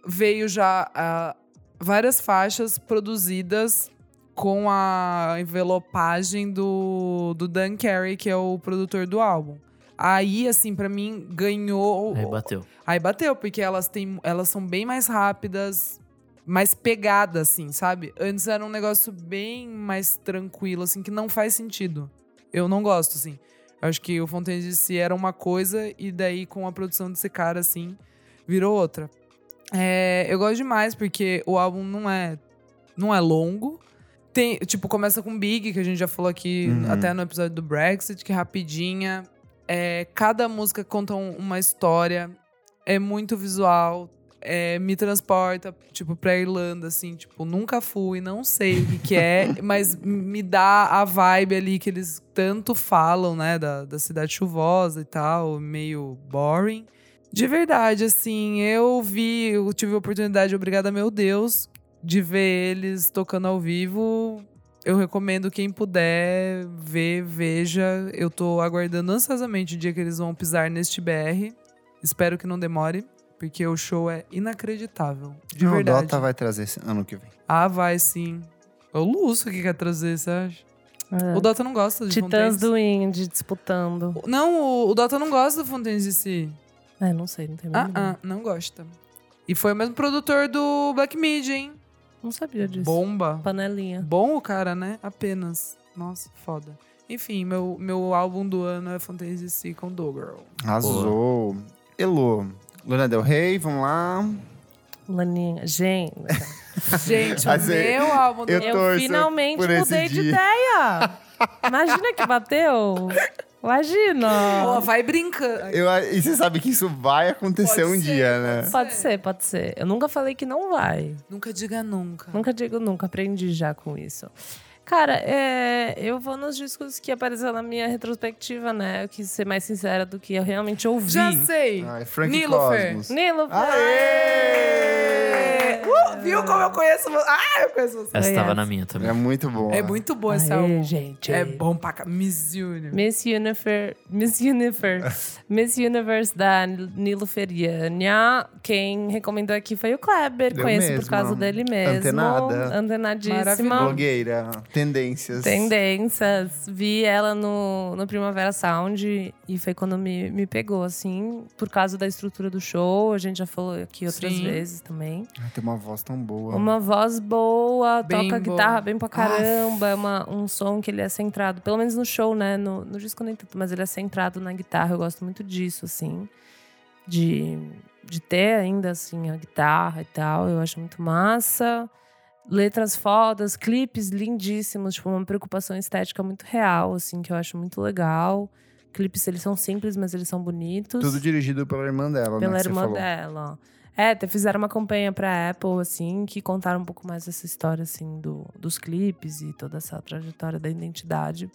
S2: veio já ah, várias faixas produzidas com a envelopagem do, do Dan Carey, que é o produtor do álbum. Aí, assim, pra mim, ganhou.
S4: Aí bateu.
S2: Aí bateu, porque elas, têm, elas são bem mais rápidas, mais pegada, assim, sabe? Antes era um negócio bem mais tranquilo, assim, que não faz sentido. Eu não gosto, assim. Eu acho que o Fontaine de Si era uma coisa, e daí com a produção desse cara, assim, virou outra. É, eu gosto demais, porque o álbum não é, não é longo. Tem, tipo, começa com Big, que a gente já falou aqui
S1: Uhum.
S2: até no episódio do Brexit, que é rapidinha. É, cada música conta um- uma história é muito visual, é, me transporta, tipo, pra Irlanda, assim, tipo, nunca fui, não sei o que, que é, mas me dá a vibe ali que eles tanto falam, né, da, da cidade chuvosa e tal, meio boring. De verdade, assim, eu vi, eu tive a oportunidade, obrigada, meu Deus, de ver eles tocando ao vivo. Eu recomendo quem puder ver, veja. Eu tô aguardando ansiosamente o dia que eles vão pisar neste BR. Espero que não demore, porque o show é inacreditável. De
S1: não,
S2: verdade.
S1: O Dota vai trazer esse ano que vem.
S2: Ah, vai sim. É o Lúcio que quer trazer, você acha? O Dota não gosta de
S3: É. Titãs
S2: Fontaines.
S3: do Indy disputando.
S2: Não, o, o Dota não gosta do Fontaines de si.
S3: É, não sei, não tem
S2: Ah,
S3: nada.
S2: ah, não gosta. E foi o mesmo produtor do Black Mid, hein?
S3: Não sabia disso.
S2: Bomba.
S3: Panelinha.
S2: Bom o cara, né? Apenas. Nossa, foda. Enfim, meu, meu álbum do ano é Fontaines de Si com Do Girl.
S1: Arrasou. Elô. Luna Del Rey, vamos lá.
S3: Laninha. Gente,
S2: Gente, o
S1: Mas é-
S2: meu álbum do
S1: eu
S2: ano.
S3: eu
S1: torço
S3: finalmente
S1: por esse
S3: mudei de
S1: dia.
S3: ideia. Imagina que bateu.
S2: Ela
S3: Imagina.
S2: vai brincando.
S1: Eu, e você sabe que isso vai acontecer
S2: Pode
S1: um
S2: ser,
S1: dia, né?
S3: Pode ser, pode ser. Eu nunca falei que não vai.
S2: Nunca diga nunca.
S3: Nunca digo nunca, aprendi já com isso. Cara, é, eu vou nos discos que apareceram na minha retrospectiva, né? Eu quis ser mais sincera do que eu realmente ouvi.
S2: Já sei.
S1: Ai, Frank
S2: Nilufer.
S1: Cosmos.
S3: Nilo,
S1: Aê!
S2: Uh, viu como eu conheço você? Ah, eu conheço você.
S4: Essa tava
S3: essa.
S4: na minha também.
S1: É muito bom. né?
S2: É muito bom esse álbum.
S3: Aê, gente.
S2: É bom pra cá. Miss Universe.
S3: Miss Universe, Miss Universe, Miss Universe da Nilo Feriania. Quem recomendou aqui foi o Kleber,
S1: Eu
S3: conheço por
S1: mesma.
S3: causa dele mesmo.
S1: Antenada.
S3: Antenadíssima.
S2: Maravilhosa.
S1: Blogueira, tendências.
S3: Tendências. Vi ela no, no Primavera Sound e foi quando me, me pegou, assim, por causa da estrutura do show. A gente já falou aqui outras
S2: Sim.
S3: vezes também.
S1: Ai, tem uma voz tão boa.
S3: Uma voz boa,
S2: Bem boa.
S3: toca guitarra bem pra caramba, é uma, um som que ele é centrado, pelo menos no show, né? No, no disco nem tanto, mas ele é centrado na guitarra, eu gosto muito disso, assim. De, de ter ainda, assim, a guitarra e tal, eu acho muito massa. Letras fodas, clipes lindíssimos, tipo, uma preocupação estética muito real, assim, que eu acho muito legal. Clipes, eles são simples, mas eles são bonitos
S1: Tudo dirigido pela irmã dela, né?
S3: pela
S1: que você
S3: irmã
S1: falou.
S3: dela. É, até fizeram uma campanha pra Apple, assim, que contaram um pouco mais essa história, assim, do, dos clipes e toda essa trajetória da identidade.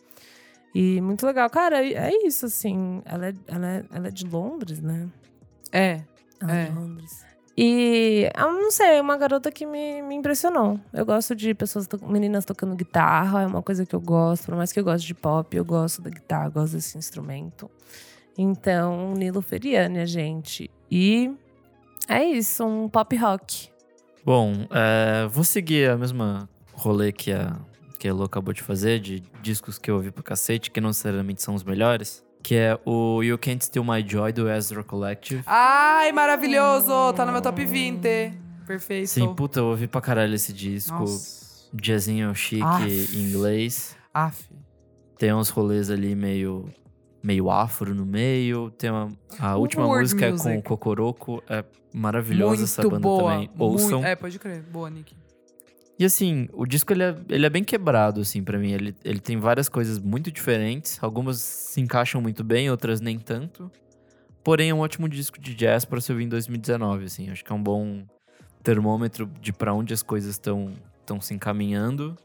S3: E muito legal. Cara, é é isso, assim. Ela é, ela é, ela é de Londres, né?
S2: É.
S3: Ela é.
S2: É.
S3: de Londres. E, ah, não sei, é uma garota que me, me impressionou. Eu gosto de pessoas, to- meninas tocando guitarra, é uma coisa que eu gosto. Por mais que eu goste de pop, eu gosto da guitarra, eu gosto desse instrumento. Então, Nilo Feriania, gente. E é isso, um pop rock.
S4: Bom, é, vou seguir a mesma rolê que a, que a Elô acabou de fazer, de discos que eu ouvi pra cacete, que não necessariamente são os melhores, que é o You Can't Steal My Joy, do Ezra Collective.
S2: Ai, maravilhoso. Tá no meu top 20. Perfeito.
S4: Sim, puta, eu ouvi pra caralho esse disco.
S2: Nossa. Ah.
S4: Jazzinho chique
S2: Aff.
S4: em inglês.
S2: Aff.
S4: Tem uns rolês ali meio meio afro no meio. Tem uma, a última
S2: World
S4: música é com
S2: music.
S4: o Cocoroco. É maravilhosa
S2: Muito
S4: essa banda
S2: boa.
S4: também. Ouçam.
S2: Muito- É, pode crer. Boa, Nick.
S4: E assim, o disco ele é, ele é bem quebrado, assim, pra mim. Ele, ele tem várias coisas muito diferentes. Algumas se encaixam muito bem, outras nem tanto. Porém, é um ótimo disco de jazz para se ouvir em 2019, assim. Acho que é um bom termômetro de para onde as coisas estão estão se encaminhando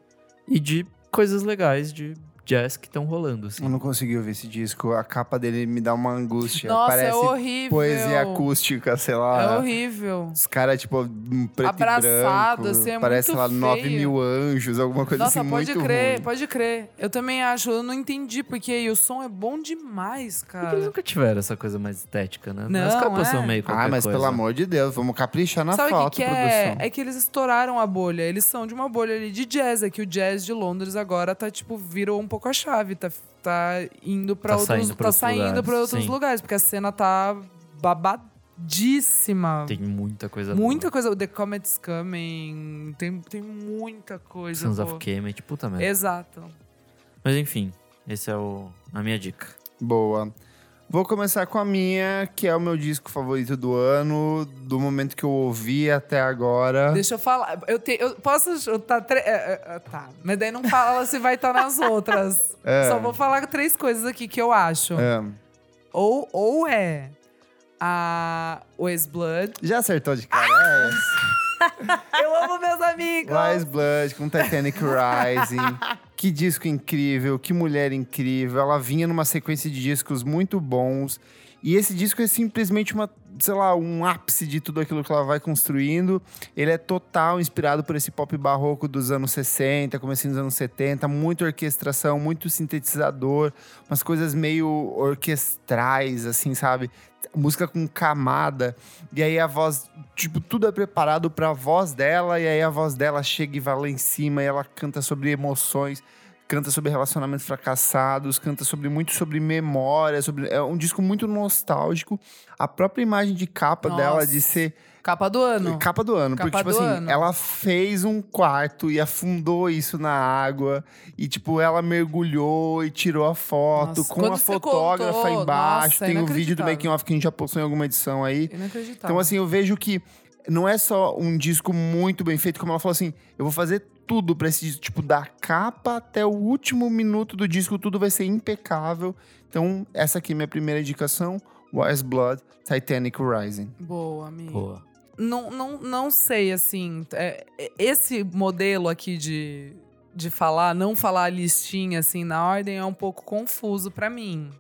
S4: e de coisas legais de jazz que estão rolando, assim.
S1: Eu não consegui ouvir esse disco. A capa dele me dá uma angústia.
S2: Nossa,
S1: Parece
S2: é horrível.
S1: poesia acústica, sei lá.
S2: É horrível.
S1: Os caras, tipo, um preto
S2: Abraçado,
S1: e branco.
S2: assim, é
S1: parece
S2: muito
S1: lá
S2: feio.
S1: 9 mil anjos, alguma coisa
S2: Nossa,
S1: assim,
S2: pode
S1: muito
S2: crer,
S1: ruim.
S2: pode crer. Eu também acho, eu não entendi porque e o som é bom demais,
S4: Porque eles
S2: cara.
S4: nunca tiveram essa coisa mais estética, né?
S2: Não,
S4: As capas
S2: é.
S4: são meio qualquer
S1: Ah, mas
S4: coisa.
S1: pelo amor de Deus, vamos caprichar na
S2: Sabe o
S1: foto,
S2: que, que é?
S1: produção.
S2: É que eles estouraram a bolha. Eles são de uma bolha ali de jazz. É que o jazz de Londres agora tá, tipo, virou um pouco a chave. Tá, tá indo pra
S4: Tá
S2: outros
S4: saindo pra
S2: Tá
S4: outros
S2: saindo
S4: lugares,
S2: pra outros
S4: sim.
S2: lugares. Porque a cena tá babadíssima.
S4: Tem muita coisa
S2: muita coisa. The Comet's Coming. Tem, tem muita coisa.
S4: Sons
S2: boa.
S4: of né? Kemet, puta merda.
S2: Exato.
S4: tipo Mas enfim, esse é o, a minha dica.
S1: Boa. Vou começar com a minha, que é o meu disco favorito do ano, do momento que eu ouvi até agora.
S2: Deixa eu falar. Eu, te, eu posso chutar três. tá. Mas daí não fala se vai estar nas outras.
S1: É.
S2: Só vou falar três coisas aqui que eu acho.
S1: É.
S2: Ou, ou é a Wes Blood.
S1: Já acertou de cara?
S2: Eu amo meus
S1: É.
S2: amigos.
S1: Wise Blood com Titanic Rising. que disco incrível, que mulher incrível. Ela vinha numa sequência de discos muito bons. E esse disco é simplesmente uma, sei lá, um ápice de tudo aquilo que ela vai construindo. Ele é total inspirado por esse pop barroco dos anos 60, comecinho dos anos 70, muita orquestração, muito sintetizador, umas coisas meio orquestrais, assim, sabe? Música com camada. E aí a voz, tipo, tudo é preparado pra voz dela, e aí a voz dela chega e vai lá em cima, e ela canta sobre emoções. Canta sobre relacionamentos fracassados, canta sobre muito sobre memória, sobre é um disco muito nostálgico. A própria imagem de capa dela
S2: Nossa.
S1: de ser
S2: Capa do ano.
S1: Capa do ano.
S2: Capa
S1: porque, tipo
S2: do
S1: assim,
S2: ano.
S1: ela fez um quarto e afundou isso na água. E, tipo, ela mergulhou e tirou a foto
S2: Nossa,
S1: com
S2: quando
S1: a
S2: você
S1: fotógrafa
S2: contou,
S1: embaixo.
S2: nossa, é
S1: Tem o vídeo do
S2: inacreditável. Tá.
S1: Making Off que a gente já postou em alguma edição aí.
S2: Inacreditável.
S1: Então, assim, eu vejo que não é só um disco muito bem feito, como ela falou assim, eu vou fazer tudo pra esse disco, tipo, da capa até o último minuto do disco, tudo vai ser impecável. Então, essa aqui é minha primeira indicação, Wise Blood, Titanic Rising.
S2: Boa, amigo.
S4: Boa.
S2: Não, não, não sei, assim. é, é, esse modelo aqui de, de falar, não falar a listinha assim na ordem é um pouco confuso pra mim.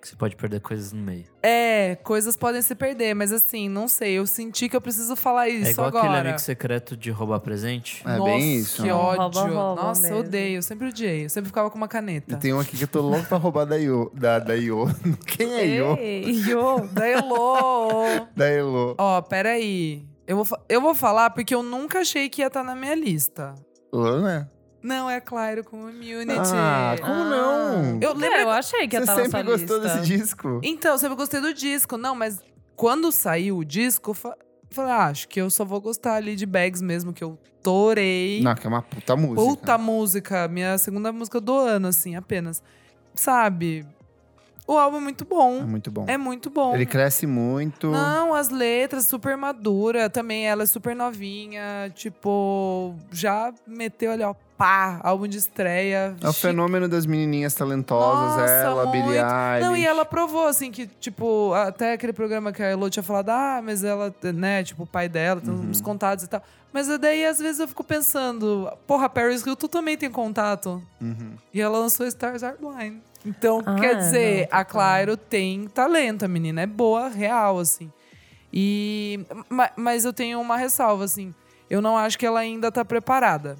S4: Que você pode perder coisas no meio.
S2: É, coisas podem se perder, mas assim, não sei. Eu senti que eu preciso falar isso
S4: é igual aquele
S2: agora.
S4: amigo secreto de roubar presente.
S1: É
S2: Nossa,
S1: bem isso,
S2: Que
S1: né?
S2: ódio.
S3: Rouba, rouba
S2: Nossa, eu
S3: mesmo.
S2: odeio. Eu sempre odiei. Eu sempre ficava com uma
S1: E
S2: caneta.
S1: tem um aqui que eu tô louco pra roubar da Io. Da, da Io. Quem é Io?
S3: Ei, Yo.
S2: Daí eu lou.
S1: Da Elo.
S2: Ó, peraí. Eu vou, fa- eu vou falar porque eu nunca achei que ia estar na minha lista.
S1: Elo, né?
S2: Não, é claro, com Community.
S1: Ah, como
S3: Ah.
S1: não?
S2: Eu lembro.
S3: É, eu achei que ia
S1: Você
S3: estar na sua
S1: sempre gostou
S3: lista.
S1: desse disco?
S2: Então, eu sempre gostei do disco. Não, mas quando saiu o disco, eu fa- falei, ah, acho que eu só vou gostar ali de Bags mesmo, que eu torei.
S1: Não, que é uma puta música.
S2: Puta música, minha segunda música do ano, assim, apenas. Sabe? O álbum é muito
S1: É
S2: bom.
S1: muito bom.
S2: É muito bom.
S1: Ele cresce muito. É
S2: Não, as letras, super madura. Também ela é super novinha. Tipo, já meteu ali, ó, pá, álbum de estreia.
S1: É o
S2: chique.
S1: fenômeno das menininhas talentosas.
S2: Nossa,
S1: ela,
S2: muito.
S1: Billie Eilish.
S2: Não, e ela provou, assim, que, tipo, até aquele programa que a Elo tinha falado, ah, mas ela, né, tipo, o pai dela, tem uns contatos e tal. Mas daí, às vezes, eu fico pensando, porra, Paris Hilton também tem contato.
S1: Uhum.
S2: E ela lançou Stars Are Blind. Então,
S3: Ah,
S2: quer
S3: não,
S2: dizer,
S3: total.
S2: a Clairo tem talento, a menina é boa, real, assim. E. ma- mas eu tenho uma ressalva, assim. Eu não acho que ela ainda tá preparada.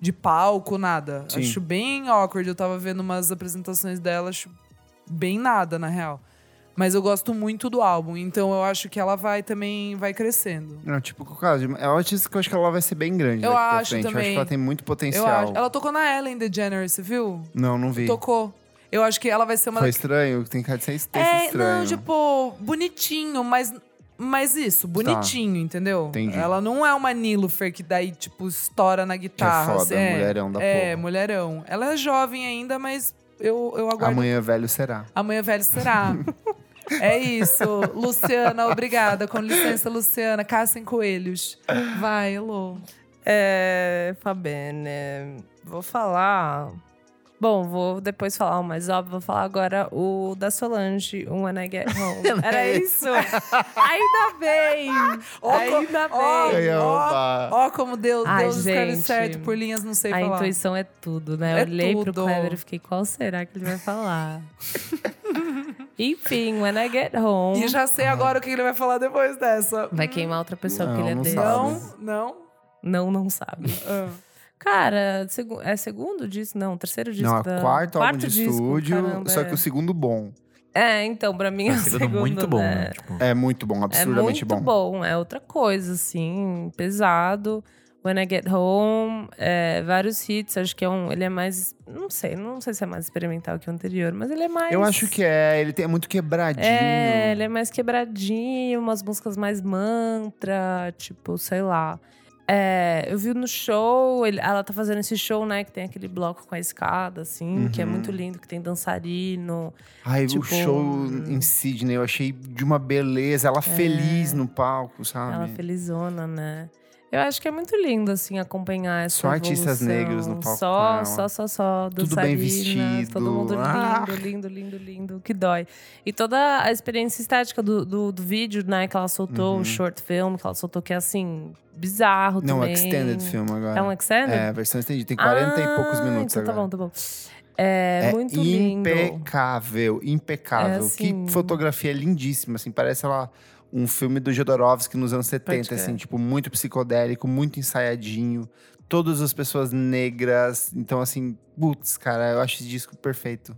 S2: De palco, nada.
S1: Sim.
S2: Acho bem awkward. Eu tava vendo umas apresentações dela, acho bem nada, na real. Mas eu gosto muito do álbum, então eu acho que ela vai também vai crescendo.
S1: Não, tipo, com o caso de... É um artista que eu acho que ela vai ser bem grande
S2: Eu
S1: daqui pra
S2: acho
S1: frente. Eu acho
S2: também.
S1: que ela tem muito
S2: Eu
S1: potencial.
S2: acho. Ela tocou na Ellen DeGeneres, você viu?
S1: Não, não vi.
S2: Tocou. Eu acho que ela vai ser uma
S1: Foi
S2: da-
S1: estranho? Tem cara de ser texto
S2: É,
S1: estranho.
S2: não, tipo, bonitinho, mas. Mas isso, bonitinho, entendeu?
S1: Tá. Entendi.
S2: Ela não é uma Nilufer que daí, tipo, estoura na
S1: Que é
S2: guitarra.
S1: foda,
S2: assim,
S1: mulherão da
S2: É,
S1: porra.
S2: mulherão. Ela é jovem ainda, mas eu, eu aguardo. Amanhã,
S1: Amanhã velho será.
S2: velho será. é isso. Luciana, obrigada. Com licença, Luciana. Caçem coelhos. Vai, Elô.
S3: É, Fabene, vou falar Bom, vou depois falar o mais óbvio, vou falar agora o da Solange, um When I Get Home. Era isso. Ainda bem.
S2: Ó,
S3: Ainda
S2: co- ó,
S3: bem.
S1: Ganhou, opa.
S2: Ó, como Deus,
S3: Ai,
S2: Deus escreve
S3: gente.
S2: certo por linhas, não sei
S3: A
S2: falar.
S3: intuição é tudo, né? Eu
S2: É
S3: olhei pro
S2: tudo.
S3: Kleber e fiquei, qual será que ele vai falar? Enfim, When I Get Home.
S2: E já sei agora o que ele vai falar depois dessa.
S3: Vai queimar outra pessoa porque
S1: Não,
S3: ele é
S1: não
S3: dele.
S1: sabe.
S2: Não, não.
S3: Não, não sabe.
S2: Ah.
S3: Cara, segu- é segundo disco? Não, terceiro disco.
S1: Não, é
S3: da-
S1: quarto álbum de
S3: disco,
S1: estúdio,
S3: caramba,
S1: só
S3: é.
S1: que o segundo bom.
S3: É, então, pra mim é,
S4: Tá
S3: o
S4: ficando
S3: segundo.
S4: muito bom,
S3: né?
S4: né? Tipo,
S1: É muito bom,
S3: É
S1: absurdamente
S3: muito bom. É outra coisa, assim, pesado. When I Get Home, é, vários hits. Acho que é um. Ele é mais. Não sei, não sei se é mais experimental que o anterior, mas ele é mais.
S1: Eu acho que é, ele tem é muito quebradinho.
S3: É, ele é mais quebradinho, umas músicas mais mantra, tipo, sei lá. É, eu vi no show, ele- ela tá fazendo esse show, né? Que tem aquele bloco com a escada, assim, que é
S1: Uhum.
S3: muito lindo, que tem dançarino.
S1: Ai, o
S3: tipo-
S1: show em Sydney eu achei de uma beleza, ela feliz no palco, sabe?
S3: É. Ela felizona, né? Eu acho que é muito lindo, assim, acompanhar essa
S1: Só artistas
S3: evolução.
S1: negros no palco com
S3: Só,
S1: ela.
S3: só, só, só.
S1: Tudo bem
S3: dançarinas,
S1: vestido.
S3: Todo mundo lindo,
S1: Ah!
S3: lindo, lindo, lindo. Que dói. E toda a experiência estética do, do, do vídeo, né? Que ela soltou,
S1: Uhum.
S3: o short film que ela soltou, que é, assim, bizarro
S1: Não,
S3: também.
S1: extended film agora.
S3: É um extended?
S1: É, a versão estendida. Tem 40 e poucos
S3: Ah,
S1: minutos
S3: então
S1: agora.
S3: tá bom, tá bom. É, muito lindo.
S1: impecável, impecável.
S3: É assim.
S1: Que fotografia lindíssima, assim, parece ela um filme do Jodorowsky nos anos 70,
S3: crer.
S1: assim, tipo, muito psicodélico, muito ensaiadinho. Todas as pessoas negras. Então, assim, putz, cara, eu acho esse disco perfeito.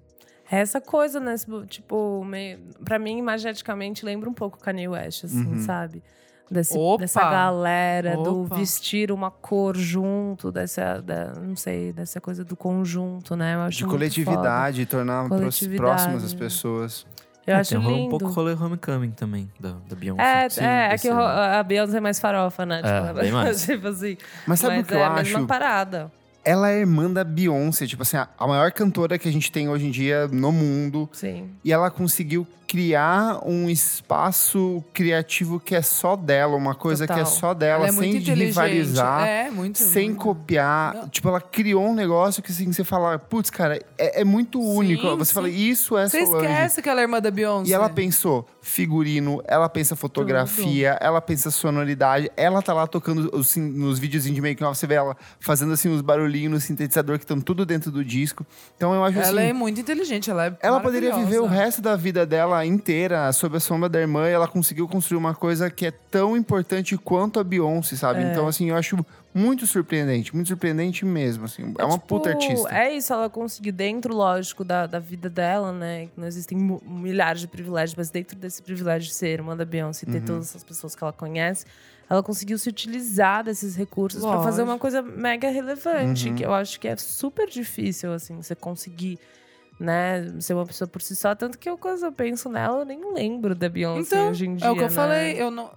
S3: É essa coisa, né? esse bo- Tipo, meio... pra mim, imageticamente, lembra um pouco Kanye West, assim,
S1: Uhum.
S3: sabe? Desse-
S2: Opa!
S3: Dessa galera, do
S2: Opa!
S3: vestir uma cor junto, dessa, da- não sei, dessa coisa do conjunto, né? Eu acho
S1: De
S3: muito
S1: coletividade, tornar pros-
S3: Coletividade,
S1: próximas as
S3: né?
S1: pessoas.
S3: foda. Eu
S4: é,
S3: acho
S4: tem rolou um
S3: lindo.
S4: pouco rolê homecoming também, da, da Beyoncé.
S3: é,
S1: sim,
S3: é, é
S1: desse-
S3: que ro- a Beyoncé é mais farofa, né?
S4: É,
S3: tipo,
S4: bem mais.
S3: tipo assim.
S1: Mas sabe
S3: mas
S1: o que
S3: é
S1: eu
S3: a
S1: acho?
S3: mesma parada.
S1: Ela é irmã da Beyoncé, tipo assim, a- a maior cantora que a gente tem hoje em dia no mundo.
S3: Sim.
S1: e ela conseguiu criar um espaço criativo que é só dela, uma coisa que
S3: Total.
S1: é só dela,
S2: Ela é
S1: sem
S2: muito inteligente.
S1: rivalizar,
S2: É, muito.
S1: sem
S2: muito.
S1: copiar.
S2: Não.
S1: Tipo, ela criou um negócio que assim, você fala, putz, cara, é, é muito
S2: Sim,
S1: único. Você
S2: sim.
S1: fala, isso é
S2: Você
S1: Solange.
S2: esquece que ela é irmã da Beyoncé.
S1: E ela pensou figurino, ela pensa fotografia, ela pensa sonoridade, ela tá lá tocando os sin- nos vídeos de making off, você vê ela fazendo assim os barulhinhos no sintetizador que estão tudo dentro do disco. Então eu acho assim,
S2: Ela é muito inteligente, ela é
S1: ela poderia viver o
S2: maravilhosa.
S1: resto da vida dela inteira sob a sombra da irmã e ela conseguiu construir uma coisa que é tão importante quanto a Beyoncé, sabe?
S2: É.
S1: Então, assim, eu acho muito surpreendente, muito surpreendente mesmo, assim. É, uma
S3: tipo,
S1: puta artista.
S3: É isso, ela conseguiu dentro, lógico, da, da vida dela, né? que Não existem mu- milhares de privilégios, mas dentro desse privilégio de ser irmã da Beyoncé e
S1: Uhum.
S3: ter todas essas pessoas que ela conhece, ela conseguiu se utilizar desses recursos pra fazer
S2: Lógico.
S3: uma coisa mega relevante,
S1: Uhum.
S3: que eu acho que é super difícil, assim, você conseguir. Né, ser uma pessoa por si só, tanto que eu, quando eu penso nela, eu nem lembro da Beyoncé
S2: Então,
S1: um
S3: hoje em dia.
S2: É o que eu
S3: né?
S2: falei, eu não...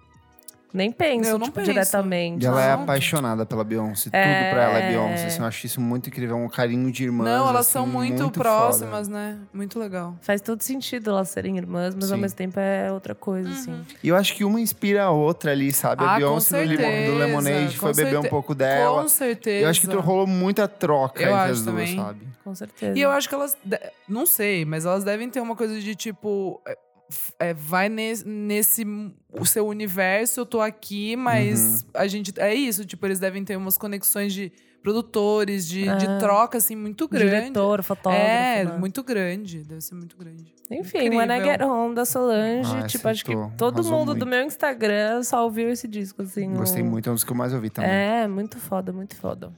S3: Nem penso,
S2: Eu não
S3: tipo,
S2: penso.
S1: E
S3: diretamente.
S1: ela é
S2: Não.
S1: apaixonada pela Beyoncé, tudo pra ela é Beyoncé. assim, eu acho isso muito incrível, é um carinho de irmãs.
S2: não, elas
S1: assim,
S2: são muito,
S1: foda.
S2: próximas, né? Muito legal.
S3: Faz todo sentido elas serem irmãs, mas ao
S1: Sim.
S3: mesmo tempo é outra
S2: Uhum.
S3: coisa, assim.
S1: E eu acho que uma inspira a outra ali, sabe?
S2: Ah,
S1: a
S2: com
S1: Beyoncé do,
S2: certeza,
S1: Limo- do Lemonade
S2: com
S1: foi beber um
S2: certe-
S1: pouco dela.
S2: Com certeza.
S1: Eu acho que rolou muita troca
S2: Eu
S1: entre
S2: acho
S1: as duas,
S2: também.
S1: sabe?
S3: Com certeza.
S2: E eu acho que elas. de- Não sei, mas elas devem ter uma coisa de tipo. é, f- é, vai nes- nesse, o seu universo, eu tô aqui, mas
S1: Uhum.
S2: a gente. É isso, tipo, eles devem ter umas conexões de produtores, de, de
S3: Ah.
S2: troca, assim, muito grande.
S3: Diretor, fotógrafo.
S2: é,
S3: né?
S2: muito grande. Deve ser muito grande.
S3: Enfim, When I
S2: incrível.
S3: Get Home da Solange.
S1: Ah,
S3: tipo, acho que
S1: acertou.
S3: todo
S1: Arrasou
S3: mundo do
S1: muito.
S3: meu Instagram só ouviu esse disco, assim.
S1: Gostei
S3: o-
S1: muito, é um dos que eu mais ouvi também.
S3: É, muito foda, muito foda.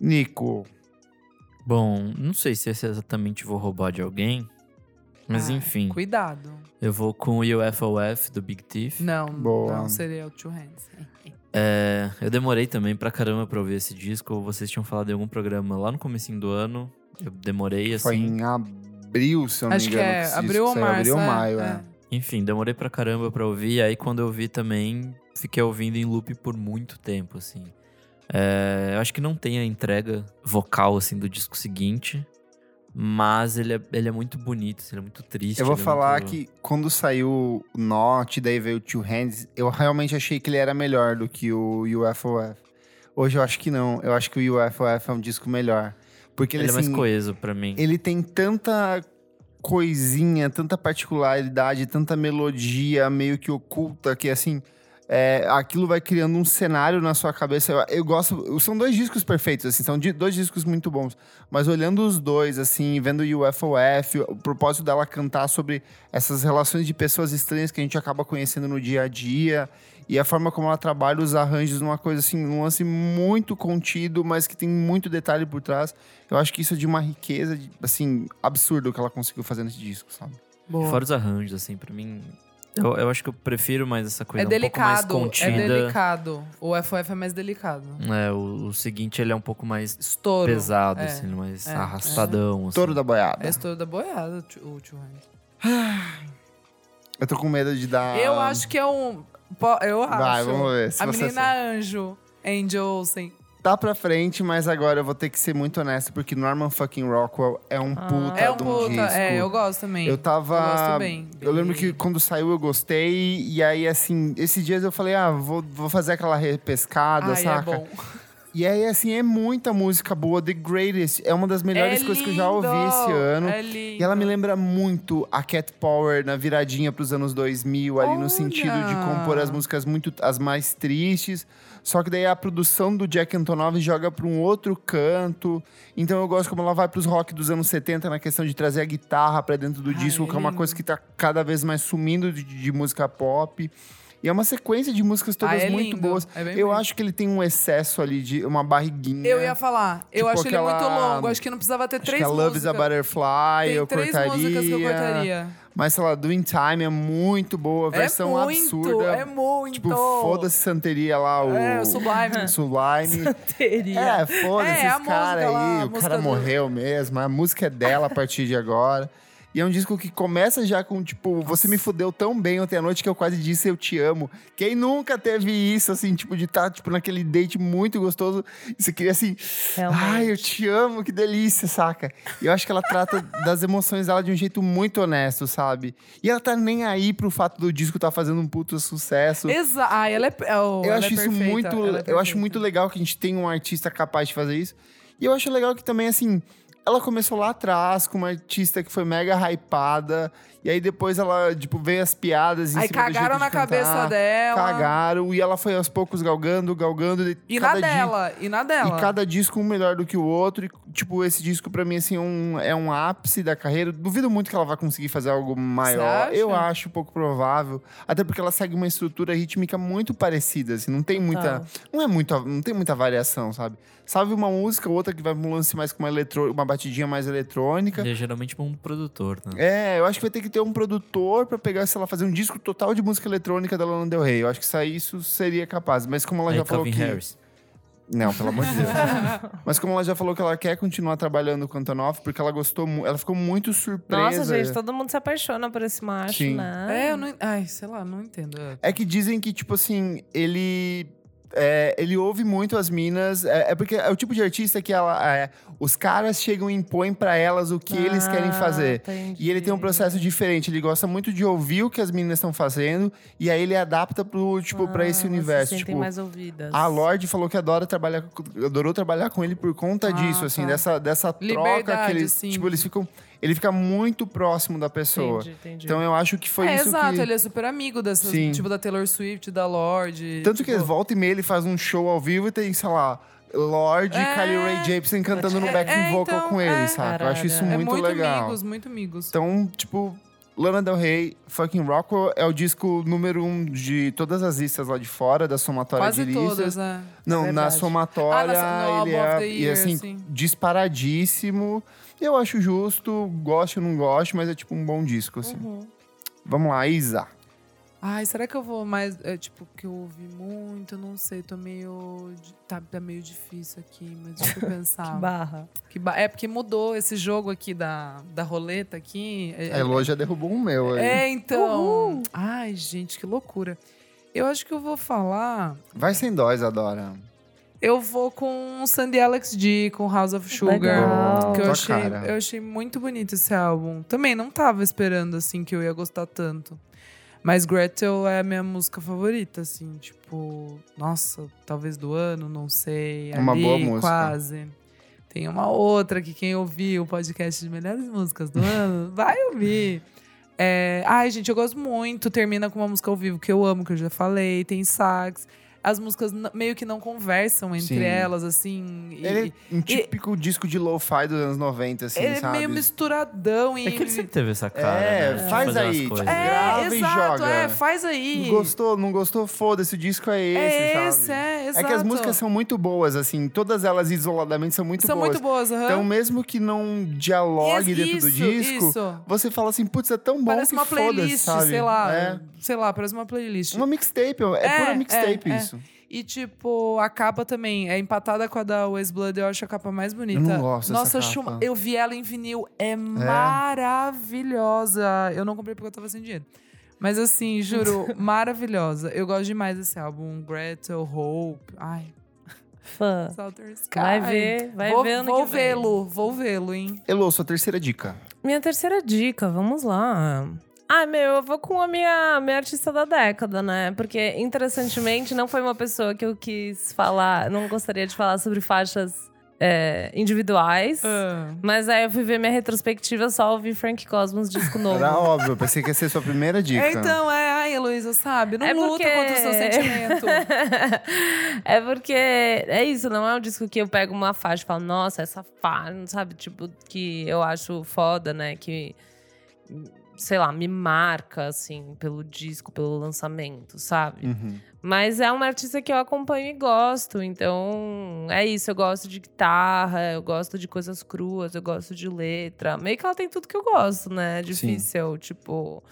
S1: Nico,
S4: Bom, não sei se esse exatamente vou roubar de alguém, mas
S2: Ah,
S4: enfim.
S2: Cuidado.
S4: Eu vou com o UFOF do Big Thief.
S2: Não,
S1: Boa.
S2: não seria o Two Hands.
S4: É, eu demorei também pra caramba pra ouvir esse disco. Vocês tinham falado em algum programa lá no comecinho do ano. Eu demorei,
S1: Foi
S4: assim.
S1: em abril, se eu não
S2: Acho
S1: me
S2: que
S1: engano.
S2: é.
S1: esse
S2: Abril
S1: disco
S2: ou
S1: saiu.
S2: março.
S1: Abril ou
S2: é,
S1: maio,
S2: é.
S1: é.
S4: Enfim, demorei pra caramba pra ouvir. Aí quando eu vi também, fiquei ouvindo em loop por muito tempo, assim. É, eu acho que não tem a entrega vocal, assim, do disco seguinte. Mas ele é, ele é muito bonito, assim, ele é muito triste.
S1: Eu vou
S4: ele é
S1: falar
S4: muito-
S1: que quando saiu o Not, daí veio o Two Hands, eu realmente achei que ele era melhor do que o UFOF. Hoje eu acho que não. Eu acho que o UFOF é um disco melhor. Porque ele,
S4: Ele é mais
S1: assim,
S4: coeso pra mim.
S1: ele tem tanta coisinha, tanta particularidade, tanta melodia meio que oculta que assim. é, aquilo vai criando um cenário na sua cabeça. Eu, eu gosto. São dois discos perfeitos, assim, são di- dois discos muito bons. Mas olhando os dois, assim, vendo o UFOF, o propósito dela cantar sobre essas relações de pessoas estranhas que a gente acaba conhecendo no dia a dia. E a forma como ela trabalha os arranjos numa coisa assim, um lance muito contido, mas que tem muito detalhe por trás. Eu acho que isso é de uma riqueza, de- assim, absurda o que ela conseguiu fazer nesse disco, sabe?
S2: Boa.
S4: Fora os arranjos, assim, pra mim. Eu, eu acho que eu prefiro mais essa coisa
S2: é
S4: um
S2: delicado,
S4: pouco mais
S2: é
S4: contida.
S2: delicado. O FOF é mais delicado.
S4: É, o, o seguinte, ele é um pouco mais
S2: Estouro.
S4: pesado,
S2: é,
S4: assim, mais
S2: é,
S4: arrastadão. assim.
S1: Touro da boiada.
S2: É estouro da boiada, o Two- o Two Hands.
S1: Eu tô com medo de dar.
S2: Eu acho que é um. po- Eu acho.
S1: Ah. Vai, vamos ver. Se
S2: A
S1: você
S2: menina anjo, Angel Olsen.
S1: tá pra frente, mas agora eu vou ter que ser muito honesto, porque Norman fucking Rockwell é um puta
S2: É um
S1: de um
S2: puta.
S1: disco.
S2: É, eu gosto também.
S1: Eu tava.
S2: Eu gosto bem.
S1: eu lembro que quando saiu eu gostei, e aí, assim, esses dias eu falei, ah, vou, vou fazer aquela repescada,
S2: Ai,
S1: saca?
S2: é bom.
S1: E aí, assim, é muita música boa. The Greatest é uma das melhores
S2: É
S1: coisas que eu já ouvi
S2: lindo,
S1: esse ano.
S2: É
S1: E
S2: lindo.
S1: ela me lembra muito a Cat Power na viradinha pros anos 2000, ali
S2: Olha!
S1: no sentido de compor as músicas muito as mais tristes. Só que daí a produção do Jack Antonoff joga pra um outro canto. Então eu gosto como ela vai pros rock dos anos 70 na questão de trazer a guitarra pra dentro do
S2: Ai,
S1: disco,
S2: é
S1: que é uma
S2: lindo.
S1: coisa que tá cada vez mais sumindo de, de música pop. E é uma sequência de músicas todas
S2: Ah, é
S1: muito
S2: lindo.
S1: boas.
S2: É bem
S1: eu
S2: bonito.
S1: acho que ele tem um excesso ali de uma barriguinha.
S2: Eu ia falar, eu
S1: Tipo
S2: acho ele
S1: aquela-
S2: muito longo. Acho que não precisava ter
S1: Acho
S2: três
S1: que a Love
S2: músicas.
S1: is a Butterfly,
S2: Tem
S1: eu
S2: três
S1: cortaria.
S2: músicas que eu cortaria.
S1: Mas, sei lá, do In Time é muito boa, versão
S2: é muito,
S1: absurda.
S2: É muito.
S1: Tipo, foda-se Santeria lá, o.
S2: É, o Sublime.
S1: Sublime.
S3: Teria.
S1: É, foda-se
S2: É, a
S1: esse cara
S2: música lá,
S1: aí.
S2: a
S1: o
S2: música
S1: cara
S2: do-
S1: morreu mesmo. A música é dela a partir de agora. E é um disco que começa já com, tipo, você me fudeu tão bem ontem à noite que eu quase disse eu te amo. Quem nunca teve isso, assim, tipo, de estar, tipo, naquele date muito gostoso e você queria, assim,
S3: É, Realmente.
S1: ai, eu te amo, que delícia, saca? E eu acho que ela trata das emoções dela de um jeito muito honesto, sabe? E ela tá nem aí pro fato do disco tá fazendo um puto sucesso.
S2: Exa ah, ela é. pe- oh,
S1: Eu
S2: ela
S1: acho
S2: é
S1: isso
S2: perfeita,
S1: muito.
S2: ela é
S1: eu acho
S2: perfeita.
S1: muito legal que a gente tenha um artista capaz de fazer isso. E eu acho legal que também, assim, ela começou lá atrás com uma artista que foi mega hypada. E aí depois ela, tipo, veio as piadas em
S2: Aí
S1: cima do jeito
S2: cagaram
S1: de
S2: na
S1: cantar,
S2: cabeça dela.
S1: Cagaram. E ela foi aos poucos galgando, galgando. E,
S2: E na
S1: cada di-
S2: dela, e na dela.
S1: e cada disco um melhor do que o outro. E, tipo, esse disco pra mim, assim, é um, é um ápice da carreira. Duvido muito que ela vai conseguir fazer algo maior.
S2: acha?
S1: Eu acho um pouco provável. Até porque ela segue uma estrutura rítmica muito parecida, assim. Não tem muita...
S3: Total.
S1: Não é muita... Não tem muita variação, sabe? Salve uma música, outra que vai pra um lance mais com uma, eletro, uma batidinha mais eletrônica.
S4: Ele é geralmente um produtor, né?
S1: É, eu acho que vai ter que ter um produtor pra pegar, sei lá, fazer um disco total de música eletrônica da Lana Del Rey. Eu acho que isso, aí- isso seria capaz. Mas como ela
S4: Aí
S1: já falou
S4: Calvin
S1: que...
S4: Harris.
S1: Não, pelo amor de Deus. Mas como ela já falou que ela quer continuar trabalhando com o Antonoff, porque ela gostou muito, ela ficou muito surpresa.
S3: Nossa, gente, todo mundo se apaixona por esse macho,
S1: Sim.
S3: né?
S2: É, eu não. en- Ai, sei lá, não entendo.
S1: É que dizem que, tipo assim, ele. é, ele ouve muito as minas. É, é porque é o tipo de artista que ela. é, os caras chegam e impõem pra elas o que eles querem
S3: Ah,
S1: fazer.
S3: entendi.
S1: E ele tem um processo diferente. Ele gosta muito de ouvir o que as meninas estão fazendo e aí ele adapta pro, tipo, pra esse
S3: Ah,
S1: universo.
S3: Se sentem
S1: tipo,
S3: mais ouvidas.
S1: A Lorde falou que adora trabalhar, com- adorou trabalhar com ele por conta
S2: Ah,
S1: disso, assim,
S2: tá.
S1: dessa, dessa troca
S2: Liberdade,
S1: que eles,
S2: sim.
S1: tipo, eles ficam, ele fica muito próximo da pessoa.
S3: Entendi, entendi.
S1: Então eu acho que foi
S2: é,
S1: isso
S2: exato,
S1: que
S2: ele é super amigo dessas,
S1: Sim.
S2: tipo, da Taylor Swift, da Lorde.
S1: tanto que
S2: tipo,
S1: volta e meia ele faz um show ao vivo e tem, sei lá, Lorde e
S2: É.
S1: Kylie Ray Jepsen cantando no
S3: É,
S1: backing
S2: é,
S1: vocal
S2: então,
S1: com ele,
S2: é.
S1: saca? eu acho isso
S3: Caralho.
S2: é
S1: muito, legal.
S2: amigos, muito amigos.
S1: Então, tipo, Lana Del Rey, Fucking Rockwell é o disco número um de todas as listas lá de fora, da somatória
S2: Quase
S1: de listas.
S2: todas, né?
S1: Não, na
S2: Verdade.
S1: somatória,
S2: Ah, na so- no
S1: ele
S2: álbum of the
S1: é, e
S2: year,
S1: assim,
S2: sim.
S1: disparadíssimo. Eu acho justo, gosto ou não gosto, mas é tipo um bom disco, assim.
S2: Uhum.
S1: Vamos lá, Isa.
S2: Ai, será que eu vou mais. É, tipo, que eu ouvi muito, eu não sei, tô meio. di- Tá, tá meio difícil aqui, mas deixa eu
S1: Então,
S2: pensar.
S3: Barra.
S2: Que ba- é porque mudou esse jogo aqui da, da roleta aqui.
S1: A Elo já derrubou um meu aí.
S2: é, então. Ai, gente, que loucura. Eu acho que eu vou falar.
S1: Vai sem dó, Isadora.
S2: Eu vou com Sandy Alex D, com House of Sugar.
S3: Legal.
S2: Que eu
S1: Tua
S2: achei,
S1: cara.
S2: eu achei muito bonito esse álbum. Também não tava esperando, assim, que eu ia gostar tanto. Mas Gretel é a minha música favorita, assim, tipo... Nossa, talvez do ano, não sei.
S1: É Uma
S2: ali,
S1: boa música.
S2: quase. Tem uma outra que quem ouviu o podcast de melhores músicas do ano vai ouvir. É, ai, gente, eu gosto muito. Termina com uma música ao vivo que eu amo, que eu já falei. Tem sax. As músicas n- meio que não conversam entre
S1: Sim.
S2: elas, assim. e-
S1: Ele é um típico disco de lo-fi dos anos 90, assim,
S2: ele é
S1: sabe?
S2: meio misturadão e.
S4: É que ele sempre teve essa cara.
S1: É,
S4: né? de
S1: faz
S4: fazer
S1: aí,
S4: umas coisas.
S1: tipo,
S2: É,
S1: Grava e
S2: exato,
S1: joga.
S2: é, faz aí.
S1: Gostou, não gostou? Foda-se, o disco é esse,
S2: é esse,
S1: sabe?
S2: é,
S1: É
S2: exato.
S1: que as músicas são muito boas, assim, todas elas isoladamente são muito
S2: São
S1: boas.
S2: muito boas, aham. é
S1: Então, mesmo que não dialogue dentro do disco,
S2: Isso.
S1: você fala assim, putz, é tão bom
S2: Parece
S1: que
S2: uma
S1: foda-se,
S2: playlist,
S1: sabe?
S2: sei lá.
S1: É.
S2: Sei lá, parece uma playlist.
S1: Uma mixtape, é,
S2: É,
S1: pura mixtape
S2: é, é.
S1: isso.
S2: E, tipo, a capa também é empatada com a da Waste Blood, eu acho a capa mais bonita.
S1: Eu não gosto dessa
S2: Nossa, eu acho-
S1: capa.
S2: eu vi ela em vinil, é, maravilhosa. Eu não comprei porque eu tava sem dinheiro. Mas assim, juro, maravilhosa. Eu gosto demais desse álbum. Gretel, Hope. Ai,
S3: Fã.
S2: Southern Sky.
S3: Vai ver, vai
S2: vou,
S3: ver ano
S2: Vou
S3: que vem.
S2: vê-lo, vou vê-lo, hein?
S1: Elô, sua terceira dica.
S3: Minha terceira dica, vamos lá. Ah, meu, eu vou com a minha, minha artista da década, né? Porque, interessantemente, não foi uma pessoa que eu quis falar, não gostaria de falar sobre faixas é, individuais.
S2: Ah.
S3: Mas aí eu fui ver minha retrospectiva, só ouvi Frank Cosmos disco novo.
S1: Era óbvio, pensei que ia ser sua primeira dica.
S2: Então, é, ai, Heloísa, sabe? Não
S3: É
S2: luta
S3: porque-
S2: contra o seu sentimento.
S3: é porque é isso, não é um disco que eu pego uma faixa e falo, nossa, essa faixa, sabe? Tipo, que eu acho foda, né? Que, sei lá, me marca, assim, pelo disco, pelo lançamento, sabe?
S1: Uhum.
S3: Mas é uma artista que eu acompanho e gosto. Então, é isso. Eu gosto de guitarra, eu gosto de coisas cruas, eu gosto de letra. Meio que ela tem tudo que eu gosto, né? É difícil, tipo,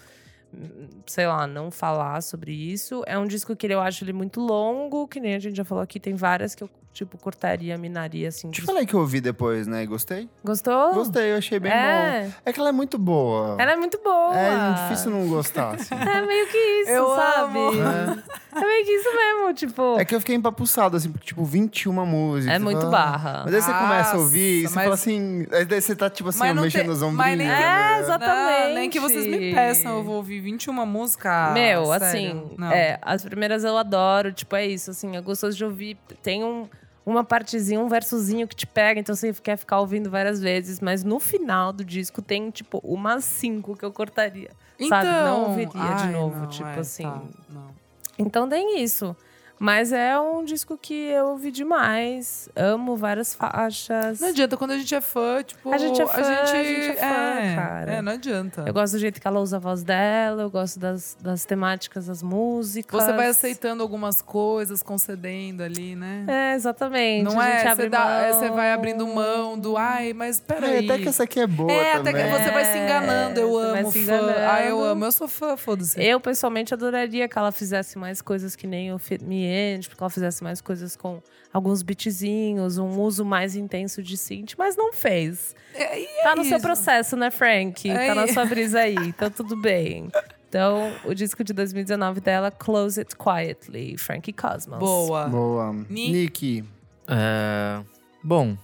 S3: hum, sei lá, não falar sobre isso. É um disco que eu acho ele muito longo, que nem a gente já falou aqui, tem várias que eu, tipo, cortaria, minaria, assim.
S1: Te falei que eu ouvi depois, né? E Gostei?
S2: Ah.
S3: Gostou?
S1: Tipo, Gostei, eu achei bem bom.
S3: é.
S1: É que ela é muito boa.
S3: Ela é muito boa.
S1: É difícil não gostar, assim.
S3: É meio que isso,
S2: Eu
S3: sabe?
S1: né?
S3: É meio que isso mesmo, tipo.
S1: É que eu fiquei empapuçado, assim, porque, tipo, 21 músicas.
S3: É muito
S1: Ah.
S3: barra.
S1: Mas aí você começa a ouvir, e
S2: Nossa,
S1: você
S2: mas-
S1: fala assim. aí Daí você tá, tipo assim,
S2: Mas não
S1: mexendo
S2: tem-
S1: nos ombros.
S2: mas nem-
S3: É,
S1: né?
S3: exatamente.
S2: Não, nem que vocês me peçam, eu vou ouvir 21 músicas.
S3: Meu,
S2: Ah, sério.
S3: assim,
S2: Não.
S3: é, as primeiras eu adoro, tipo, é isso, assim, é gostoso de ouvir. Tem um, uma partezinha, um versozinho que te pega, então você quer ficar ouvindo várias vezes, mas no final do disco tem, tipo, umas cinco que eu cortaria. sabe, não ouviria de
S2: Então, ai,
S3: novo,
S2: não,
S3: tipo
S2: é,
S3: assim.
S2: tá, não.
S3: Então tem isso. Mas é um disco que eu ouvi demais, amo várias faixas.
S2: Não adianta, quando a gente é fã, tipo.
S3: A gente é fã, a gente é fã, cara.
S2: É, não adianta.
S3: Eu gosto do jeito que ela usa a voz dela, eu gosto das, das temáticas das músicas.
S2: Você vai aceitando algumas coisas, concedendo ali, né?
S3: É, exatamente.
S2: Não
S3: a
S2: é?
S3: gente
S2: Você
S3: abre
S2: dá- é,
S3: mão.
S2: você vai abrindo mão do. Ai, mas
S1: É,
S2: peraí.
S1: até que essa aqui é boa.
S2: é, até
S1: também.
S2: que você vai se
S3: É,
S2: enganando. Eu
S3: você vai
S2: amo fã.
S3: se
S2: Ai, eu
S3: enganando.
S2: amo. Eu sou fã, foda-se.
S3: Eu, pessoalmente, adoraria que ela fizesse mais coisas que nem o Fit Me End, que ela fizesse mais coisas com alguns beatzinhos, um uso mais intenso de synth, mas não fez.
S2: É, e
S3: tá no seu
S2: isso.
S3: processo, né, Frank?
S2: É
S3: Tá na
S2: isso.
S3: sua brisa aí, então tudo bem. Então, o disco de 2019 dela, Close It Quietly, Frankie Cosmos.
S2: Boa.
S1: Boa.
S2: Ni-
S1: Nick.
S4: É, Bom,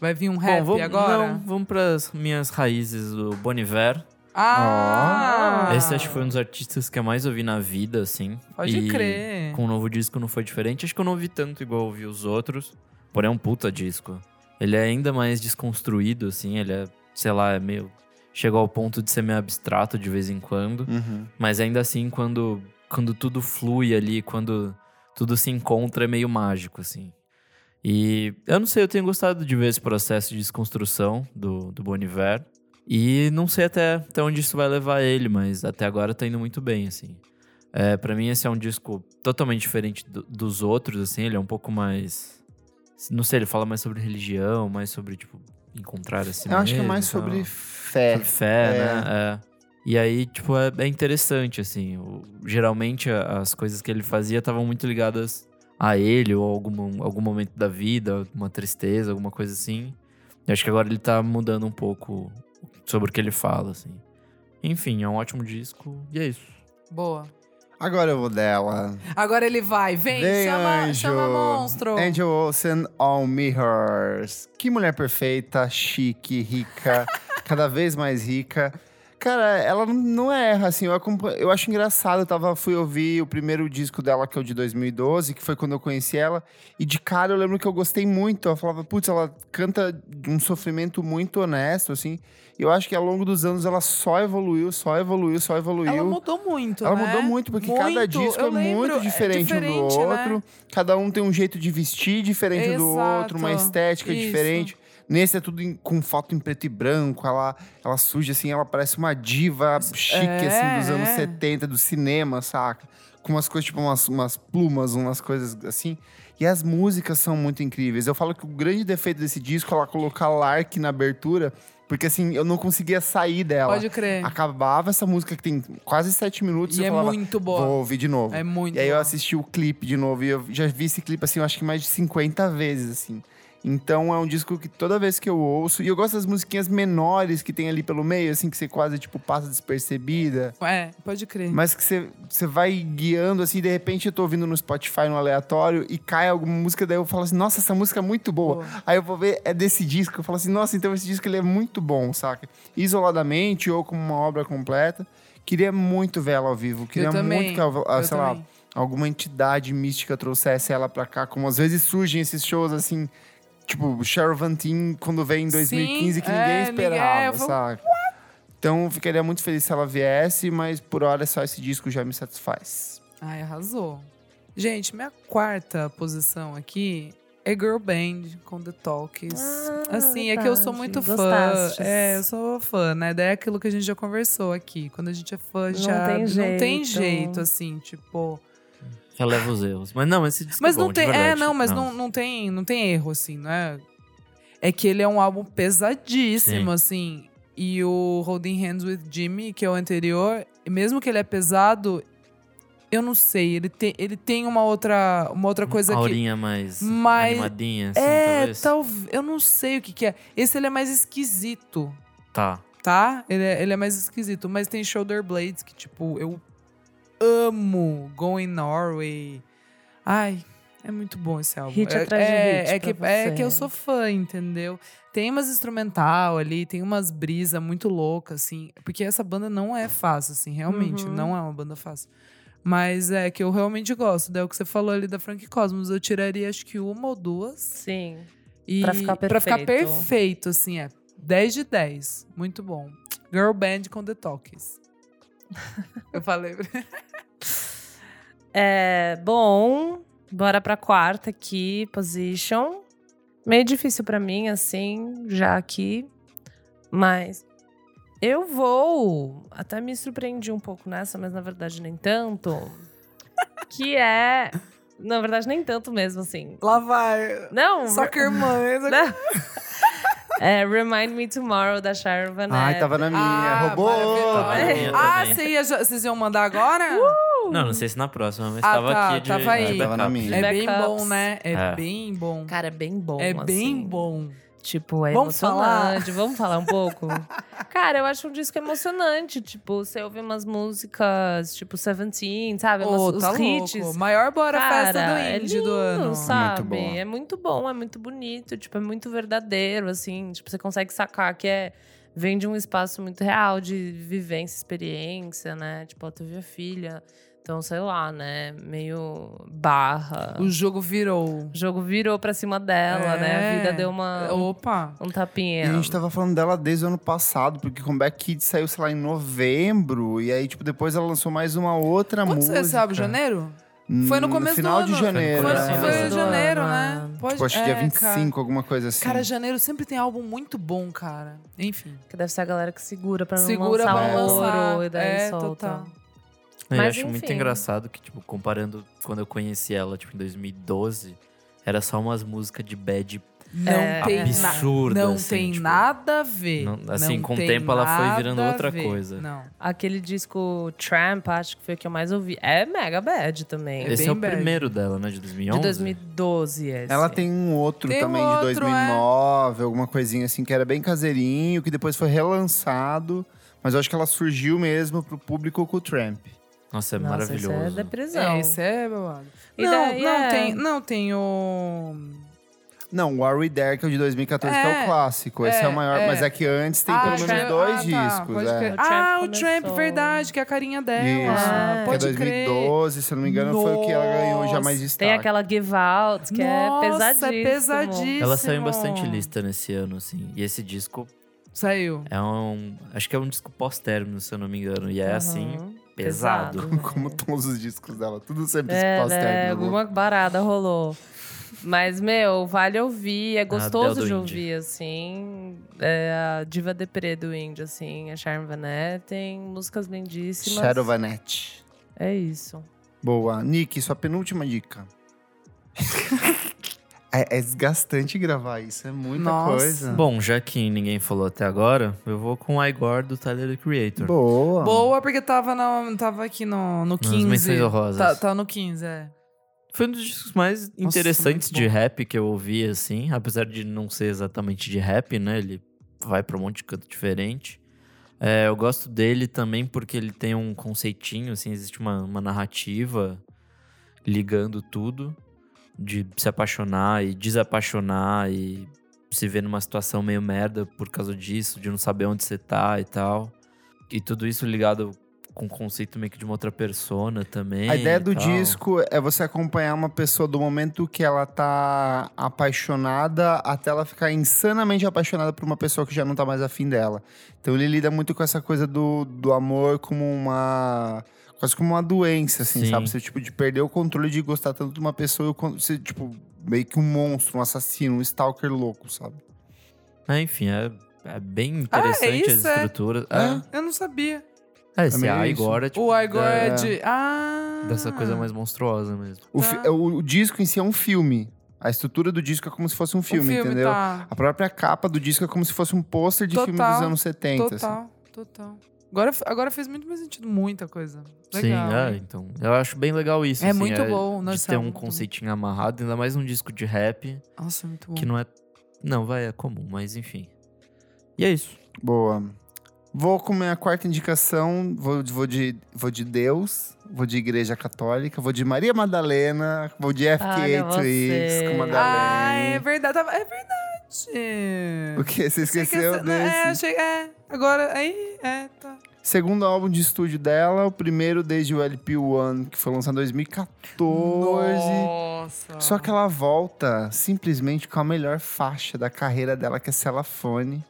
S2: Vai vir um
S4: bom,
S2: rap
S4: vamos,
S2: agora?
S4: Não, vamos pras minhas raízes do Boniver.
S2: Ah!
S3: Ah.
S4: Esse acho que foi um dos artistas que eu mais ouvi na vida, assim.
S2: Pode
S4: E
S2: crer.
S4: Com o novo disco não foi diferente. Acho que eu não ouvi tanto igual eu ouvi os outros. Porém, é um puta disco. Ele é ainda mais desconstruído, assim. Ele é, sei lá, é meio. Chegou ao ponto de ser meio abstrato de vez em quando.
S1: Uhum.
S4: Mas ainda assim, quando, quando tudo flui ali, quando tudo se encontra, é meio mágico, assim. E eu não sei, eu tenho gostado de ver esse processo de desconstrução do, do Boniver. E não sei até, até onde isso vai levar ele, mas até agora tá indo muito bem, assim. É, para mim, esse é um disco totalmente diferente do- dos outros, assim. Ele é um pouco mais. Não sei, ele fala mais sobre religião, mais sobre, tipo, encontrar a si
S1: Eu acho que é
S4: mesmo
S1: mais
S4: e tal
S1: sobre fé.
S4: sobre fé,
S1: É.
S4: né? É. E aí, tipo, é, é interessante, assim. O- geralmente a- as coisas que ele fazia estavam muito ligadas a ele ou a algum, algum momento da vida, uma tristeza, alguma coisa assim. Eu acho que agora ele tá mudando um pouco sobre o que ele fala, assim. Enfim, é um ótimo disco e é isso.
S2: Boa.
S1: Agora eu vou dela.
S2: Agora ele vai. Vem,
S1: Vem,
S2: chama,
S1: anjo.
S2: chama monstro.
S1: Angel Olsen on Mirrors. Que mulher perfeita, chique, rica, cada vez mais rica. Cara, ela não- não erra, assim. Eu, acompa- eu acho engraçado. Eu tava, fui ouvir o primeiro disco dela, que é o de 2012, que foi quando eu conheci ela. E de cara eu lembro que eu gostei muito. Eu falava, putz, ela canta de um sofrimento muito honesto, assim. E eu acho que ao longo dos anos ela só evoluiu, só evoluiu, só evoluiu.
S2: Ela mudou muito,
S1: Ela
S2: né?
S1: mudou muito, porque cada
S2: Muito,
S1: disco é
S2: eu lembro,
S1: muito
S2: é
S1: diferente, um
S2: diferente,
S1: do
S2: né?
S1: outro. Cada um tem um jeito de vestir diferente do outro, uma
S2: Exato,
S1: estética
S2: isso.
S1: diferente. Nesse é tudo em- com foto em preto e branco, ela, ela surge assim, ela parece uma diva chique, assim, dos
S2: é,
S1: anos
S2: é.
S1: 70, do cinema, saca? Com umas coisas, tipo, umas, umas plumas, umas coisas assim. E as músicas são muito incríveis. Eu falo que o grande defeito desse disco é ela colocar Lark na abertura, porque assim, eu não conseguia sair dela
S2: Pode crer.
S1: acabava essa música que tem quase sete minutos
S2: É. E
S1: eu
S2: é
S1: falava,
S2: muito boa.
S1: vou ouvir de novo.
S2: É muito
S1: e aí eu
S2: boa.
S1: assisti o clipe de novo e eu já vi esse clipe assim, eu acho que mais de 50 vezes assim. Então é um disco que toda vez que eu ouço, e eu gosto das musiquinhas menores que tem ali pelo meio, assim que você quase tipo passa despercebida.
S2: É, pode crer.
S1: Mas que você, você vai guiando, assim, de repente eu tô ouvindo no Spotify, no aleatório, e cai alguma música, daí eu falo assim, nossa, essa música é muito boa. Aí eu vou ver, é desse disco, eu falo assim, nossa, então esse disco ele é muito bom, saca? Isoladamente ou como uma obra completa. Queria muito ver ela ao vivo, queria
S2: também,
S1: muito que, a- a-
S2: eu
S1: sei lá,
S2: também.
S1: alguma entidade mística trouxesse ela pra cá, como às vezes surgem esses shows, assim, tipo, Cheryl Van Teen, quando vem em
S2: Sim,
S1: 2015, que
S2: é,
S1: ninguém
S2: ninguém-
S1: esperava,
S2: eu falo,
S1: saca? Então ficaria muito feliz se ela viesse, mas por hora só esse disco já me satisfaz.
S2: Ai, arrasou. Gente, minha quarta posição aqui é Girl Band com The Talks.
S3: Ah,
S2: assim, é que eu sou
S3: verdade.
S2: muito
S3: Gostastes.
S2: fã. É, eu sou fã, né? Daí é aquilo que a gente já conversou aqui. Quando a gente é fã,
S3: Não
S2: já
S3: tem
S2: não tem
S3: jeito.
S2: jeito, assim, tipo.
S4: Releva os erros. Mas não, esse disco
S2: Mas
S4: é bom,
S2: não
S4: de
S2: tem. É,
S4: verdade.
S2: não, mas não. Não, tem, não tem erro, assim, não é? É que ele é um álbum pesadíssimo, assim. E o Holding Hands with Jimmy, que é o anterior, mesmo que ele é pesado, eu não sei. Ele tem, ele tem uma outra, uma outra coisa
S4: Uma
S2: que.
S4: aurinha mais
S2: Mas-
S4: animadinha, assim,
S2: É,
S4: talvez.
S2: talvez. Eu não sei o que, que é. Esse ele é mais esquisito,
S4: Tá.
S2: tá? Ele é, ele é mais esquisito. Mas tem Shoulder Blades, que, tipo, eu amo Going Norway. Ai, é muito bom esse álbum.
S3: Hit
S2: é,
S3: atrás de
S2: é,
S3: hit
S2: é que,
S3: pra
S2: é
S3: você.
S2: que eu sou fã, entendeu? Tem umas instrumental ali, tem umas brisa muito louca, assim. Porque essa banda não é fácil, assim, realmente.
S3: Uhum.
S2: Não é uma banda fácil. Mas é que eu realmente gosto. Daí é o que você falou ali da Frank Cosmos. Eu tiraria acho que uma ou duas.
S3: Sim.
S2: E
S3: Pra ficar
S2: pra ficar
S3: perfeito.
S2: perfeito, assim, é. 10 de 10. Muito bom. Girl Band com The Talkies. Eu falei.
S3: É, bom, bora pra quarta aqui, position. Meio difícil pra mim, assim, já aqui. Mas eu vou. Até me surpreendi um pouco nessa, mas na verdade nem tanto. que é. Na verdade, nem tanto mesmo, assim.
S2: Lá vai.
S3: Não,
S2: Só que irmã.
S3: Não. É, Remind Me Tomorrow da Sharon Van
S1: Ai,
S3: Etten.
S1: tava na minha,
S2: Ah,
S1: roubou!
S2: maravilhosa.
S4: Tava na
S2: Ah,
S4: minha
S2: você ia, já- vocês iam mandar agora?
S3: Uh,
S4: Não, não sei se na próxima, mas
S2: Ah,
S4: tava
S2: tá,
S4: aqui de,
S2: tava
S4: de
S2: aí.
S4: backup.
S1: Tava na minha.
S2: É bem
S3: Backups.
S2: bom, né? É,
S4: É.
S2: bem bom.
S3: Cara, é bem bom.
S2: é bem
S3: assim.
S2: bom.
S3: Tipo, é
S2: Vamos falar?
S3: emocionante. Vamos falar um pouco? Cara, eu acho um disco emocionante. Tipo, você ouve umas músicas, tipo, Seventeen, sabe?
S2: Ô,
S3: umas,
S2: tá
S3: os hits.
S2: louco. Maior bora
S3: Cara,
S2: festa do
S3: é
S2: indie do
S3: lindo,
S2: ano.
S3: sabe?
S1: bom.
S3: É muito bom, é muito bonito. Tipo, é muito verdadeiro, assim. Tipo, você consegue sacar que é... Vem de um espaço muito real de vivência, experiência, né? Tipo, ela teve a filha. Então, sei lá, né? Meio barra.
S2: O jogo virou.
S3: O jogo virou pra cima dela, né?
S2: É.
S3: A vida deu uma,
S2: Opa.
S3: um
S1: E
S3: tapinha.
S1: a gente tava falando dela desde o ano passado, porque Comeback Kid saiu, sei lá, em novembro. E aí, tipo, depois ela lançou mais uma outra
S2: Quando
S1: música.
S2: você sabe, janeiro?
S1: Hum,
S2: Foi no começo
S1: final
S2: do ano.
S1: de janeiro.
S2: Foi,
S4: né?
S2: foi
S4: Começo
S2: em
S4: do
S2: janeiro,
S3: ano, é.
S2: né? Pode,
S1: Tipo, acho que dia
S2: é,
S1: 25,
S2: cara.
S1: alguma coisa assim.
S2: Cara, janeiro sempre tem álbum muito bom, cara. Enfim.
S3: Que deve ser a galera que segura pra não
S2: Segura
S3: lançar
S2: pra
S3: um
S2: lançar.
S3: ouro e daí
S2: É,
S3: solta.
S2: total.
S4: Eu
S3: Mas,
S4: acho muito
S3: enfim.
S4: engraçado que, tipo, comparando quando eu conheci ela, tipo, em 2012, era só umas músicas de bad.
S2: Não
S3: É,
S2: tem na-
S4: absurdo,
S2: Não
S4: assim,
S2: tem
S4: tipo,
S2: nada a ver.
S4: não- assim,
S2: Não
S4: com o
S2: tem
S4: tempo ela foi
S2: nada
S4: virando
S2: a
S4: outra
S2: ver.
S4: coisa.
S2: Não.
S3: Aquele disco Tramp, acho que foi o que eu mais ouvi. É mega bad também.
S2: É
S4: Esse
S2: bem
S4: é o
S2: bad.
S4: primeiro dela, né? De 2011.
S3: de 2012 esse.
S1: Ela tem um outro
S2: Tem um
S1: também de
S2: outro,
S1: 2009, alguma coisinha assim, que era bem caseirinho, que depois foi relançado. Mas eu acho que ela surgiu mesmo pro público com o Tramp.
S4: Nossa, é
S3: Nossa,
S4: maravilhoso.
S3: Isso é depressão.
S2: É, isso é babado.
S3: E
S2: não,
S3: daí
S2: não,
S3: é-
S2: tem, não tem o.
S1: Não, o Are We There, que é o de 2014, que é
S2: É,
S1: o clássico. Esse é,
S2: é,
S1: o maior,
S2: é.
S1: mas é que antes tem
S2: Ah,
S1: pelo
S2: acho
S1: menos
S2: que-
S1: dois
S2: ah, tá,
S1: discos.
S2: pode
S1: é.
S2: crer.
S3: O
S2: Ah,
S3: Tramp
S2: o Tramp,
S3: começou.
S2: verdade, que é a carinha dela.
S1: Isso,
S3: Ah,
S1: que é
S2: pode crer.
S1: 2012, se eu não me engano, foi o que ela ganhou já mais
S2: Nossa,
S1: destaque.
S3: Tem aquela Give Out, que
S2: é Nossa,
S3: é pesadíssimo.
S2: é pesadíssimo.
S4: Ela saiu em bastante lista nesse ano, assim. E esse disco
S2: Saiu.
S4: é um. Acho que é um disco pós-término, se eu não me engano. E é assim,
S3: Aham.
S4: pesado.
S1: Como todos os discos dela, tudo sempre se
S3: É,
S1: passa
S3: né?
S1: técnico.
S3: Alguma barada rolou. Mas, meu, vale ouvir. É gostoso
S4: Adele
S3: de
S4: do
S3: ouvir, assim. É a diva deprê do indie, assim. A Sharon Van Etten, músicas lindíssimas.
S1: Shadow Vanette.
S3: É isso.
S1: Boa. Nick, sua penúltima dica. é, é desgastante gravar isso, é muita
S2: Nossa.
S1: coisa.
S4: Bom, já que ninguém falou até agora, eu vou com Igor do Tyler the Creator.
S1: Boa.
S2: Boa, porque tava, na, tava aqui no, no 15.
S4: menções honrosas.
S2: Tá, tá no 15, é.
S4: Foi um dos discos mais interessantes de rap que eu ouvi, assim. Apesar de não ser exatamente de rap, né? Ele vai pra um monte de canto diferente. É, eu gosto dele também porque ele tem um conceitinho, assim. Existe uma, uma narrativa ligando tudo. De se apaixonar e desapaixonar e se ver numa situação meio merda por causa disso. De não saber onde você tá e tal. E tudo isso ligado com o conceito meio que de uma outra persona também.
S1: A
S4: e
S1: ideia do
S4: tal.
S1: disco é você acompanhar uma pessoa do momento que ela tá apaixonada até ela ficar insanamente apaixonada por uma pessoa que já não tá mais afim dela. Então ele lida muito com essa coisa do, do amor como uma. Quase como uma doença, assim,
S4: Sim.
S1: sabe? Você, tipo, de perder o controle de gostar tanto de uma pessoa, e quando você, tipo, meio que um monstro, um assassino, um stalker louco, sabe?
S4: É, enfim, é, é bem
S2: Ah, é
S4: interessante
S2: isso,
S4: as
S2: é?
S4: estruturas. É,
S2: Eu não sabia.
S4: é, esse
S1: meio
S4: A
S1: isso.
S4: agora, tipo,
S2: o Igor é
S1: da-
S2: de. Ah!
S4: dessa coisa mais monstruosa mesmo.
S1: O, fi-
S2: Tá.
S1: o- o disco em si é um filme. A estrutura do disco é como se fosse um
S2: O
S1: filme, entendeu?
S2: Tá.
S1: A própria capa do disco é como se fosse um pôster de filme
S2: Total,
S1: dos anos 70. assim.
S2: Total, total. Agora, agora fez muito mais sentido, muita coisa. Legal.
S4: Sim, é, então. Eu acho bem legal isso.
S2: É
S4: assim,
S2: muito bom,
S4: De
S2: nossa,
S4: ter
S2: é
S4: um
S2: muito bom.
S4: conceitinho amarrado, ainda mais um disco de rap,
S2: Nossa, muito bom.
S4: que não é. Não, vai, é comum, mas enfim. E é isso.
S1: Boa. Vou com minha quarta indicação, vou, vou, de, vou de Deus, vou de Igreja Católica, vou de Maria Madalena, vou de
S3: Olha
S1: FK
S3: você.
S1: Twigs com
S2: Ah, é
S1: Madalena.
S2: verdade. tava- É verdade.
S1: O que? Você
S2: Achei que
S1: esqueceu
S2: essa- não,
S1: desse?
S2: É, achei, é, agora, aí, é, tá.
S1: Segundo álbum de estúdio dela, o primeiro desde o LP One, que foi lançado em 2014.
S2: Nossa.
S1: Só que ela volta simplesmente com a melhor faixa da carreira dela, que é Celafone.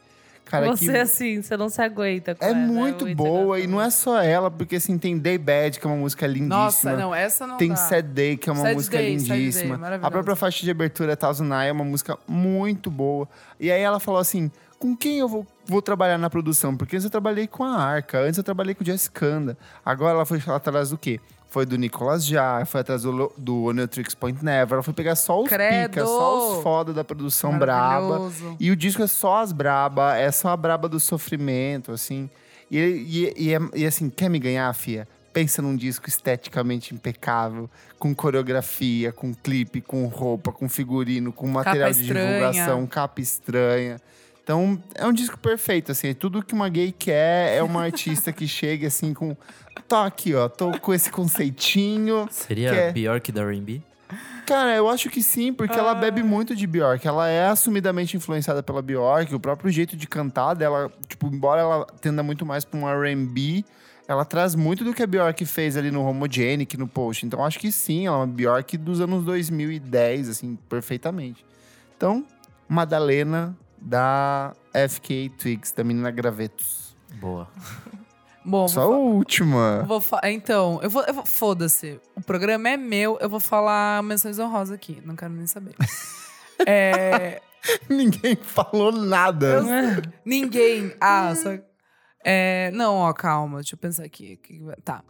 S1: Cara,
S3: você,
S1: que
S3: assim, você não se aguenta com
S1: É
S3: ela,
S1: muito boa e não é só ela, porque assim, tem Day Bad, que é uma música lindíssima.
S2: Nossa, não, essa não
S1: tem
S2: dá.
S1: Sad Day, que é uma
S2: Sad
S1: música
S2: Day, Sad Day,
S1: lindíssima. a
S2: maravilhosa.
S1: própria faixa de abertura, Thousand Eye, é uma música muito boa. E aí ela falou assim, com quem eu vou, vou trabalhar na produção? Porque antes eu trabalhei com a Arca, antes eu trabalhei com o Jessicanda. Agora ela foi atrás do quê? Foi do Nicolas Jar, foi atrás do, Lo- do Oneotrix Point Never. Ela foi pegar só os
S2: Credo!
S1: pica, só os foda da produção braba.
S2: Maravilhoso.
S1: E o disco é só as braba, é só a braba do sofrimento, assim. E, e, e, é- e, assim, quer me ganhar, fia? Pensa num disco esteticamente impecável, com coreografia, com clipe, com roupa, com figurino, com material de
S2: estranha.
S1: divulgação, capa estranha. Então, é um disco perfeito, assim. Tudo que uma gay quer é uma artista que chegue, assim, com... Tô aqui, ó, tô com esse conceitinho.
S4: Seria
S1: Que é-
S4: pior que da RB?
S1: Cara, eu acho que sim, porque ela bebe muito de Bjork. Ela é assumidamente influenciada pela Bjork. O próprio jeito de cantar dela, tipo, embora ela tenda muito mais pra um R&B, ela traz muito do que a Bjork fez ali no Homogenic, no Post. Então, acho que sim, ela é uma Bjork dos anos 2010, assim, perfeitamente. Então, Madalena da FK Twigs, da Menina Gravetos.
S4: Boa.
S2: Bom,
S1: Só a
S2: vou, fa-
S1: última.
S2: vou fa- então, eu vou, eu vou- foda-se. O programa é meu, eu vou falar menções honrosas aqui, não quero nem saber. é,
S1: Ninguém falou nada.
S2: Ninguém. Ah, só. É, não, ó, calma. Deixa eu pensar aqui. que- Tá.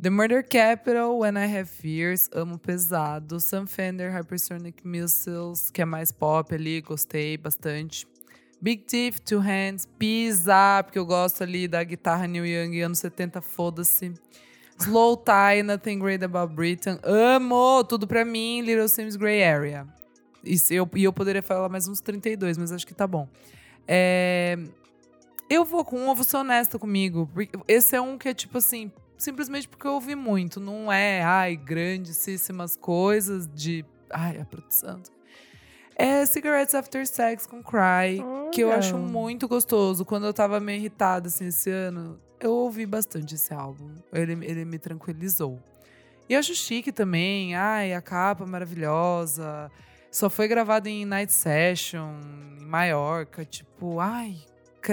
S2: The Murder Capital, When I Have Fears, Amo Pesado, Sam Fender, Hypersonic Missiles, que é mais pop ali, gostei bastante. Big Thief, Two Hands, Pisa, porque eu gosto ali da guitarra New Young, anos 70, foda-se. Slow Tie, Nothing Great About Britain, amo, tudo pra mim, Little Sims Grey Area. E se eu, e eu poderia falar mais uns 32, mas acho que tá bom. É, eu vou com um, eu vou ser honesta comigo. porque Esse é um que é tipo assim, simplesmente porque eu ouvi muito. Não é, ai, grandíssimas coisas de. Ai, a produção. É Cigarettes After Sex com Cry,
S1: assim
S2: que eu
S3: Olha.
S2: acho muito gostoso. Quando eu tava meio irritada, assim, esse ano, eu ouvi bastante esse álbum. Ele, ele me tranquilizou. E eu acho chique também. Ai, a capa maravilhosa. Só foi gravado em Night Session, em Maiorca. Tipo, ai,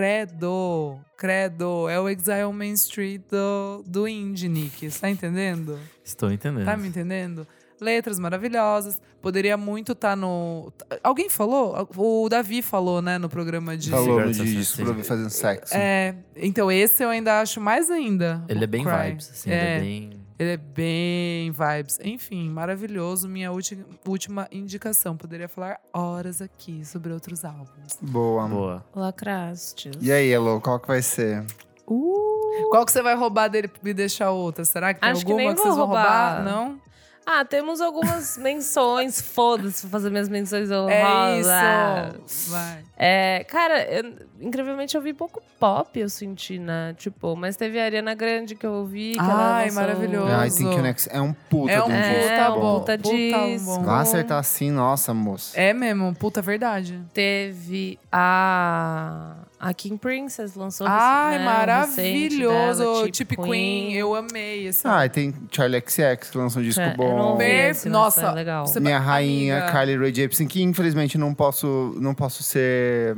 S2: credo, credo. É o Exile Main Street do, do Indie, Nick. Você tá entendendo?
S4: Estou entendendo.
S2: Tá me entendendo? Letras maravilhosas. Poderia muito estar no. tá, Alguém falou? O Davi falou, né, no programa de.
S1: Falou no
S4: Cigarettes
S1: de
S4: After
S1: descobrir
S4: Sex.
S1: fazendo sexo.
S2: É, então esse eu ainda acho mais ainda.
S4: Ele é
S2: O
S4: bem
S2: Cry.
S4: vibes, assim, ele é bem.
S2: Ele é bem vibes. Enfim, maravilhoso. Minha ulti- última indicação. Poderia falar horas aqui sobre outros álbuns.
S1: Boa.
S4: Boa.
S3: Lacrastes.
S1: E é aí, Elo, qual que vai ser?
S3: Uh.
S2: Qual que você vai roubar dele e deixar outra? Será que tem
S3: Acho que
S2: alguma
S3: nem
S2: que, vocês
S3: vou
S2: vão roubar?
S3: roubar.
S2: Não?
S3: Ah, temos algumas menções. Foda-se, vou fazer minhas menções
S2: É
S3: honrosas.
S2: isso. Vai.
S3: É, cara, eu- incrivelmente eu vi pouco pop, eu senti, né? Tipo, mas teve a Ariana Grande que eu ouvi. Que ela
S2: Ai,
S3: lançou-
S2: maravilhoso.
S1: Ah, I think you next. É um puta
S2: É
S1: de
S2: um
S1: disco
S3: É,
S2: puta
S3: um
S2: bom.
S3: puta
S2: puta
S3: disco.
S2: bom.
S1: Vai acertar assim, nossa, moça.
S2: É mesmo, puta verdade.
S3: Teve a. A King Princess lançou
S2: Ai,
S3: né, o recente
S2: maravilhoso.
S3: dela, tipo
S2: Chip tipo, Queen. eu amei assim. esse.
S1: Ah, e tem Charlie XX, que lança um disco
S3: É, eu não
S1: bom.
S3: ouvi esse, mas
S2: Nossa,
S3: é legal.
S2: você-
S1: Minha rainha,
S2: Amiga.
S1: Carly Rae Jepsen, que infelizmente não posso, não posso ser...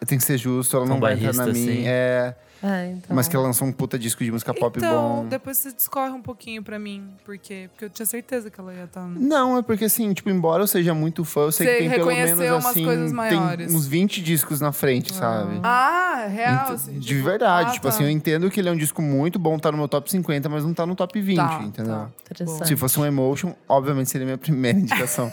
S1: Eu tenho que ser justo, ela não vai entrar na
S4: Tombarrista,
S1: minha.
S4: assim.
S1: É,
S3: É, então.
S1: mas que ela lançou um puta disco de música pop
S2: Tá. então,
S1: bom.
S2: depois você discorre um pouquinho pra mim. Por quê? Porque eu tinha certeza que ela ia estar.
S1: Não, é porque assim, tipo, embora eu seja muito fã, eu sei
S2: Você
S1: que tem pelo
S2: reconheceu
S1: menos
S2: umas
S1: assim,
S2: coisas maiores.
S1: tem uns 20 discos na frente, sabe?
S2: Ah, real.
S1: Ent-
S2: assim,
S1: de
S2: tipo,
S1: verdade,
S2: ah,
S1: tipo
S2: tá.
S1: assim, eu entendo que ele é um disco muito bom, tá no meu top 50, mas não tá no top 20,
S2: Tá,
S1: entendeu?
S2: tá.
S3: Interessante.
S1: Se fosse um emotion, obviamente seria minha primeira indicação.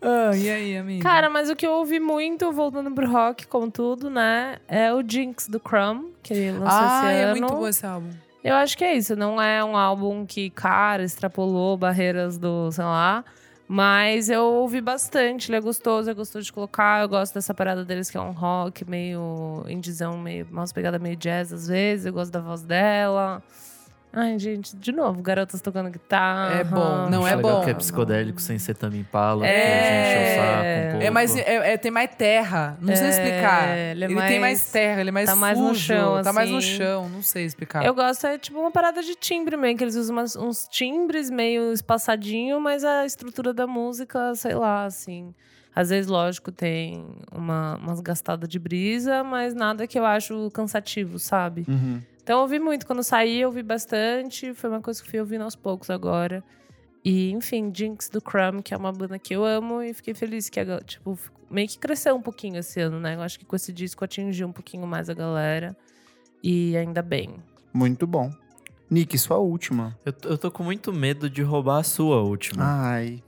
S2: Ah, e aí, amiga?
S3: Cara, mas o que eu ouvi muito, voltando pro rock, contudo, né? É o Jinx do Crumb, que ele lançou
S2: ah,
S3: esse
S2: é
S3: ano.
S2: muito bom esse álbum.
S3: Eu acho que é isso. Não é um álbum que, cara, extrapolou barreiras do, sei lá. Mas eu ouvi bastante, ele é gostoso, eu gostoso de colocar. Eu gosto dessa parada deles que é um rock meio indizão, meio, umas pegadas meio jazz às vezes. Eu gosto da voz dela. Ai, gente, de novo, garotas tocando guitarra.
S2: É bom, não
S4: Acho
S2: é
S4: legal
S2: bom.
S4: que é psicodélico sem ser também pala.
S3: É.
S4: Que enche o saco um pouco.
S2: É, mas é, é- tem mais terra. Não sei
S3: É,
S2: explicar.
S3: ele é
S2: tem
S3: mais-
S2: mais terra, ele é mais
S3: tá mais no
S2: sujo.
S3: chão,
S2: Tá mais no
S3: assim.
S2: chão, não sei explicar.
S3: Eu gosto, é tipo uma parada de timbre meio, que eles usam umas- uns timbres meio espaçadinho, mas a estrutura da música, sei lá, assim. Às vezes, lógico, tem uma, umas gastadas de brisa, mas nada que eu acho cansativo, sabe?
S1: Uhum.
S3: Então eu ouvi muito. Quando eu saí, eu ouvi bastante. Foi uma coisa que eu fui ouvindo aos poucos agora. E, enfim, Jinx do Crumb, que é uma banda que eu amo, e fiquei feliz que a gal- tipo, fico- meio que cresceu um pouquinho esse ano, né? Eu acho que com esse disco atingiu um pouquinho mais a galera. E ainda bem.
S1: Muito bom. Nick, sua última.
S4: eu, tô- eu tô com muito medo de roubar a sua
S1: Ah.
S4: última.
S1: Ai.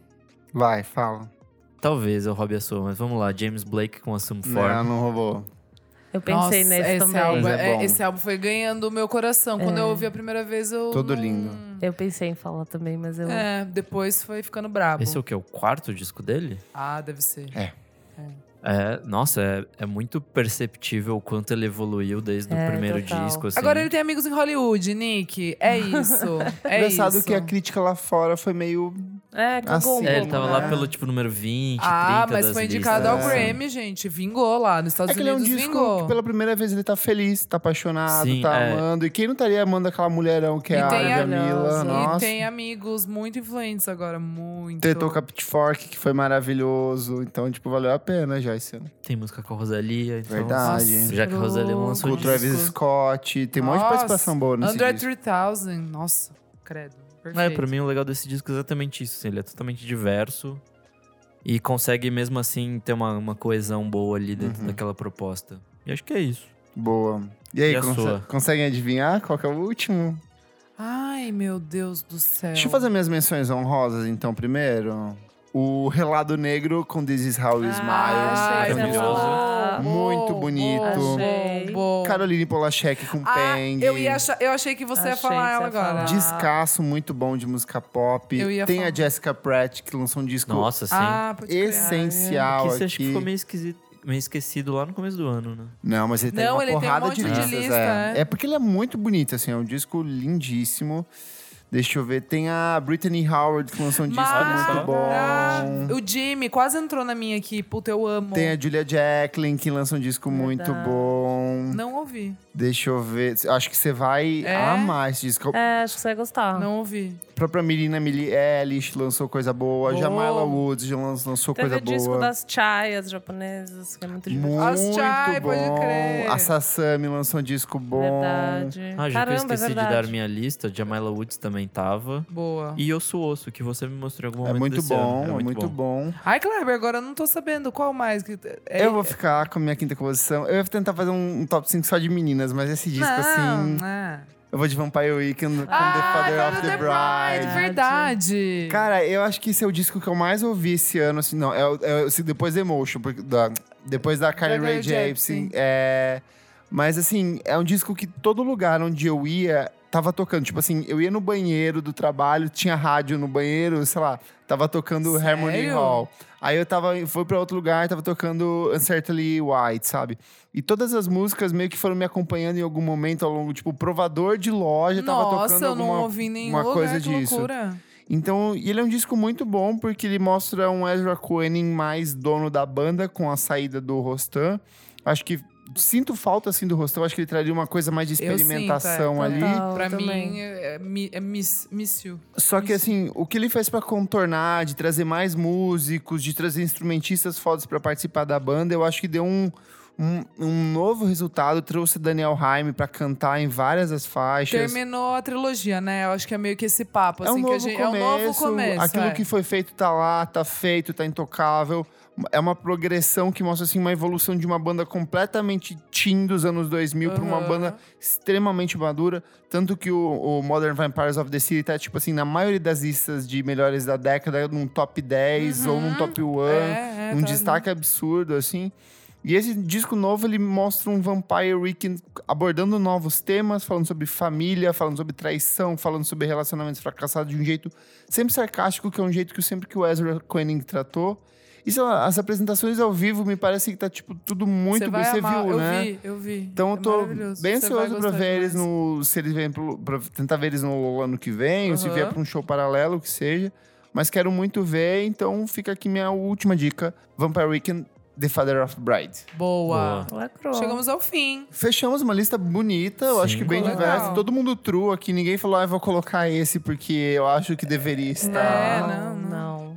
S1: Vai, fala.
S4: Talvez eu roube a sua, mas vamos lá. James Blake com Assume
S1: Não,
S4: Form.
S1: Né, não roubou.
S3: Eu pensei
S2: Nossa,
S3: nesse
S2: esse
S3: também.
S2: Álbum,
S1: Mas é
S2: é-
S1: bom.
S2: esse álbum foi ganhando o meu coração. Quando eu ouvi a primeira vez, eu.
S1: Todo
S2: não-
S1: lindo.
S3: Eu pensei em falar também, mas eu.
S2: É, depois foi ficando
S1: tá
S2: brabo.
S4: Esse é o que? O quarto disco dele?
S2: Ah, deve ser.
S4: É, nossa, é, é muito perceptível o quanto ele evoluiu desde
S3: É,
S4: o primeiro
S3: total.
S4: disco. Assim.
S2: Agora ele tem amigos em Hollywood, Nick. É isso. É
S1: Engraçado
S2: isso.
S1: que a crítica lá fora foi meio.
S3: É, cagou
S1: Assim,
S3: um
S4: É,
S3: pouco.
S4: ele tava
S1: né?
S4: lá pelo tipo número 20,
S2: tá Ah,
S4: 30
S2: mas
S4: das
S2: foi indicado
S4: listas,
S2: ao
S4: assim.
S2: Grammy, gente. Vingou lá nos Estados
S1: é que ele é um
S2: Unidos,
S1: disco
S2: vingou.
S1: que pela primeira vez ele tá feliz, tá apaixonado,
S4: Sim,
S1: tá
S4: é.
S1: amando. E quem não estaria amando aquela mulherão que é
S2: E
S1: a
S2: tem
S1: Arábia
S2: a-
S1: Mila?
S3: E
S1: Nossa.
S2: E tem amigos muito influentes agora, muito.
S1: Tretou com a Pitchfork, que foi maravilhoso. Então, tipo, valeu a pena já esse ano.
S4: Tem música com a Rosalia. Então,
S1: Verdade.
S4: Nossa, já que a Rosalia não lançou
S1: Com o
S4: disco.
S1: Travis Scott, tem um monte de
S2: Nossa,
S1: participação boa nesse
S2: Under
S1: disco.
S2: 3000, nossa, credo.
S4: É,
S2: Perfeito.
S4: pra mim o legal desse disco é exatamente isso. assim, ele é totalmente diverso e consegue mesmo assim ter uma, uma coesão boa ali dentro
S1: Uhum.
S4: daquela proposta. E acho que é isso.
S1: Boa. E aí,
S4: E a
S1: conse-
S4: sua?
S1: conseguem adivinhar qual que é o último?
S2: Ai, meu Deus do céu.
S1: Deixa eu fazer minhas menções honrosas, então, primeiro. O Relado Negro com This Is How You
S2: Ah,
S1: Smile.
S4: achei
S1: maravilhoso.
S2: maravilhoso.
S1: Muito
S2: Bom,
S1: bonito.
S2: bom,
S3: Achei.
S2: bom.
S1: Caroline Polachek com
S2: Ah,
S1: Peng.
S2: eu, ia achar- eu achei que você ia
S3: Achei
S2: falar
S3: que
S2: ela
S3: você ia
S2: agora.
S3: falar.
S1: Descasso muito bom de música pop.
S2: Eu ia
S1: Tem
S2: falar.
S1: a Jessica Pratt, que lançou um disco
S4: Nossa, sim.
S2: Ah, pode crer.
S1: essencial
S4: que
S1: aqui.
S4: você acha que ficou meio esquisito. Meio esquecido lá no começo do ano, né?
S1: Não, mas ele tem
S2: Não,
S1: uma
S2: ele tem um
S1: porrada
S2: monte
S1: de
S2: de
S1: listas.
S2: lista,
S1: é.
S2: é.
S1: É porque ele é muito bonito, assim. É um disco lindíssimo. Deixa eu ver. Tem a Brittany Howard, que lançou um disco
S2: Mas-
S1: muito bom.
S2: Ah, O Jimmy quase entrou na minha aqui. Puta, eu amo.
S1: Tem a Julia Jacklin, que lança um disco muito
S3: Verdade.
S1: bom.
S2: Não ouvi.
S1: Deixa eu ver. Acho que você vai
S2: É?
S1: amar esse disco.
S3: É, acho que você vai gostar.
S2: Não ouvi.
S1: A própria Mirina Mili Ellis lançou coisa boa.
S2: Boa.
S1: Jamila Woods já lan- lançou
S3: Teve
S1: coisa
S3: o disco
S1: boa.
S3: das chaias japonesas, que é muito divertido.
S1: Muito
S2: As Chai,
S1: bom.
S2: pode crer.
S1: A Sasami lançou um disco bom.
S3: É Verdade.
S4: Ah, já que eu
S3: Caramba,
S4: esqueci
S3: é
S4: de
S3: verdade.
S4: dar minha lista, Jamila Woods também tava.
S2: Boa.
S4: E Osso Osso, que você me mostrou em algum
S1: É
S4: momento
S1: muito
S4: desse
S1: bom,
S4: ano. Era
S1: é muito bom.
S2: Ai, Kleber, agora eu não tô sabendo qual mais. Que... é-
S1: Eu vou ficar com a minha quinta composição. Eu ia tentar fazer um, um top 5 só de meninas, mas esse disco, assim.
S2: não, não.
S1: Eu vou de Vampire Weekend com
S2: Ah,
S1: The Father
S2: Father
S1: of the Bride.
S2: Verdade.
S1: Cara, eu acho que esse é o disco que eu mais ouvi esse ano, assim, não, é, o- é o- se- depois da Emotion, porque, da- depois da Carly
S2: Carly
S1: Rae
S2: Rae
S1: Jepsen,
S2: Jepsen.
S1: é, mas assim, é um disco que todo lugar onde eu ia, tava tocando, tipo assim, eu ia no banheiro do trabalho, tinha rádio no banheiro, sei lá, tava tocando
S2: Sério?
S1: Harmony Hall, aí eu tava, fui pra outro lugar, tava tocando Uncertainly White, sabe? E todas as músicas meio que foram me acompanhando em algum momento ao longo, tipo, provador de loja, tava
S2: Nossa,
S1: tocando
S2: eu não
S1: alguma
S2: ouvi nenhum
S1: uma
S2: lugar,
S1: coisa
S2: que
S1: disso.
S2: loucura.
S1: então, e ele é um disco muito bom porque ele mostra um Ezra Koenig mais dono da banda com a saída do Rostam. Acho que sinto falta assim do Rostam, acho que ele traria uma coisa mais de
S2: Eu sinto, é,
S1: experimentação
S2: total.
S1: ali.
S3: Total,
S2: Pra
S3: Oh, também.
S2: mim, é, é, mi- é miss, miss You.
S1: Só que assim, o que ele fez pra contornar, de trazer mais músicos, de trazer instrumentistas fodas pra participar da banda, eu acho que deu um um, um novo resultado, trouxe Daniel Haim pra cantar em várias as faixas.
S2: Terminou a trilogia, né? Eu acho que é meio que esse papo,
S1: é um
S2: assim,
S1: novo
S2: que a gente.
S1: começo,
S2: é um novo começo.
S1: Aquilo
S2: é.
S1: que foi feito tá lá, tá feito, tá intocável. É uma progressão que mostra assim uma evolução de uma banda completamente teen dos anos 2000 pra uma
S2: Aham.
S1: banda extremamente madura, tanto que o, o Modern Vampires of the City tá tipo assim na maioria das listas de melhores da década, num top 10 ou num
S2: Uhum.
S1: top 1,
S2: É, é,
S1: um
S2: tá
S1: destaque absurdo assim. E esse disco novo, ele mostra um Vampire Weekend abordando novos temas, falando sobre família, falando sobre traição, falando sobre relacionamentos fracassados de um jeito sempre sarcástico, que é um jeito que sempre que o Ezra Koenig tratou. E sei lá, as apresentações ao vivo me parece que tá, tipo, tudo muito
S2: Você
S1: bem.
S2: vai
S1: Você
S2: amar.
S1: viu,
S2: eu
S1: né?
S2: vi, eu vi.
S1: Então
S2: é
S1: eu tô
S2: maravilhoso.
S1: bem
S2: Você vai
S1: ansioso pra
S2: gostar
S1: ver eles
S2: demais.
S1: no. Se eles vêm pro, pra tentar ver eles no ano que vem, ou se
S2: Aham.
S1: vier pra um show paralelo, o que seja. Mas quero muito ver, então fica aqui minha última dica: Vampire Weekend, The Father of Bride.
S2: Boa.
S3: Lacrou.
S2: Chegamos ao fim.
S1: Fechamos uma lista bonita, eu
S4: Sim.
S1: acho que bem
S2: Legal.
S1: diversa. Todo mundo true aqui, ninguém falou, ah, eu vou colocar esse porque eu acho que deveria estar.
S2: É, não,
S3: não.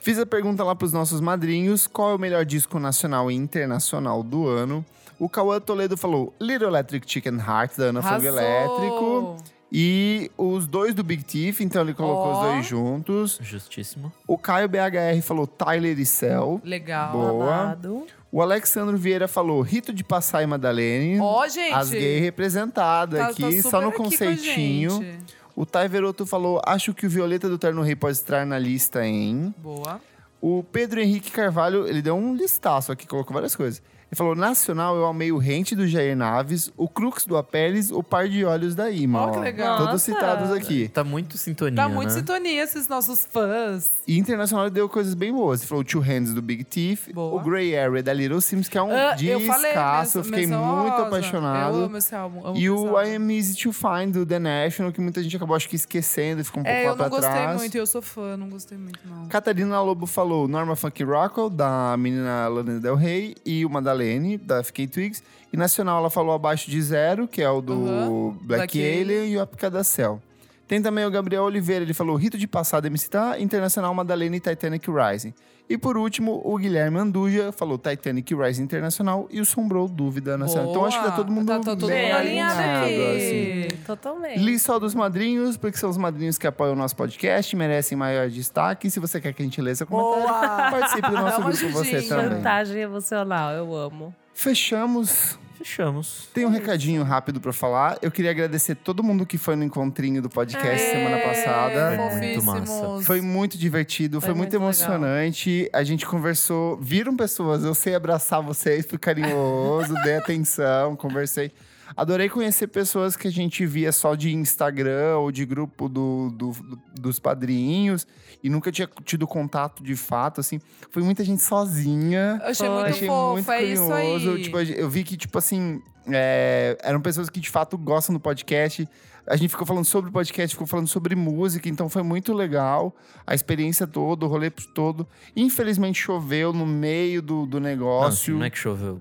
S1: Fiz a pergunta lá pros nossos madrinhos: qual é o melhor disco nacional e internacional do ano? O Cauã Toledo falou Little Electric Chicken Heart, da Ana Fogo
S2: Arrasou.
S1: Elétrico. E os dois do Big Thief, então ele colocou os
S2: Ó.
S1: dois juntos.
S4: Justíssimo.
S1: O Caio BHR falou Tyler e Cell.
S2: Legal.
S1: Boa.
S3: Babado.
S1: O Alexandro Vieira falou Rito de Passar e Madalene.
S2: Ó, gente.
S1: As gays representadas
S2: tá- tá
S1: aqui, só
S2: super
S1: no
S2: aqui com a
S1: conceitinho.
S2: gente.
S1: o Thay Veroto falou: Acho que o Violeta do Terno Rei pode estar na lista, hein?
S2: Boa.
S1: O Pedro Henrique Carvalho, ele deu um listaço aqui, colocou várias coisas. Ele falou: Nacional, eu amei o Rente do Jair Naves, o Crux do Apeles, o Par de Olhos da Ima.
S2: Ó, que
S1: ó.
S2: legal.
S1: Todos
S3: Nossa.
S1: citados aqui.
S4: Tá muito sintonia,
S2: Tá muito
S4: né?
S2: sintonia esses nossos fãs.
S1: E internacional ele deu coisas bem boas. Ele falou Two Hands do Big Thief,
S2: Boa.
S1: o Grey Area da Little Sims, que é um
S2: Ah, eu falei,
S1: descasso. Eu
S2: menção-
S1: fiquei
S2: menção
S1: muito
S2: honrosa.
S1: apaixonado.
S2: Eu amo esse álbum. amo
S1: e
S2: esse
S1: o
S2: álbum.
S1: I Am Easy to Find do The National, que muita gente acabou acho que esquecendo, ficou um pouco
S2: É,
S1: lá
S2: eu não
S1: pra
S2: gostei
S1: trás.
S2: muito, eu sou fã, não gostei muito, não.
S1: Catarina Lobo falou Norma Funk Rockwell, da menina Lana Del Rey, e o Madalene, da FK Twigs. E Nacional ela falou Abaixo de Zero, que é o do
S2: Uhum.
S1: Black,
S2: Black
S1: Alien,
S2: Alien.
S1: e o Apica da Cell. Tem também o Gabriel Oliveira, ele falou Rito de Passada MC Tá, Internacional Madalene e Titanic Rising. E por último, o Guilherme Anduja falou Titanic Rising Internacional e o Sombrou Dúvida Nacional. Então
S2: Boa!
S1: acho que tá todo mundo
S2: Tá- tá todo
S1: bem
S2: mundo alinhado aqui.
S1: assim.
S3: Totalmente.
S1: Li só dos madrinhos, porque são os madrinhos que apoiam o nosso podcast, merecem maior destaque. Se você quer que a gente leia seu comentário,
S2: Boa!
S1: participe do nosso
S2: Dá uma
S1: grupo você
S2: ajudinha.
S1: também.
S3: Vantagem emocional, eu amo.
S1: Fechamos.
S4: Fechamos.
S1: Tem um recadinho rápido pra falar. Eu queria agradecer todo mundo que foi no encontrinho do podcast
S3: Aê,
S1: semana
S2: É,
S1: passada.
S4: Muito massa.
S2: fofíssimos.
S1: Foi muito divertido, foi,
S3: Foi
S1: muito,
S3: muito legal.
S1: emocionante. A gente conversou, viram pessoas, eu sei abraçar vocês, fui carinhoso, dei atenção, conversei. Adorei conhecer pessoas que a gente via só de Instagram ou de grupo do, do- do- dos padrinhos e nunca tinha tido contato de fato, assim. Foi muita gente sozinha.
S2: Eu achei
S3: Foi.
S2: muito
S1: Achei
S2: fofo,
S1: muito
S2: é isso
S1: curioso.
S2: aí.
S1: Tipo, eu vi que, tipo assim, é, eram pessoas que de fato gostam do podcast. A gente ficou falando sobre o podcast, ficou falando sobre música, então foi muito legal. A experiência toda, o rolê todo. Infelizmente choveu no meio do, do
S4: Não,
S1: negócio.
S4: não é que choveu.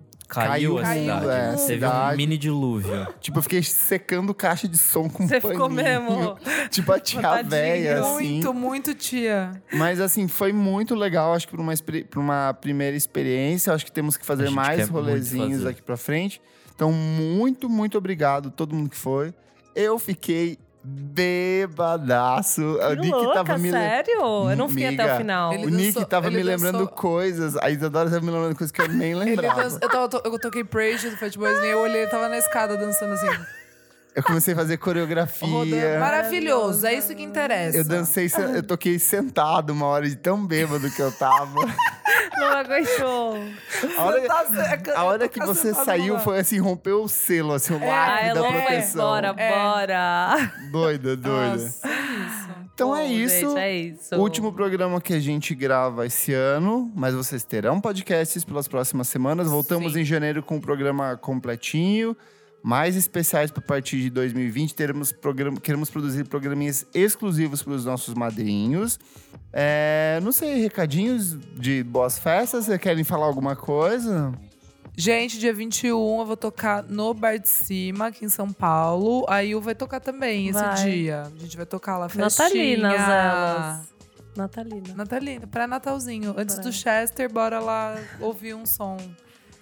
S1: Caiu,
S4: Caiu, a
S2: caiu,
S4: cidade.
S2: é, a
S4: Teve
S1: cidade.
S4: um mini dilúvio.
S1: Tipo, eu fiquei secando caixa de som com
S3: Você
S1: Um paninho.
S3: ficou mesmo.
S1: Tipo, a tia
S3: Tadinho.
S1: véia, assim.
S2: Muito, muito tia.
S1: Mas, assim, foi muito legal. Acho que por uma, experi- pra uma primeira experiência, acho que temos que
S4: A
S1: fazer
S4: gente
S1: mais
S4: quer muito
S1: rolezinhos
S4: fazer.
S1: aqui pra frente. Então, muito, muito obrigado a todo mundo que foi. Eu fiquei bebadaço. A Nick
S3: Tá louca,
S1: tava me le-
S3: sério? Eu não fui até
S1: Miga,
S3: o final.
S2: Ele
S1: O Nick
S2: dançou-
S1: tava
S2: ele
S1: me lembrando
S2: dançou-
S1: coisas. A Isadora tava me lembrando coisas que eu nem
S2: Ele
S1: lembrava.
S2: dança, eu, tava, to- eu toquei Praise do Fat Boys, e eu olhei, ele tava na escada dançando assim.
S1: Eu comecei a fazer coreografia.
S2: Rodando. Maravilhoso, é isso que interessa.
S1: Eu dancei, sen- eu toquei sentado uma hora de tão bêbado que eu tava.
S3: Não aguentou.
S1: A hora,
S2: Tá certo,
S1: a hora
S2: eu tô
S1: que você
S2: cansada, É.
S1: saiu
S2: mano.
S1: foi assim, rompeu o selo, assim, o lacre
S3: Ai,
S1: da
S3: Elô,
S1: proteção.
S3: Ah, é bora,
S2: É.
S3: bora.
S1: Doida, doida.
S2: Nossa, é isso.
S1: Então
S3: Bom,
S1: é isso.
S3: Gente, é isso.
S1: Último programa que a gente grava esse ano, mas vocês terão podcasts pelas próximas semanas. Voltamos
S3: Sim.
S1: em janeiro com o programa completinho, mais especiais para partir de 2020. Teremos programa, queremos produzir programinhas exclusivos para os nossos madrinhos. É, não sei, recadinhos de boas festas. Vocês querem falar alguma coisa?
S2: Gente, dia 21 eu vou tocar no Bar de Cima, aqui em São Paulo. A Yu vai tocar também esse
S3: Vai.
S2: dia. A gente vai tocar lá festinha.
S3: Natalinas elas. Natalina.
S2: Natalina, pré-natalzinho. Antes
S3: Pré.
S2: do Chester, bora lá ouvir um som.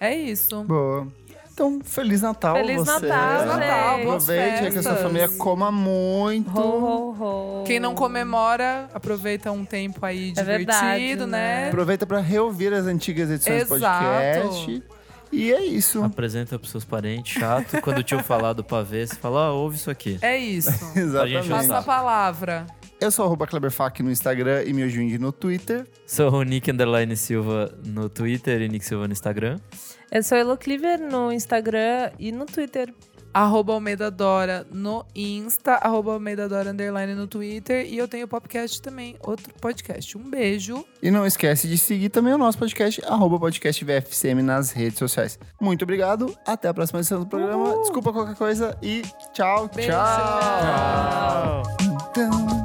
S2: É isso.
S1: Boa. Então, Feliz Natal
S3: Feliz
S1: a você.
S3: Natal,
S2: Feliz Natal, gente. boas
S1: Aproveite aí que a sua
S2: festas.
S1: família coma muito.
S3: Ho, ho, ho.
S2: Quem não comemora, aproveita um tempo aí
S3: É
S2: divertido,
S3: verdade,
S2: né?
S3: né?
S1: Aproveita para reouvir as antigas edições do
S2: Exato.
S1: podcast. E é isso.
S4: Apresenta pros seus parentes, chato. Quando o tio falar do pavê, você fala, ó, ouve isso aqui.
S2: É isso.
S4: gente já
S2: Passa a
S1: Exatamente.
S4: sabe.
S2: palavra.
S1: Eu sou arroba Kleberfac no Instagram e meu Jundi no Twitter.
S4: Sou o Nick Underline Silva no Twitter e Nick Silva no Instagram.
S3: Eu sou Elo Cleaver no Instagram e no Twitter.
S2: Arroba Almeida Dora no Insta, arroba Almeida Dora underline no Twitter. E eu tenho podcast também, outro podcast. Um beijo.
S1: E não esquece de seguir também o nosso podcast, arroba podcast VFCM nas redes sociais. Muito obrigado, até a próxima edição do programa. Desculpa qualquer coisa e tchau,
S2: Beijo.
S1: tchau. Então,